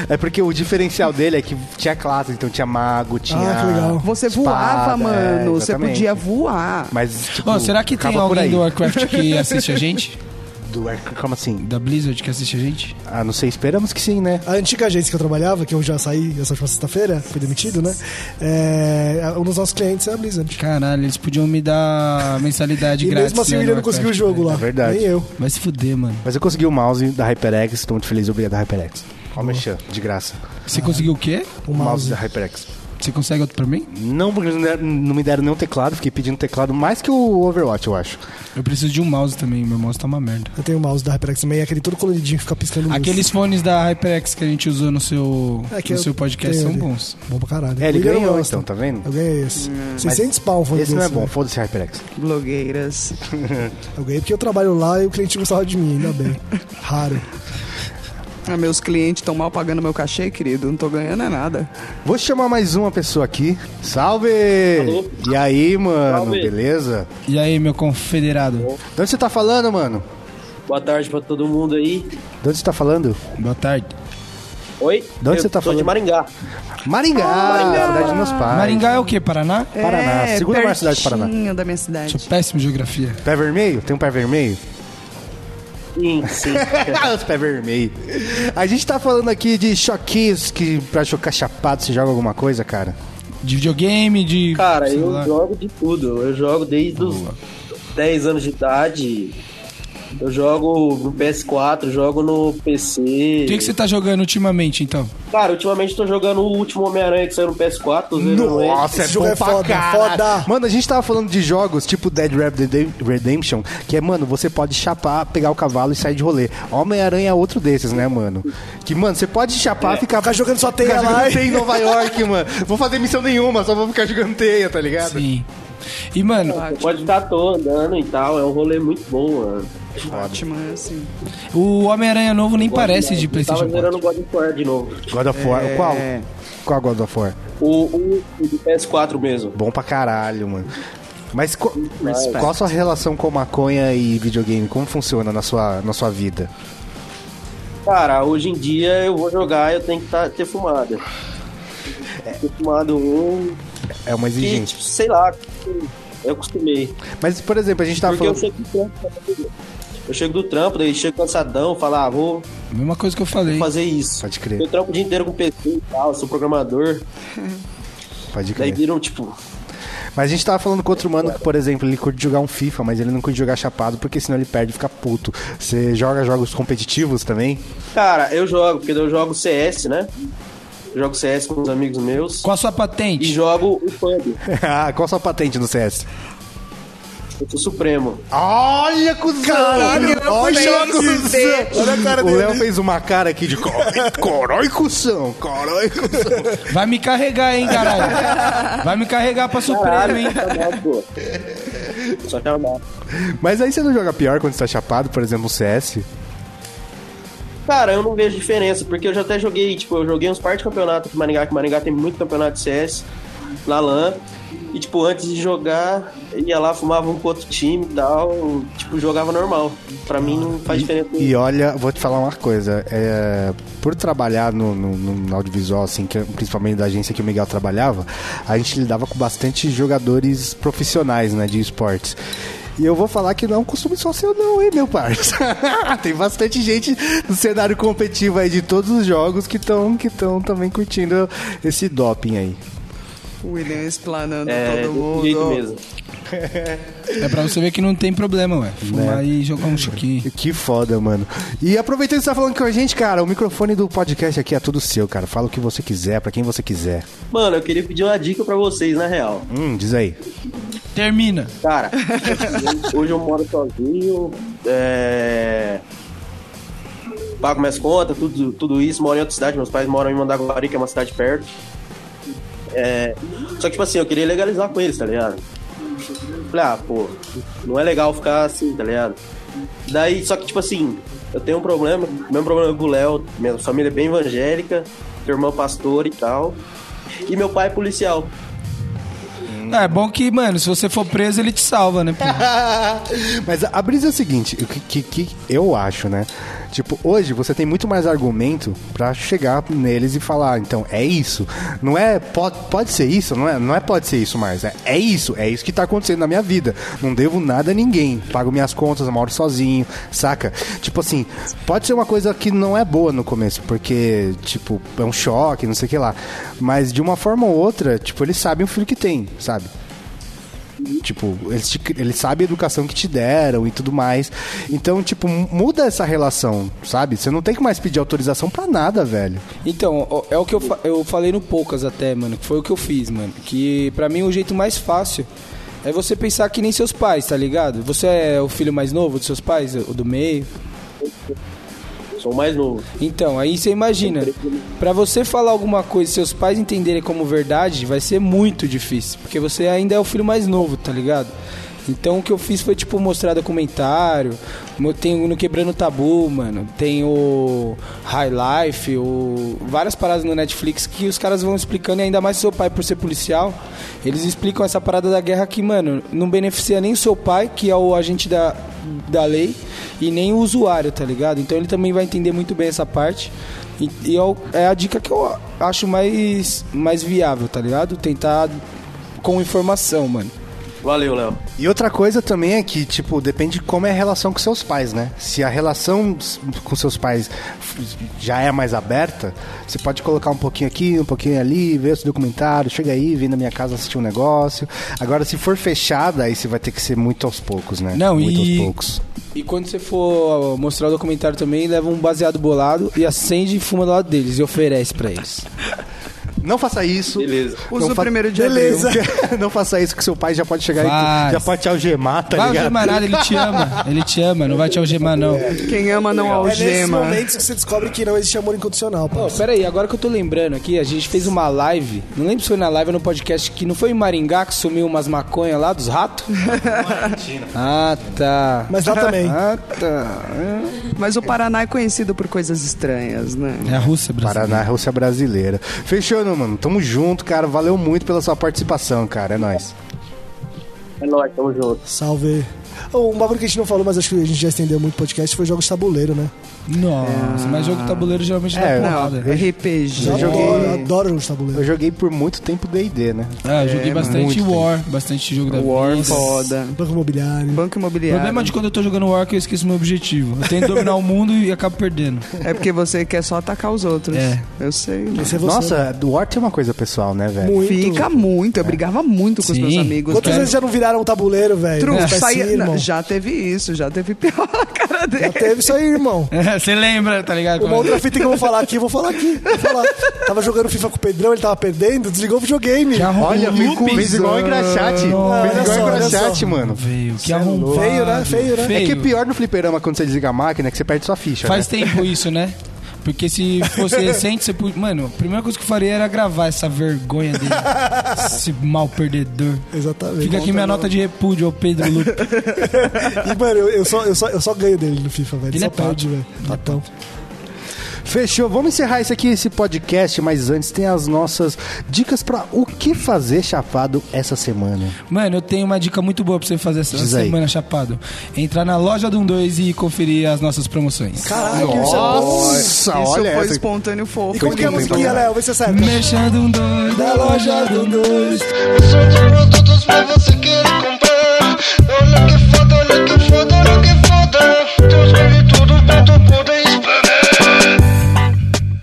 Speaker 1: É porque o diferencial dele é que tinha classe, então tinha mago, tinha.
Speaker 3: Ah, que legal.
Speaker 4: Você
Speaker 1: espada,
Speaker 4: voava, mano.
Speaker 1: é,
Speaker 4: você
Speaker 1: exatamente.
Speaker 4: podia voar.
Speaker 1: Mas. Tipo,
Speaker 2: Ó, será que tem
Speaker 1: acaba por
Speaker 2: alguém
Speaker 1: aí.
Speaker 2: do Warcraft que assiste a gente?
Speaker 1: Do Ar- Como assim?
Speaker 2: Da Blizzard que assiste a gente?
Speaker 1: Ah, não sei, esperamos que sim, né?
Speaker 3: A antiga agência que eu trabalhava, que eu já saí essa última sexta-feira, fui demitido, né? É, um dos nossos clientes é a Blizzard.
Speaker 2: Caralho, eles podiam me dar mensalidade
Speaker 3: e
Speaker 2: grátis.
Speaker 3: mesmo assim
Speaker 2: né,
Speaker 3: o
Speaker 2: no
Speaker 3: William não conseguiu o
Speaker 2: Warcraft,
Speaker 3: jogo
Speaker 2: né?
Speaker 3: lá.
Speaker 1: É verdade.
Speaker 3: Nem eu.
Speaker 2: Vai se fuder, mano.
Speaker 1: Mas eu consegui o mouse da HyperX, estou muito feliz, obrigado da HyperX. Ó, mexer, de graça.
Speaker 2: Você conseguiu o quê?
Speaker 1: O mouse da HyperX.
Speaker 2: Você consegue outro pra mim?
Speaker 1: Não, porque não, deram- não me deram nenhum teclado, fiquei pedindo teclado mais que o Overwatch, eu acho.
Speaker 2: Eu preciso de um mouse também, meu mouse tá uma merda.
Speaker 3: Eu tenho o mouse da HyperX também, é aquele todo coloridinho que fica piscando luz.
Speaker 2: Aqueles fones da HyperX que a gente usou no seu,
Speaker 3: É que
Speaker 2: no
Speaker 3: eu
Speaker 2: seu podcast são
Speaker 3: tenho ali.
Speaker 2: bons.
Speaker 3: Bom pra caralho.
Speaker 1: É, ele
Speaker 3: O William não
Speaker 1: ganhou,
Speaker 3: gosta.
Speaker 1: então, tá vendo? Hum,
Speaker 3: Eu ganhei esse. 600 pau foi
Speaker 1: Esse não é
Speaker 3: desse,
Speaker 1: bom,
Speaker 3: né?
Speaker 1: foda-se HyperX.
Speaker 4: Blogueiras.
Speaker 3: Eu ganhei porque eu trabalho lá e o cliente gostava de mim, ainda
Speaker 2: [laughs]
Speaker 3: bem. Raro.
Speaker 4: Ah, meus clientes estão mal pagando meu cachê, querido. Não tô ganhando é nada.
Speaker 1: Vou chamar mais uma pessoa aqui. Salve!
Speaker 6: Alô?
Speaker 1: E aí, mano,
Speaker 6: Salve.
Speaker 1: beleza?
Speaker 2: E aí, meu confederado?
Speaker 1: De onde você tá falando, mano?
Speaker 6: Boa tarde pra todo mundo aí.
Speaker 1: De onde você tá falando?
Speaker 2: Boa tarde.
Speaker 6: Oi?
Speaker 1: De onde
Speaker 6: Eu
Speaker 1: você tá
Speaker 6: sou
Speaker 1: falando?
Speaker 6: de Maringá.
Speaker 1: Maringá, cidade dos meus pais.
Speaker 2: Maringá é o quê? Paraná?
Speaker 1: Paraná,
Speaker 4: É,
Speaker 1: segunda maior cidade do Paraná.
Speaker 4: pertinho da minha cidade.
Speaker 2: Sou péssimo em geografia.
Speaker 1: Pé vermelho? Tem um pé vermelho?
Speaker 6: Sim, sim.
Speaker 1: Ah, Os pés vermelhos. A gente tá falando aqui de choquinhos que pra chocar chapado você joga alguma coisa, cara?
Speaker 2: De videogame, de.
Speaker 6: Cara, eu
Speaker 2: celular.
Speaker 6: jogo de tudo. Eu jogo desde os 10 anos de idade. Eu jogo no PS4, jogo no PC.
Speaker 2: O que, que você tá jogando ultimamente, então?
Speaker 6: Cara, ultimamente tô jogando o último Homem-Aranha que saiu no PS4. tô zerando ele.
Speaker 1: Nossa,
Speaker 3: Esse jogo
Speaker 1: bom
Speaker 3: é
Speaker 1: pra
Speaker 3: foda,
Speaker 1: caralho.
Speaker 3: foda.
Speaker 1: Mano, a gente tava falando de jogos tipo Dead Rabbit Redemption, que é, mano, você pode chapar, pegar o cavalo e sair de rolê. Homem-Aranha é outro desses, né, mano? Que, mano, você pode chapar e É, ficar
Speaker 3: Ficar jogando sua teia
Speaker 1: ficar jogando
Speaker 3: lá.
Speaker 1: teia em Nova [laughs] York, mano. Vou fazer missão nenhuma, só vou ficar jogando teia, tá ligado?
Speaker 2: Sim. E, mano,
Speaker 6: Você pode estar à toa andando e tal. É um rolê muito bom, mano.
Speaker 4: Ótimo, é assim.
Speaker 2: o Homem-Aranha novo nem parece de
Speaker 6: Eu tava
Speaker 2: PlayStation 4.
Speaker 6: zerando o God of War de novo.
Speaker 1: God of War, qual? É. Qual God of War?
Speaker 6: O, o, o do PS4 mesmo.
Speaker 1: Bom pra caralho, mano. Mas co- qual a sua relação com maconha e videogame? Como funciona na sua, na sua vida?
Speaker 6: Cara, hoje em dia eu vou jogar eu tenho que tá, ter fumado. Ter fumado um.
Speaker 1: É uma
Speaker 6: Que,
Speaker 1: exigência.
Speaker 6: tipo, sei lá, eu acostumei.
Speaker 1: Mas, por exemplo, a gente tava
Speaker 6: Porque eu
Speaker 1: tá falando.
Speaker 6: chego do trampo. Eu chego do trampo, daí chego cansadão, falo, ah, vou
Speaker 2: Mesma coisa que eu falei.
Speaker 6: fazer isso.
Speaker 1: Pode crer.
Speaker 6: Eu trampo o dia inteiro com PC e tal, sou programador.
Speaker 1: Pode
Speaker 6: Daí
Speaker 1: crer.
Speaker 6: viram, tipo,
Speaker 1: Mas a gente tava falando com outro mano que, por exemplo, ele curte jogar um FIFA, mas ele não curte jogar chapado porque senão ele perde e fica puto. Você joga jogos competitivos também? [laughs]
Speaker 6: cara, eu jogo, porque eu jogo CS, né? Eu jogo CS com os amigos meus.
Speaker 2: Qual a sua
Speaker 6: E
Speaker 2: patente?
Speaker 6: jogo o PUBG,
Speaker 1: Ah, Qual a sua patente no CS?
Speaker 6: eu sou Supremo.
Speaker 1: Olha, cuzão! Caralho, olha, cuzão! Olha a cara dele. O Léo fez uma cara aqui de corói, cuzão! Corói, cuzão!
Speaker 2: Vai me carregar, hein,
Speaker 7: [laughs]
Speaker 2: caralho. Vai me carregar pra Supremo, hein.
Speaker 6: Tá bom, pô.
Speaker 1: [laughs]
Speaker 6: Só é chamar.
Speaker 1: Mas aí você não joga pior quando você tá chapado, por exemplo, no CS?
Speaker 6: Cara, eu não vejo diferença, porque eu já até joguei, tipo, eu joguei uns par de campeonatos de Maringá, que Maringá tem muito campeonato de CS, na LAN. E, tipo, antes de jogar, ia lá, fumava um com outro time e tal, tipo, jogava normal. Pra mim não faz diferença.
Speaker 1: E olha, vou te falar uma coisa. é, por trabalhar no, no- no audiovisual, assim, que, principalmente da agência que o Miguel trabalhava, a gente lidava com bastante jogadores profissionais, né, de esportes. E eu vou falar que não é um costume só seu não, hein, meu parça? [laughs] Tem bastante gente no cenário competitivo aí de todos os jogos que estão que tão também curtindo esse doping aí.
Speaker 4: O William explanando todo
Speaker 6: É, desse
Speaker 4: mundo.
Speaker 6: jeito mesmo.
Speaker 2: É pra você ver que não tem problema, ué.
Speaker 7: Né.
Speaker 2: Fumar e jogar um choquinho.
Speaker 1: Que foda, mano. E aproveitando que você tá falando com a gente, cara, o microfone do podcast aqui é tudo seu, cara. Fala o que você quiser, pra quem você quiser.
Speaker 6: Mano, eu queria pedir uma dica pra vocês, na real.
Speaker 1: Hum, diz aí.
Speaker 2: Termina.
Speaker 6: Cara, hoje eu moro sozinho, é... pago minhas contas, tudo, tudo isso, moro em outra cidade, meus pais moram em Mandaguari, que é uma cidade perto. É... Só que, tipo assim, eu queria legalizar com eles, tá ligado? Falei, ah, pô, não é legal ficar assim, tá ligado? Daí, só que, tipo assim, eu tenho um problema, o mesmo problema com o Léo, minha família é bem evangélica, meu irmão é pastor e tal, e meu pai é policial.
Speaker 2: Ah, é bom que, mano, se você for preso, ele te salva, né? pô?
Speaker 1: [laughs] Mas a- a brisa é a seguinte, o que, que, que eu acho, né? Tipo, hoje você tem muito mais argumento pra chegar neles e falar, então, é isso. Não é pode, pode ser isso, não é, não é pode ser isso mais. É, é isso, é isso que tá acontecendo na minha vida. Não devo nada a ninguém. Pago minhas contas, moro sozinho, saca? Tipo assim, pode ser uma coisa que não é boa no começo, porque, tipo, é um choque, não sei o que lá. Mas de uma forma ou outra, tipo, eles sabem o filho que tem, sabe? Tipo, eles, te- eles sabem a educação que te deram e tudo mais. Então, tipo, muda essa relação, sabe? Você não tem que mais pedir autorização pra nada, velho.
Speaker 7: [laughs] Então, ó, é o que eu, fa- eu falei no Poucas até, mano. Que foi o que eu fiz, mano. Que pra mim o jeito mais fácil é você pensar que nem seus pais, tá ligado? Você é o filho mais novo dos seus pais, o do meio.
Speaker 6: Sou o mais novo.
Speaker 7: Então, aí você imagina, pra você falar alguma coisa e seus pais entenderem como verdade, vai ser muito difícil, porque você ainda é o filho mais novo, tá ligado? Então o que eu fiz foi tipo mostrar documentário, eu tenho no Quebrando Tabu, mano, tem o High Life, o várias paradas no Netflix que os caras vão explicando e ainda mais seu pai por ser policial, eles explicam essa parada da guerra que, mano, não beneficia nem o seu pai, que é o agente da da lei e nem o usuário, tá ligado? Então ele também vai entender muito bem essa parte. E, e é o- é a dica que eu acho mais, mais viável, tá ligado? Tentar com informação, mano.
Speaker 6: Valeu, Léo.
Speaker 1: E outra coisa também é que, tipo, depende de como é a relação com seus pais, né? Se a relação s- com seus pais f- já é mais aberta, você pode colocar um pouquinho aqui, um pouquinho ali, ver esse documentário, chega aí, vem na minha casa assistir um negócio. Agora, se for fechada, aí você vai ter que ser muito aos poucos, né?
Speaker 2: Não,
Speaker 1: muito
Speaker 2: e-
Speaker 1: aos poucos.
Speaker 7: E quando você for mostrar o documentário também, leva um baseado bolado e acende e fuma do lado deles e oferece pra eles.
Speaker 1: Não faça isso.
Speaker 6: Beleza.
Speaker 4: Usa
Speaker 1: Não
Speaker 4: o
Speaker 1: fa-
Speaker 4: primeiro de
Speaker 1: Beleza. [laughs]
Speaker 4: Beleza.
Speaker 1: Não faça isso que seu pai já pode chegar aí,
Speaker 2: Faz.
Speaker 1: já pode te algemar, tá
Speaker 2: vai
Speaker 1: ligado?
Speaker 2: algemar nada, ele te ama. Ele te ama, não vai te algemar, não.
Speaker 4: Quem ama não
Speaker 3: É nesses
Speaker 4: algema.
Speaker 3: momentos que você descobre que não existe amor incondicional, pô.
Speaker 7: Pô, pera aí, agora que eu tô lembrando aqui, a gente fez uma live, não lembro se foi na live ou no podcast, que não foi em Maringá que sumiu umas maconhas lá dos ratos?
Speaker 2: [laughs]
Speaker 7: ah, tá.
Speaker 3: Mas lá também.
Speaker 7: Ah, tá.
Speaker 4: é. Mas o Paraná é conhecido por coisas estranhas, né?
Speaker 2: É a Rússia, Brasil.
Speaker 1: Paraná, Rússia brasileira. Fechando, mano. Tamo junto, cara. Valeu muito pela sua participação, cara. É nóis.
Speaker 6: É nóis, tamo junto.
Speaker 3: Salve. Oh, um bagulho que a gente não falou, mas acho que a gente já estendeu muito o podcast, foi jogos de tabuleiro, né?
Speaker 2: Nossa, mas jogo de tabuleiro geralmente
Speaker 1: É,
Speaker 2: dá
Speaker 4: Não,
Speaker 2: porrada.
Speaker 4: RPG.
Speaker 1: Eu joguei-
Speaker 3: Adoro, adoro jogos de
Speaker 1: Eu
Speaker 3: tabuleiro.
Speaker 1: joguei por muito tempo D&D, né?
Speaker 2: Ah, eu
Speaker 3: É,
Speaker 2: joguei bastante
Speaker 1: muito
Speaker 2: War, bastante jogo da
Speaker 4: War
Speaker 2: vida.
Speaker 4: foda.
Speaker 3: Banco imobiliário.
Speaker 4: Banco
Speaker 2: O
Speaker 4: imobiliário.
Speaker 2: problema de quando eu tô jogando War é que eu esqueço meu objetivo. Eu tento dominar o mundo e acabo perdendo. [laughs]
Speaker 4: É porque você quer só atacar os outros.
Speaker 2: É.
Speaker 4: Eu sei. né?
Speaker 3: Esse é você. é
Speaker 1: Nossa, do War tem uma coisa pessoal, né, velho?
Speaker 3: muito. É.
Speaker 4: Fica muito. Eu brigava muito com os
Speaker 2: Sim.
Speaker 4: meus amigos.
Speaker 2: Quanto
Speaker 3: Quantas
Speaker 2: Cara.
Speaker 3: vezes já não viraram um tabuleiro, velho?
Speaker 4: Tru,
Speaker 3: Espécie,
Speaker 4: saía-
Speaker 3: irmão.
Speaker 4: não, já teve isso, já teve [laughs] pior na cara dele.
Speaker 3: Já teve isso aí, irmão.
Speaker 2: Você lembra, tá ligado?
Speaker 3: Uma outra fita que eu vou falar aqui, eu vou falar aqui. Vou falar. Tava jogando FIFA com o Pedrão, ele tava perdendo, desligou o videogame.
Speaker 2: Que arrombou
Speaker 1: Olha,
Speaker 2: o
Speaker 1: fez, fez igual o Engraxate. Fez
Speaker 3: olha
Speaker 1: igual
Speaker 3: só,
Speaker 1: o
Speaker 3: olha
Speaker 1: Engraxate,
Speaker 3: só.
Speaker 1: mano.
Speaker 2: Veio, que arrombado.
Speaker 3: Feio, né? Feio, né?
Speaker 1: É que é
Speaker 2: Feio.
Speaker 1: pior no fliperama quando você desliga a máquina é que você perde sua ficha,
Speaker 2: Faz
Speaker 1: né?
Speaker 2: tempo isso, né? Porque se fosse recente, você podia... Mano, a primeira coisa que eu faria era gravar essa vergonha dele. Esse mal perdedor.
Speaker 3: Exatamente.
Speaker 2: Fica aqui minha nota de repúdio ao Pedro Lupe.
Speaker 3: E, mano, eu, eu só, eu, só, eu só ganho dele no FIFA, velho.
Speaker 2: Ele
Speaker 3: só
Speaker 2: é pato.
Speaker 3: perde, velho. Então, Patão.
Speaker 1: né? Fechou. Vamos encerrar isso aqui, esse podcast, mas antes tem as nossas dicas pra o que fazer chapado essa semana.
Speaker 2: Mano, eu tenho uma dica muito boa pra você fazer essa
Speaker 1: Diz aí.
Speaker 2: semana, Chapado. Entrar na loja do 12 e conferir as nossas promoções.
Speaker 3: Caralho, que isso é bom.
Speaker 1: Nossa,
Speaker 4: Isso
Speaker 1: olha
Speaker 4: foi
Speaker 1: essa.
Speaker 4: espontâneo fofo.
Speaker 3: E como que é a
Speaker 1: Foi
Speaker 3: musiquinha,
Speaker 1: bem
Speaker 3: Léo? Vê se acerta.
Speaker 2: Mexa do 12,
Speaker 3: Da
Speaker 2: da
Speaker 3: loja
Speaker 2: loja
Speaker 3: do um-
Speaker 2: do 12.
Speaker 8: Son productos pra você querer comprar. Olha que foda, olha que foda, olha que foda. Tu escolhe tudo pra tu poder espremer.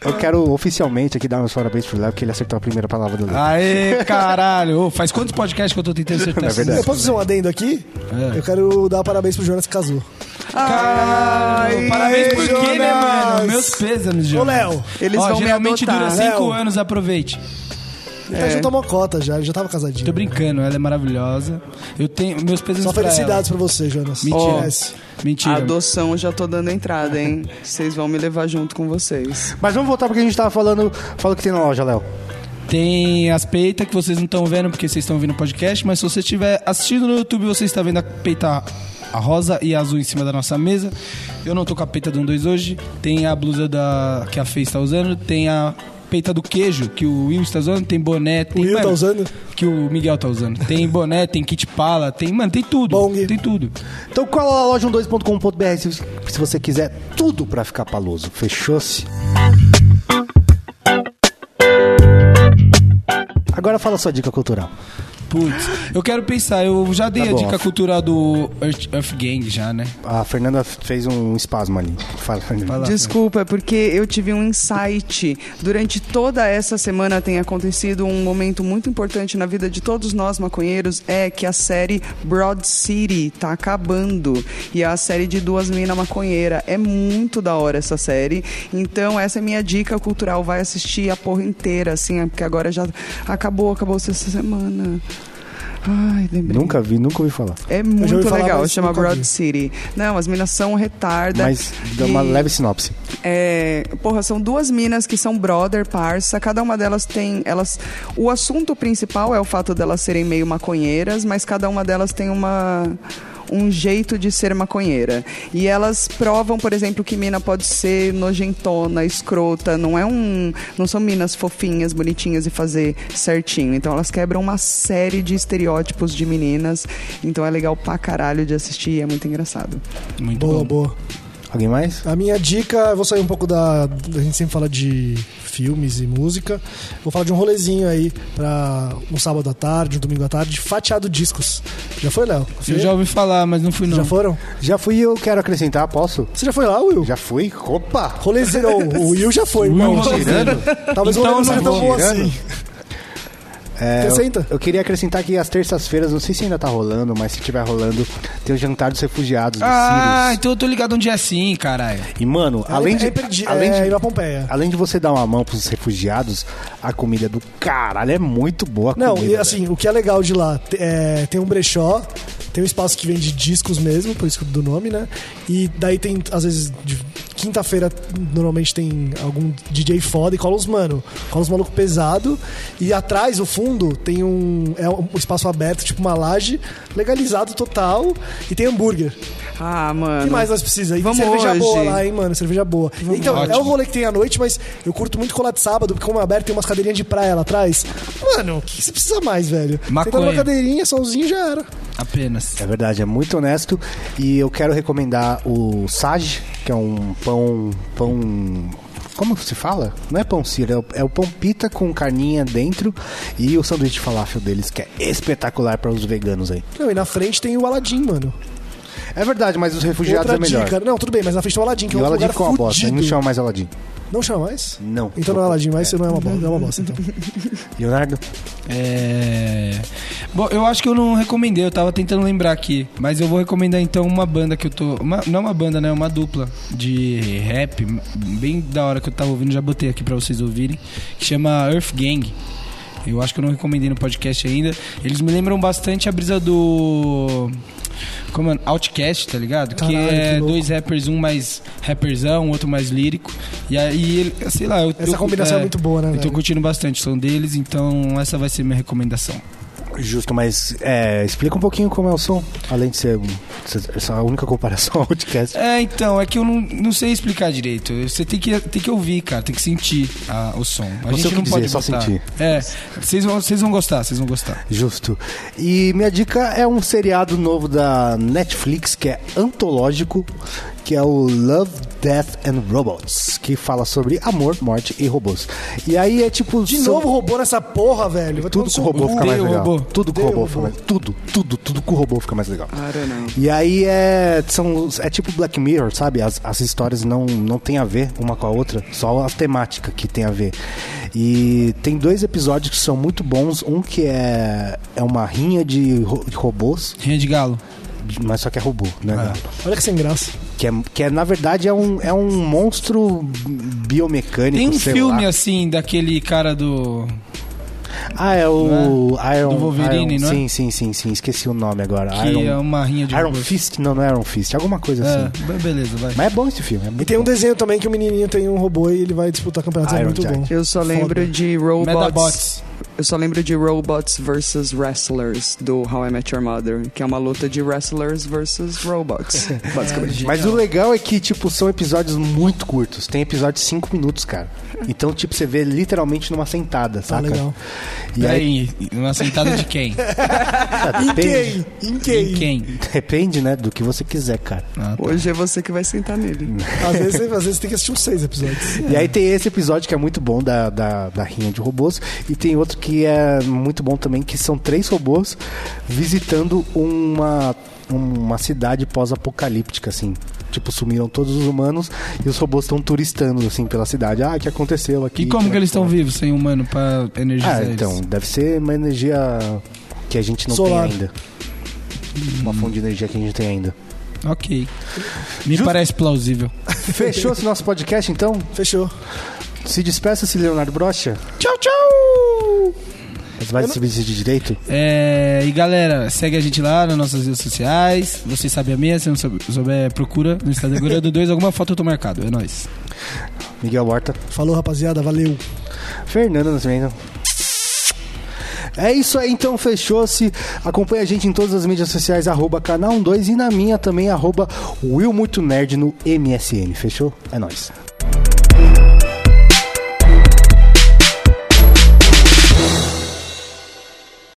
Speaker 1: Eu quero oficialmente aqui dar meus parabéns pro Léo, que ele acertou a primeira palavra do Léo.
Speaker 2: Aê, caralho. Ô, faz quantos podcasts que eu tô tentando acertar?
Speaker 1: É verdade.
Speaker 3: Eu posso fazer um adendo aqui?
Speaker 2: É.
Speaker 3: Eu quero dar parabéns pro Jonas que casou.
Speaker 2: Caralho. Parabéns por quê, né, mano?
Speaker 3: Jonas.
Speaker 2: Meus pêsames,
Speaker 3: Ô,
Speaker 2: Jonas.
Speaker 3: Léo,
Speaker 4: Eles
Speaker 2: Ó,
Speaker 4: vão me
Speaker 2: geralmente
Speaker 4: adotar. né?
Speaker 2: dura cinco
Speaker 3: Léo.
Speaker 2: anos, aproveite.
Speaker 3: ele tá junto a mocota já, ele já tava casadinho.
Speaker 2: Tô brincando, ela é maravilhosa. Eu tenho meus pesos
Speaker 3: Só
Speaker 2: pra
Speaker 3: felicidades pra você, Jonas.
Speaker 2: Mentira.
Speaker 3: Yes.
Speaker 2: ela. Mentira.
Speaker 4: A adoção eu já tô dando entrada, hein? Vocês vão me levar junto com vocês.
Speaker 1: Mas vamos voltar porque a gente tava falando. Fala o que tem na loja, Léo.
Speaker 2: Tem as peitas que vocês não estão vendo porque vocês estão ouvindo o podcast, mas se você estiver assistindo no YouTube, você está vendo a peita a rosa e a azul em cima da nossa mesa. Eu não tô com a peita do 1-2 hoje. Tem a blusa da que a Fê está usando, tem a peita do queijo que o Will está usando, tem boné, tem
Speaker 3: Will tá usando?
Speaker 2: que o Miguel tá usando. Tem boné, tem kit pala, tem, mano, tem tudo.
Speaker 3: Bong.
Speaker 2: Tem tudo.
Speaker 1: Então cola lá loja12.com.br se, se você quiser tudo pra ficar paloso. Fechou-se? Agora fala sua dica cultural.
Speaker 2: Putz, eu quero pensar, eu já dei
Speaker 1: Tá
Speaker 2: a
Speaker 1: bom.
Speaker 2: dica cultural do Earth, Earth Gang já, né?
Speaker 1: A Fernanda fez um espasmo ali. Fala, Fernanda.
Speaker 2: Vai lá.
Speaker 4: Desculpa, é porque eu tive um insight. Durante toda essa semana tem acontecido um momento muito importante na vida de todos nós maconheiros, é que a série Broad City tá acabando. E é a série de duas meninas maconheiras. É muito da hora essa série. Então essa é minha dica cultural. Vai assistir a porra inteira, assim, é porque agora já acabou, acabou essa semana. Ai, lembrei.
Speaker 1: Nunca vi, nunca ouvi falar.
Speaker 4: É
Speaker 3: já ouvi
Speaker 4: muito
Speaker 3: falar,
Speaker 4: legal,
Speaker 3: mas
Speaker 4: chama
Speaker 3: nunca
Speaker 4: Broad
Speaker 3: vi.
Speaker 4: City. Não, as minas são retardas.
Speaker 1: Mas dá uma
Speaker 4: e-
Speaker 1: leve sinopse.
Speaker 4: é, porra, são duas minas que são brother, parça. Cada uma delas tem. elas O assunto principal é o fato delas serem meio maconheiras, mas cada uma delas tem uma. Um jeito de ser maconheira. E elas provam, por exemplo, que mina pode ser nojentona, escrota, não é um. Não são minas fofinhas, bonitinhas e fazer certinho. Então elas quebram uma série de estereótipos de meninas. Então é legal pra caralho de assistir, é muito engraçado.
Speaker 2: Muito
Speaker 3: Boa,
Speaker 2: bom.
Speaker 3: boa.
Speaker 1: Alguém mais?
Speaker 3: A minha dica, eu vou sair um pouco da. A gente sempre fala de filmes e música. Vou falar de um rolezinho aí pra um sábado à tarde, um domingo à tarde, fatiado discos. Já foi, Léo?
Speaker 2: Eu já ouvi falar, mas não fui não.
Speaker 3: Já foram?
Speaker 1: Já fui e eu quero acrescentar, posso?
Speaker 3: Você já foi lá, Will?
Speaker 1: Já fui? Opa!
Speaker 3: Rolezinho, não,
Speaker 2: [laughs]
Speaker 3: o Will já foi, irmão. Talvez
Speaker 2: Então
Speaker 3: o rolê não
Speaker 2: não
Speaker 3: seja tão
Speaker 2: vou.
Speaker 3: bom assim.
Speaker 1: É,
Speaker 3: Acrescenta.
Speaker 1: Eu, eu queria acrescentar que às terças-feiras, não sei se ainda tá rolando, mas se tiver rolando, tem o jantar dos refugiados do
Speaker 2: Ah,
Speaker 1: Sírios.
Speaker 2: então eu tô ligado onde é assim, caralho.
Speaker 1: E, mano, além de.
Speaker 3: é, perdi,
Speaker 1: além
Speaker 3: é,
Speaker 1: de-
Speaker 3: ir na Pompeia.
Speaker 1: Além de você dar uma mão pros refugiados, a comida do caralho é muito boa. a
Speaker 3: Não,
Speaker 1: comida,
Speaker 3: e assim, o que é legal de lá, te- é, tem um brechó, tem um espaço que vende discos mesmo, por isso do nome, né? E daí tem, às vezes, de quinta-feira normalmente tem algum DJ foda e cola os mano, cola os maluco pesado. E atrás, o fundo, tem um, é um espaço aberto, tipo uma laje, legalizado total, e tem hambúrguer.
Speaker 4: Ah,
Speaker 3: O
Speaker 4: mano.
Speaker 3: que mais nós precisamos? E
Speaker 4: Vamos
Speaker 3: cerveja
Speaker 4: hoje.
Speaker 3: boa lá, hein, mano? Cerveja boa. então, é
Speaker 2: Ótimo.
Speaker 3: um rolê que tem à noite, mas eu curto muito colar de sábado, porque como é aberto, tem umas cadeirinhas de praia lá atrás. Mano, o que você precisa mais, velho?
Speaker 2: Maconha.
Speaker 3: Senta numa cadeirinha, solzinho, já era.
Speaker 2: Apenas.
Speaker 1: É verdade, é muito honesto. E eu quero recomendar o Sage, que é um pão. pão. Como se fala? Não é pão sírio, é o, é o pão pita com carninha dentro e o sanduíche de falafel deles, que é espetacular para os veganos aí.
Speaker 3: Não, e na frente tem o Aladim, mano.
Speaker 1: É verdade, mas os refugiados
Speaker 3: Outra
Speaker 1: é melhor.
Speaker 3: dica. Não, tudo bem, mas na frente tem o Aladim, que
Speaker 1: E
Speaker 3: é um
Speaker 1: o Aladim
Speaker 3: lugar
Speaker 1: ficou uma bosta,
Speaker 3: fudido.
Speaker 1: não chama mais Aladim.
Speaker 3: Não chama mais?
Speaker 1: Não.
Speaker 3: Então não é Aladim, mas isso não é uma bosta. É uma
Speaker 1: [laughs]
Speaker 3: bosta, então.
Speaker 1: Leonardo?
Speaker 2: É... Bom, eu acho que eu não recomendei, eu tava tentando lembrar aqui. Mas eu vou recomendar então uma banda que eu tô. uma- não uma banda, né? Uma dupla de rap, bem da hora que eu tava ouvindo, já botei aqui pra vocês ouvirem, que chama Earth Gang. Eu acho que eu não recomendei no podcast ainda. Eles me lembram bastante a brisa do. Como é? Outcast, tá ligado?
Speaker 3: Caralho,
Speaker 2: que é
Speaker 3: que louco.
Speaker 2: dois rappers, um mais rapperzão, outro mais lírico. E aí, ele- sei lá, eu
Speaker 3: Essa
Speaker 2: eu-
Speaker 3: combinação é muito boa, né,
Speaker 2: Eu tô
Speaker 3: velho?
Speaker 2: curtindo bastante o som deles, então essa vai ser minha recomendação.
Speaker 1: Justo, mas é, explica um pouquinho como é o som, além de ser um- essa única comparação ao [laughs] podcast.
Speaker 2: É, então, é que eu não, não sei explicar direito. Você tem que, tem que ouvir, cara, tem que sentir a- o som.
Speaker 1: Não sei
Speaker 2: A
Speaker 1: o
Speaker 2: gente
Speaker 1: que
Speaker 2: não
Speaker 1: dizer,
Speaker 2: pode
Speaker 1: só
Speaker 2: botar.
Speaker 1: sentir.
Speaker 2: É, vocês vão, vocês vão gostar, vocês vão gostar.
Speaker 1: Justo. E minha dica é um seriado novo da Netflix que é antológico, que é o Love, Death and Robots, que fala sobre amor, morte e robôs. E aí é tipo.
Speaker 3: De novo robô nessa porra, velho. Vai
Speaker 1: Tudo com
Speaker 3: tomar no seu
Speaker 1: robô
Speaker 3: cu.
Speaker 1: fica mais
Speaker 2: Odeio
Speaker 1: legal.
Speaker 2: robô.
Speaker 1: Tudo com
Speaker 3: Odeio
Speaker 1: um robô fica
Speaker 3: robô.
Speaker 1: mais Tudo, tudo, tudo com robô fica mais legal.
Speaker 4: I don't know.
Speaker 1: E aí é, são, é tipo Black Mirror, sabe? As, as histórias não, não tem a ver uma com a outra, só a temática que tem a ver. E tem dois episódios que são muito bons. Um que é, é uma rinha de, ro- de robôs,
Speaker 2: Rinha de galo.
Speaker 1: mas só que é robô, né? cara?
Speaker 3: Olha que sem graça.
Speaker 1: Que, é, que é, na verdade, é um, é um monstro biomecânico,
Speaker 2: Tem um
Speaker 1: sei
Speaker 2: filme
Speaker 1: lá.
Speaker 2: assim daquele cara do.
Speaker 1: Ah, é o Iron...
Speaker 2: né? Do Wolverine,
Speaker 1: Iron,
Speaker 2: não é?
Speaker 1: Sim, sim, sim, sim. Esqueci o nome agora.
Speaker 2: Que
Speaker 1: Iron,
Speaker 2: é uma rinha de
Speaker 1: Iron
Speaker 2: robôs.
Speaker 1: Fist? Não, não é Iron Fist. Alguma coisa
Speaker 2: É,
Speaker 1: assim.
Speaker 2: be- beleza, vai.
Speaker 1: Mas é bom esse filme. É
Speaker 3: E
Speaker 1: muito
Speaker 3: tem um
Speaker 1: bom.
Speaker 3: desenho também que o menininho tem um robô e ele vai disputar campeonatos.
Speaker 1: Iron
Speaker 3: É muito
Speaker 1: Giant.
Speaker 3: bom.
Speaker 4: Eu só lembro de Robots.
Speaker 2: Metabots.
Speaker 4: Eu só lembro de Robots versus Wrestlers do How I Met Your Mother, que é uma luta de wrestlers versus robots, basicamente.
Speaker 1: Mas o legal é que, tipo, são episódios muito curtos. Tem episódio de 5 minutos, cara. Então, tipo, você vê literalmente numa sentada, saca?
Speaker 3: legal.
Speaker 1: E aí, tá,
Speaker 2: Peraí, uma sentada
Speaker 1: [laughs]
Speaker 2: de quem?
Speaker 3: Em
Speaker 1: depende,
Speaker 3: quem? Em quem?
Speaker 2: Em quem? Ah, tá.
Speaker 1: depende, né, do que você quiser, cara.
Speaker 4: Hoje é você que vai sentar nele.
Speaker 3: Às
Speaker 1: [laughs]
Speaker 3: vezes, às vezes tem que assistir uns seis episódios.
Speaker 1: E aí tem esse episódio que é muito bom da, da, da rinha de robôs. E tem outro que é muito bom também, que são três robôs visitando uma, uma cidade pós-apocalíptica, assim. Tipo, sumiram todos os humanos e os robôs estão turistando, assim, pela cidade. Ah, o que aconteceu aqui?
Speaker 2: E como que eles estão vivos sem humano pra energizar
Speaker 1: Ah,
Speaker 2: eles?
Speaker 1: então, deve ser uma energia que a gente não
Speaker 3: Solar.
Speaker 1: tem ainda. Uma
Speaker 2: Hum.
Speaker 1: fonte de energia que a gente tem
Speaker 2: [laughs]
Speaker 1: ainda.
Speaker 2: Ok. Me parece plausível.
Speaker 1: Fechou esse nosso podcast, então?
Speaker 3: Fechou.
Speaker 1: Se despeça-se, Leonardo Brocha.
Speaker 2: Tchau, tchau!
Speaker 1: Mas vai se vestir de direito?
Speaker 2: É, e galera, segue a gente lá nas nossas redes sociais. Você sabe a minha, se não soube- souber, procura no Instagram do 2, alguma foto eu tô marcado. É nóis.
Speaker 1: Miguel Horta.
Speaker 3: Falou, rapaziada. Valeu.
Speaker 1: Fernando Nascimento. É isso aí, então fechou-se. Acompanha a gente em todas as mídias sociais, arroba um canal 12 e na minha também, arroba Will Muito Nerd no MSN. Fechou? É nóis.